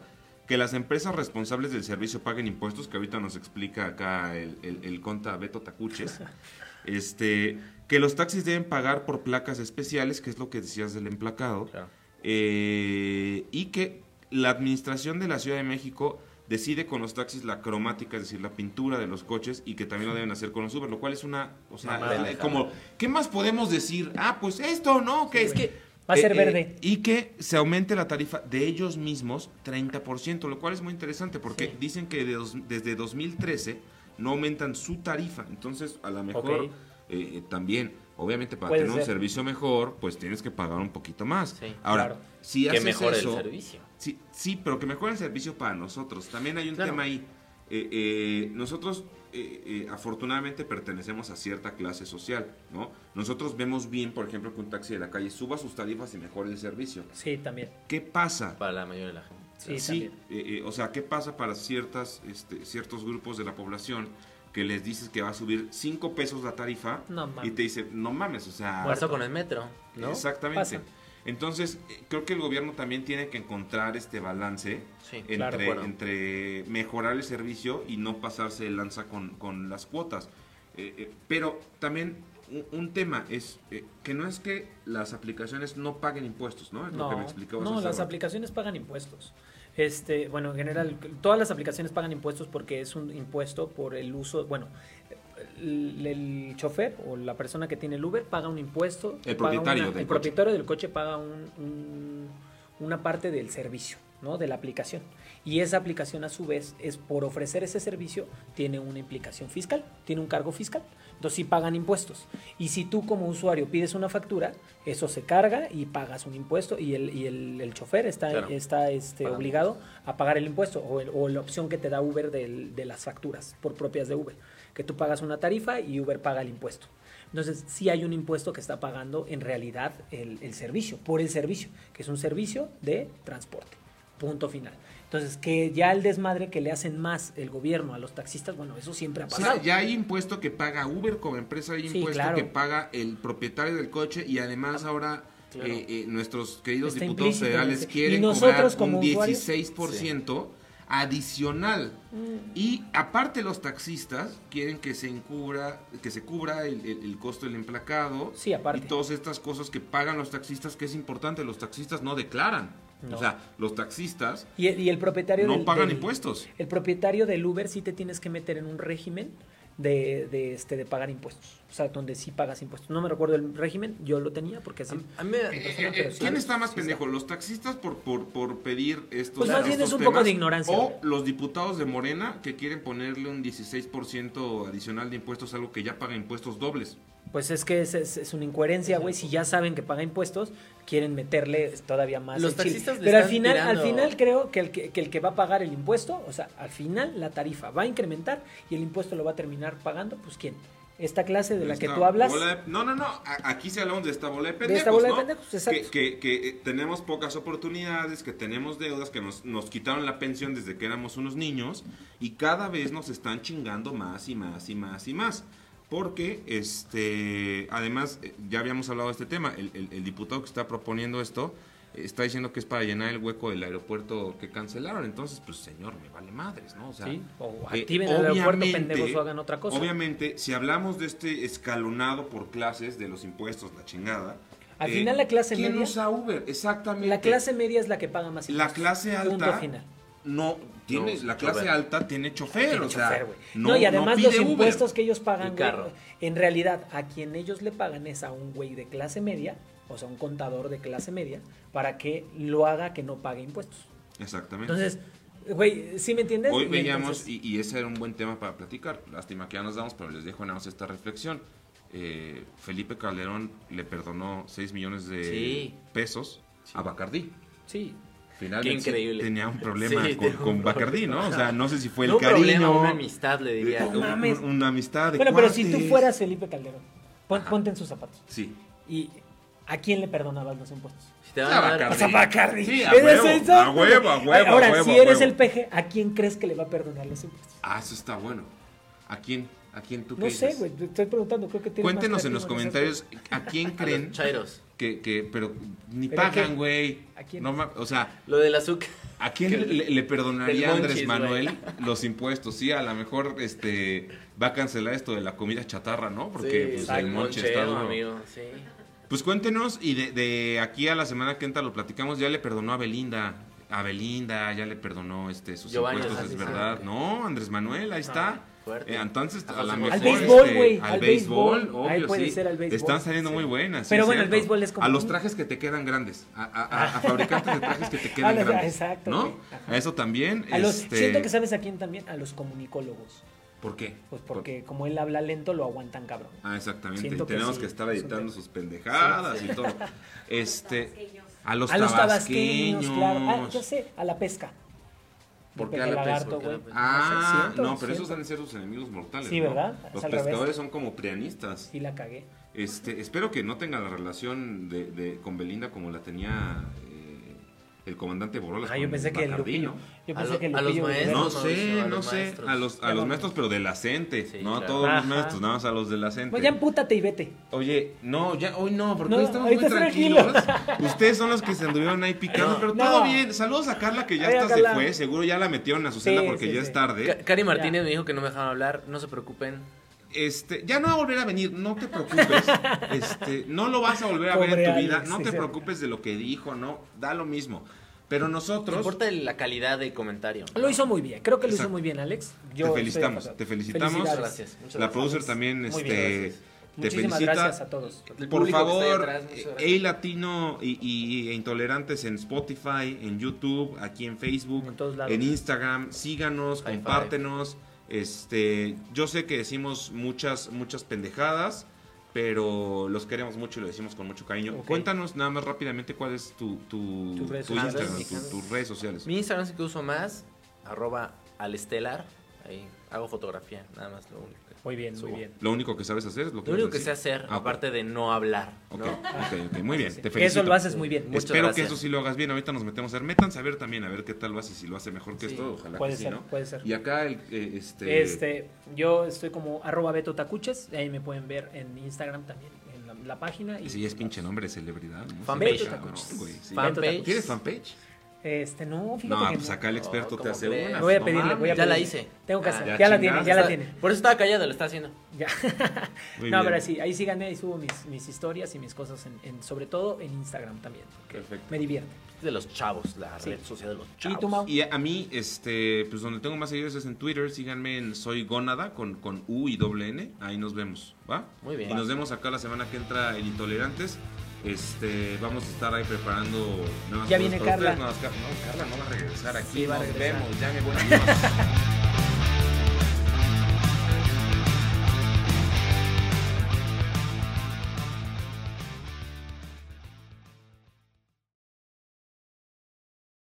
Speaker 1: que las empresas responsables del servicio paguen impuestos, que ahorita nos explica acá el, el- el conta Beto Tacuches. Este, que los taxis deben pagar por placas especiales, que es lo que decías del emplacado,
Speaker 3: Claro.
Speaker 1: eh, y que la administración de la Ciudad de México decide con los taxis la cromática, es decir, la pintura de los coches, y que también lo deben hacer con los Uber, lo cual es una, o sea,
Speaker 3: Mamada.
Speaker 1: la- la- como, ¿qué más podemos decir? Ah, pues esto, ¿no? Que es
Speaker 2: güey.
Speaker 1: que...
Speaker 2: Va a ser
Speaker 1: eh, eh,
Speaker 2: verde.
Speaker 1: y que se aumente la tarifa de ellos mismos 30%, lo cual es muy interesante porque
Speaker 2: Sí.
Speaker 1: dicen que de dos- desde 2013 no aumentan su tarifa. Entonces, a lo mejor
Speaker 2: Ok.
Speaker 1: eh, eh, también, obviamente, para
Speaker 2: Puede
Speaker 1: tener un
Speaker 2: ser.
Speaker 1: servicio mejor, pues tienes que pagar un poquito más.
Speaker 3: Sí,
Speaker 1: Ahora,
Speaker 2: claro.
Speaker 1: si
Speaker 3: que
Speaker 1: haces
Speaker 3: mejore
Speaker 1: eso,
Speaker 3: el servicio.
Speaker 1: Sí, sí, pero que mejore el servicio para nosotros. También hay un
Speaker 3: Claro.
Speaker 1: tema ahí. Eh, eh, nosotros, eh, eh, afortunadamente, pertenecemos a cierta clase social, ¿no? Nosotros vemos bien, por ejemplo, que un taxi de la calle suba sus tarifas y mejore el servicio.
Speaker 2: Sí, también.
Speaker 1: ¿Qué pasa?
Speaker 3: Para la mayoría de la gente.
Speaker 2: Sí,
Speaker 1: Sí,
Speaker 2: también.
Speaker 1: eh, eh, o sea, ¿qué pasa para ciertas, este, ciertos grupos de la población que les dices que va a subir 5 pesos la tarifa
Speaker 2: No
Speaker 1: y
Speaker 2: mames.
Speaker 1: te dice, no mames, o sea,
Speaker 3: Pasó con el metro, ¿no?
Speaker 1: Exactamente.
Speaker 2: Pasa.
Speaker 1: Entonces, eh, creo que el gobierno también tiene que encontrar este balance
Speaker 3: Sí,
Speaker 1: entre,
Speaker 2: claro,
Speaker 3: bueno.
Speaker 1: entre mejorar el servicio y no pasarse el lanza con, con las cuotas. Eh, eh, pero también un, un tema es eh, que no es que las aplicaciones no paguen impuestos, ¿no? Es lo
Speaker 2: No,
Speaker 1: que me explicabas
Speaker 2: no,
Speaker 1: hace
Speaker 2: las
Speaker 1: rato.
Speaker 2: aplicaciones pagan impuestos. Este, bueno, en general, todas las aplicaciones pagan impuestos porque es un impuesto por el uso, bueno, el, el chofer o la persona que tiene el Uber paga un impuesto.
Speaker 1: El
Speaker 2: paga
Speaker 1: propietario
Speaker 2: una-
Speaker 1: del coche.
Speaker 2: El propietario del coche paga un- un- una parte del servicio, ¿no? De la aplicación. Y esa aplicación, a su vez, es por ofrecer ese servicio, tiene una implicación fiscal, tiene un cargo fiscal. Entonces, sí pagan impuestos. Y si tú, como usuario, pides una factura, eso se carga y pagas un impuesto y el, y el- el chofer está,
Speaker 3: Claro.
Speaker 2: está este,
Speaker 3: Pagando.
Speaker 2: obligado a pagar el impuesto o, el- o la opción que te da Uber del- de las facturas por propias de Uber, que tú pagas una tarifa y Uber paga el impuesto. Entonces, sí hay un impuesto que está pagando en realidad el, el servicio, por el servicio, que es un servicio de transporte. Punto final. Entonces, que ya el desmadre que le hacen más el gobierno a los taxistas, bueno, eso siempre ha
Speaker 1: O sea,
Speaker 2: pasado.
Speaker 1: ya hay impuesto que paga Uber como empresa, hay
Speaker 2: Sí,
Speaker 1: impuesto
Speaker 2: claro. Ah,
Speaker 1: que paga el propietario del coche y además ahora
Speaker 3: Claro.
Speaker 1: eh, eh, nuestros queridos
Speaker 2: Está
Speaker 1: diputados
Speaker 2: implícito,
Speaker 1: federales
Speaker 2: dice.
Speaker 1: quieren
Speaker 2: Y nosotros
Speaker 1: cobrar
Speaker 2: como
Speaker 1: un
Speaker 2: usuarios-
Speaker 1: 16% adicional.
Speaker 2: Mm.
Speaker 1: Y aparte los taxistas quieren que se encubra, que se cubra el, el- el costo del emplacado
Speaker 2: Sí, aparte.
Speaker 1: y todas estas cosas que pagan los taxistas, que es importante, los taxistas no declaran.
Speaker 2: No.
Speaker 1: O sea, los taxistas
Speaker 2: Y, el- y el propietario
Speaker 1: no
Speaker 2: del-
Speaker 1: pagan
Speaker 2: del-
Speaker 1: impuestos.
Speaker 2: El propietario del Uber sí te tienes que meter en un régimen de, de, este, de pagar impuestos. O sea, donde sí pagas impuestos. No me recuerdo el régimen, yo lo tenía porque así.
Speaker 3: A mí me-
Speaker 1: Eh, eh,
Speaker 2: sí,
Speaker 1: ¿Quién está más
Speaker 2: sí
Speaker 1: pendejo? ¿Los taxistas por, por, por pedir estos
Speaker 2: Pues más bien
Speaker 1: estos
Speaker 2: es un poco
Speaker 1: temas?
Speaker 2: de ignorancia.
Speaker 1: O los diputados de Morena que quieren ponerle un 16% adicional de impuestos, algo que ya paga impuestos dobles.
Speaker 2: Pues es que es, es- es una incoherencia, güey. Si ya saben que paga impuestos, quieren meterle todavía más.
Speaker 3: Los
Speaker 2: el chile.
Speaker 3: taxistas le
Speaker 2: Pero al
Speaker 3: están
Speaker 2: final,
Speaker 3: tirando-
Speaker 2: al final creo que el que, que el que va a pagar el impuesto, o sea, al final la tarifa va a incrementar y el impuesto lo va a terminar pagando, pues quién. Esta clase de la que
Speaker 1: Esta
Speaker 2: tú hablas.
Speaker 1: Pues bola de- no, no, no. a- Aquí se hablamos de esta bola de pendejos.
Speaker 2: esta bola de
Speaker 1: ¿no?
Speaker 2: pendejos, exacto.
Speaker 1: Que, que- que, eh, tenemos pocas oportunidades, que tenemos deudas, que nos, nos quitaron la pensión desde que éramos unos niños y cada vez nos están chingando más y más y más y más. Porque, este, además, eh, ya habíamos hablado de este tema, el, el- el diputado que está proponiendo esto eh, está diciendo que es para llenar el hueco del aeropuerto que cancelaron. Entonces, pues, señor, me vale madres, ¿no? O sea,
Speaker 2: Sí, o
Speaker 1: eh,
Speaker 2: activen el aeropuerto,
Speaker 1: obviamente-
Speaker 2: pendejos, o hagan otra cosa.
Speaker 1: Obviamente, si hablamos de este escalonado por clases de los impuestos, la chingada. eh,
Speaker 2: Al final la clase
Speaker 1: ¿quién
Speaker 2: media-
Speaker 1: usa Uber? Exactamente.
Speaker 2: La clase media es la que paga más
Speaker 1: La clase alta.
Speaker 2: Punto final.
Speaker 1: No, tiene,
Speaker 3: No,
Speaker 1: la clase
Speaker 3: chofer.
Speaker 1: alta tiene chofer,
Speaker 2: Tiene
Speaker 1: o sea,
Speaker 2: chofer, güey.
Speaker 1: no,
Speaker 2: no, y además
Speaker 1: pide
Speaker 2: los
Speaker 1: Uber.
Speaker 2: impuestos que ellos pagan,
Speaker 3: Y
Speaker 2: güey,
Speaker 3: carro.
Speaker 2: en realidad a quien ellos le pagan es a un güey de clase media, o sea, un contador de clase media, para que lo haga que no pague impuestos.
Speaker 1: Exactamente.
Speaker 2: Entonces, güey, ¿sí me entiendes?
Speaker 1: Hoy
Speaker 2: Y
Speaker 1: veíamos,
Speaker 2: entonces-
Speaker 1: y, y ese era un buen tema para platicar, lástima que ya nos damos, pero les dejo nada más esta reflexión. Eh, Felipe Calderón le perdonó 6 millones de
Speaker 3: Sí.
Speaker 1: pesos a Bacardí.
Speaker 2: sí,
Speaker 1: Finalmente
Speaker 3: Qué increíble.
Speaker 1: tenía un problema
Speaker 3: Sí,
Speaker 1: con,
Speaker 3: tengo
Speaker 1: con
Speaker 3: un
Speaker 1: Bacardí,
Speaker 3: problema.
Speaker 1: ¿no? O sea, no sé si fue el
Speaker 3: no un
Speaker 1: cariño.
Speaker 3: problema, una amistad, le
Speaker 1: eh,
Speaker 3: diría.
Speaker 1: un-
Speaker 2: No mames.
Speaker 1: un- una amistad de
Speaker 2: Bueno, pero si tú
Speaker 1: cuates.
Speaker 2: fueras Felipe Calderón, pon-
Speaker 1: Ajá.
Speaker 2: ponte en sus zapatos.
Speaker 1: Sí.
Speaker 2: ¿Y a quién le perdonabas los impuestos?
Speaker 3: Si te van a dar-
Speaker 1: Bacardi.
Speaker 2: O sea, Bacardi.
Speaker 1: Sí, a
Speaker 2: Ese
Speaker 1: huevo,
Speaker 2: es
Speaker 1: a
Speaker 2: otro.
Speaker 1: huevo, a huevo,
Speaker 2: Ahora,
Speaker 1: a huevo,
Speaker 2: si
Speaker 1: a
Speaker 2: eres
Speaker 1: huevo.
Speaker 2: el peje, ¿a quién crees que le va a perdonar los impuestos?
Speaker 1: Ah, eso está bueno. ¿A quién? ¿A quién tú
Speaker 2: No
Speaker 1: crees?
Speaker 2: sé, güey, te estoy preguntando, creo que tienes más
Speaker 1: Cuéntenos en
Speaker 2: creativo
Speaker 1: los
Speaker 2: eso,
Speaker 1: comentarios a quién
Speaker 3: a los
Speaker 1: creen
Speaker 3: Chairos.
Speaker 1: que, que- pero ni
Speaker 2: ¿Pero qué?
Speaker 1: pagan, güey.
Speaker 2: ¿A quién?
Speaker 1: No ma- o sea,
Speaker 3: Lo del azúcar.
Speaker 1: ¿a quién le, le perdonaría
Speaker 3: Del
Speaker 1: Andrés
Speaker 3: Monchis,
Speaker 1: Manuel
Speaker 3: güey.
Speaker 1: los impuestos? Sí, a lo mejor este va a cancelar esto de la comida chatarra, ¿no? Porque pues,
Speaker 3: exacto,
Speaker 1: el monche
Speaker 3: monchero,
Speaker 1: está duro.
Speaker 3: amigo, sí.
Speaker 1: Pues cuéntenos y de, de aquí a la semana que entra lo platicamos, ya le perdonó a Belinda. A Belinda ya le perdonó este sus
Speaker 3: Giovanni,
Speaker 1: impuestos,
Speaker 3: ah,
Speaker 1: es
Speaker 3: sí,
Speaker 1: verdad.
Speaker 3: sí.
Speaker 1: No, Andrés Manuel, ahí está.
Speaker 3: fuerte.
Speaker 1: Eh, entonces,
Speaker 3: Ajá,
Speaker 1: a la
Speaker 3: sí,
Speaker 1: mejor
Speaker 2: Al
Speaker 1: este,
Speaker 2: béisbol, güey, al
Speaker 1: al béisbol,
Speaker 2: béisbol. Ahí
Speaker 1: obvio,
Speaker 2: puede
Speaker 1: sí.
Speaker 2: ser al béisbol,
Speaker 1: Están saliendo
Speaker 2: sí.
Speaker 1: muy buenas. sí,
Speaker 2: Pero bueno, el
Speaker 1: cierto.
Speaker 2: béisbol es como
Speaker 1: A los
Speaker 2: un-
Speaker 1: trajes que te quedan grandes. A, a- a- a fabricantes de trajes que te
Speaker 2: Ah,
Speaker 1: quedan
Speaker 2: los- ah,
Speaker 1: grandes.
Speaker 2: exacto,
Speaker 1: ¿No?
Speaker 2: güey. Ajá.
Speaker 1: A eso también.
Speaker 2: A los,
Speaker 1: este,
Speaker 2: Siento que sabes a quién también, a los comunicólogos.
Speaker 1: ¿Por qué?
Speaker 2: Pues porque como él habla lento, lo aguantan cabrón.
Speaker 1: Ah, exactamente.
Speaker 2: Siento
Speaker 1: Y tenemos
Speaker 2: que sí,
Speaker 1: que estar editando
Speaker 2: son-
Speaker 1: sus pendejadas y todo. Este, a los
Speaker 2: a los
Speaker 1: tabasqueños.
Speaker 2: tabasqueños, claro. Ah, yo sé, a la pesca.
Speaker 1: ¿Por
Speaker 2: De
Speaker 1: qué a
Speaker 2: Pepe
Speaker 1: la pesca?
Speaker 2: Lagarto,
Speaker 3: ¿Por qué a la
Speaker 2: güey.
Speaker 3: pesca?
Speaker 1: Ah,
Speaker 2: sé, siento,
Speaker 1: no, pero esos
Speaker 2: siento.
Speaker 1: han de ser sus enemigos mortales.
Speaker 2: Sí,
Speaker 1: ¿no?
Speaker 2: ¿verdad? Es
Speaker 1: Los
Speaker 2: al revés.
Speaker 1: pescadores son como prianistas.
Speaker 2: Y la cagué.
Speaker 1: Este, espero que no tenga la relación de, de- con Belinda como la tenía eh, el comandante Borolas.
Speaker 2: Ah, yo
Speaker 1: Pues con
Speaker 2: pensé que el
Speaker 1: Bacardí,
Speaker 2: Lupillo.
Speaker 1: ¿no?
Speaker 2: Yo
Speaker 3: A
Speaker 2: pensé
Speaker 3: lo-
Speaker 2: que el
Speaker 3: a los
Speaker 2: Lupillo.
Speaker 3: maestros,
Speaker 1: No
Speaker 3: Mauricio,
Speaker 1: sé,
Speaker 3: a
Speaker 1: no
Speaker 3: los
Speaker 1: sé.
Speaker 3: maestros.
Speaker 1: A los, a
Speaker 2: Ya
Speaker 1: los
Speaker 2: vamos.
Speaker 1: maestros, pero de la CENTE.
Speaker 3: Sí,
Speaker 1: no a
Speaker 3: claro.
Speaker 1: todos
Speaker 2: Ajá.
Speaker 1: los maestros, nada más a los de la CENTE.
Speaker 2: Pues ya empútate y vete.
Speaker 1: Oye, no, ya hoy no, porque
Speaker 2: No,
Speaker 1: hoy estamos muy
Speaker 2: ahorita tranquilo.
Speaker 1: tranquilos. Ustedes son los que se anduvieron ahí picando,
Speaker 3: No.
Speaker 1: pero
Speaker 2: No.
Speaker 1: todo bien. Saludos a Carla que ya
Speaker 2: Oye,
Speaker 1: hasta
Speaker 2: Carla.
Speaker 1: se fue, seguro ya la metieron a su celda
Speaker 2: Sí,
Speaker 1: porque
Speaker 2: sí,
Speaker 1: ya
Speaker 2: sí.
Speaker 1: es tarde.
Speaker 3: Ca- Cari Martínez me dijo que no me dejaban hablar, no se preocupen.
Speaker 1: Este, ya no va a volver a venir, no te preocupes. Este, no lo vas a volver a ver
Speaker 2: Pobre
Speaker 1: en tu vida,
Speaker 2: Alex,
Speaker 1: no
Speaker 2: sí,
Speaker 1: te
Speaker 2: sí.
Speaker 1: preocupes de lo que dijo, no, da lo mismo. Pero
Speaker 3: No
Speaker 1: nosotros
Speaker 3: importa la calidad del comentario.
Speaker 2: Lo hizo muy bien, creo que lo hizo
Speaker 1: Exacto.
Speaker 2: muy bien, Alex. Yo estoy
Speaker 1: felicitamos,
Speaker 2: de acuerdo.
Speaker 1: te felicitamos.
Speaker 2: Felicidades.
Speaker 3: Gracias, muchas
Speaker 1: la
Speaker 3: gracias.
Speaker 1: producer también
Speaker 2: Muy
Speaker 1: este
Speaker 2: bien, gracias.
Speaker 1: te
Speaker 2: Muchísimas
Speaker 1: felicita.
Speaker 2: gracias a todos.
Speaker 3: El
Speaker 1: Por
Speaker 3: público que está ahí
Speaker 1: favor, eh,
Speaker 3: atrás, muchas gracias.
Speaker 1: hey Latino y, y- e Intolerantes en Spotify, en YouTube, aquí en Facebook,
Speaker 2: En todos lados.
Speaker 1: en Instagram, síganos,
Speaker 3: High five.
Speaker 1: compártenos. Este, yo sé que decimos muchas, muchas pendejadas, pero los queremos mucho y lo decimos con mucho cariño.
Speaker 2: Ok.
Speaker 1: Cuéntanos nada más rápidamente cuál es tu, tu,
Speaker 2: Tus redes
Speaker 1: tu
Speaker 2: sociales.
Speaker 1: Instagram,
Speaker 3: Ah, sí,
Speaker 1: tu- tus redes sociales.
Speaker 3: Mi Instagram sí que uso más, arroba alestelar. Ahí hago fotografía, nada más lo único. que
Speaker 2: Muy bien, muy
Speaker 3: subo.
Speaker 2: bien.
Speaker 1: Lo único que sabes hacer es lo que
Speaker 3: Lo único que
Speaker 1: vas a
Speaker 3: sé
Speaker 1: decir.
Speaker 3: hacer,
Speaker 1: Ah, ok.
Speaker 3: aparte de no hablar.
Speaker 1: Ok,
Speaker 3: ¿no?
Speaker 1: ok, ok, muy bien, te felicito.
Speaker 2: Eso lo haces muy bien.
Speaker 3: Muchas
Speaker 1: Espero
Speaker 3: gracias.
Speaker 1: que eso sí lo hagas bien. Ahorita nos metemos a ver. Métanse a ver también, a ver qué tal lo hace. Si lo hace mejor que
Speaker 3: Sí,
Speaker 1: esto, ojalá
Speaker 2: puede
Speaker 1: que sí,
Speaker 2: ser,
Speaker 1: ¿no?
Speaker 2: puede ser.
Speaker 1: Y acá, el, eh, este.
Speaker 2: Este, yo estoy como arroba Beto Tacuches, ahí me pueden ver en Instagram también, en la, la página. Y
Speaker 1: Ese ya es pinche nombre de celebridad. ¿no?
Speaker 3: Fanpage.
Speaker 1: Sí, cabrón, güey, sí.
Speaker 3: Fanpage.
Speaker 1: ¿Quieres fanpage?
Speaker 2: Este, no, fíjate
Speaker 1: No,
Speaker 2: que
Speaker 1: pues
Speaker 2: no.
Speaker 1: acá el experto te
Speaker 3: No, ¿cómo
Speaker 1: hace
Speaker 3: crees?
Speaker 1: una.
Speaker 2: Voy a
Speaker 1: no
Speaker 2: pedirle,
Speaker 1: mames.
Speaker 2: voy a
Speaker 3: Ya la
Speaker 2: pedirle.
Speaker 3: hice.
Speaker 2: Tengo que
Speaker 3: Ah,
Speaker 2: hacer,
Speaker 1: ya
Speaker 2: ya la
Speaker 1: chingaste.
Speaker 2: tiene, ya la
Speaker 3: Está-
Speaker 2: tiene.
Speaker 3: Por eso estaba callado, lo está haciendo.
Speaker 2: Ya.
Speaker 1: Muy
Speaker 2: no,
Speaker 1: bien.
Speaker 2: pero sí, ahí síganme, ahí subo mis, mis historias y mis cosas, en, en- sobre todo en Instagram también, porque
Speaker 1: Perfecto.
Speaker 2: me divierte.
Speaker 3: De los chavos, la
Speaker 2: Sí.
Speaker 3: red social de los
Speaker 2: ¿Y
Speaker 3: chavos.
Speaker 2: tú, Mau?
Speaker 1: Y a, a mí, este, pues donde tengo más seguidores es en Twitter. Síganme en Soy Gónada con, con U y doble N. Ahí nos vemos, ¿va?
Speaker 3: Muy bien.
Speaker 1: Y nos vemos acá la semana que entra en Intolerantes. Este, vamos a estar ahí preparando nuevas
Speaker 2: Ya
Speaker 1: cosas
Speaker 2: viene
Speaker 1: para ustedes,
Speaker 2: Carla.
Speaker 1: nuevas ca- no, Carla no va a regresar aquí.
Speaker 2: Sí, va a
Speaker 1: nos
Speaker 2: regresar.
Speaker 1: vemos. Ya me voy. Adiós.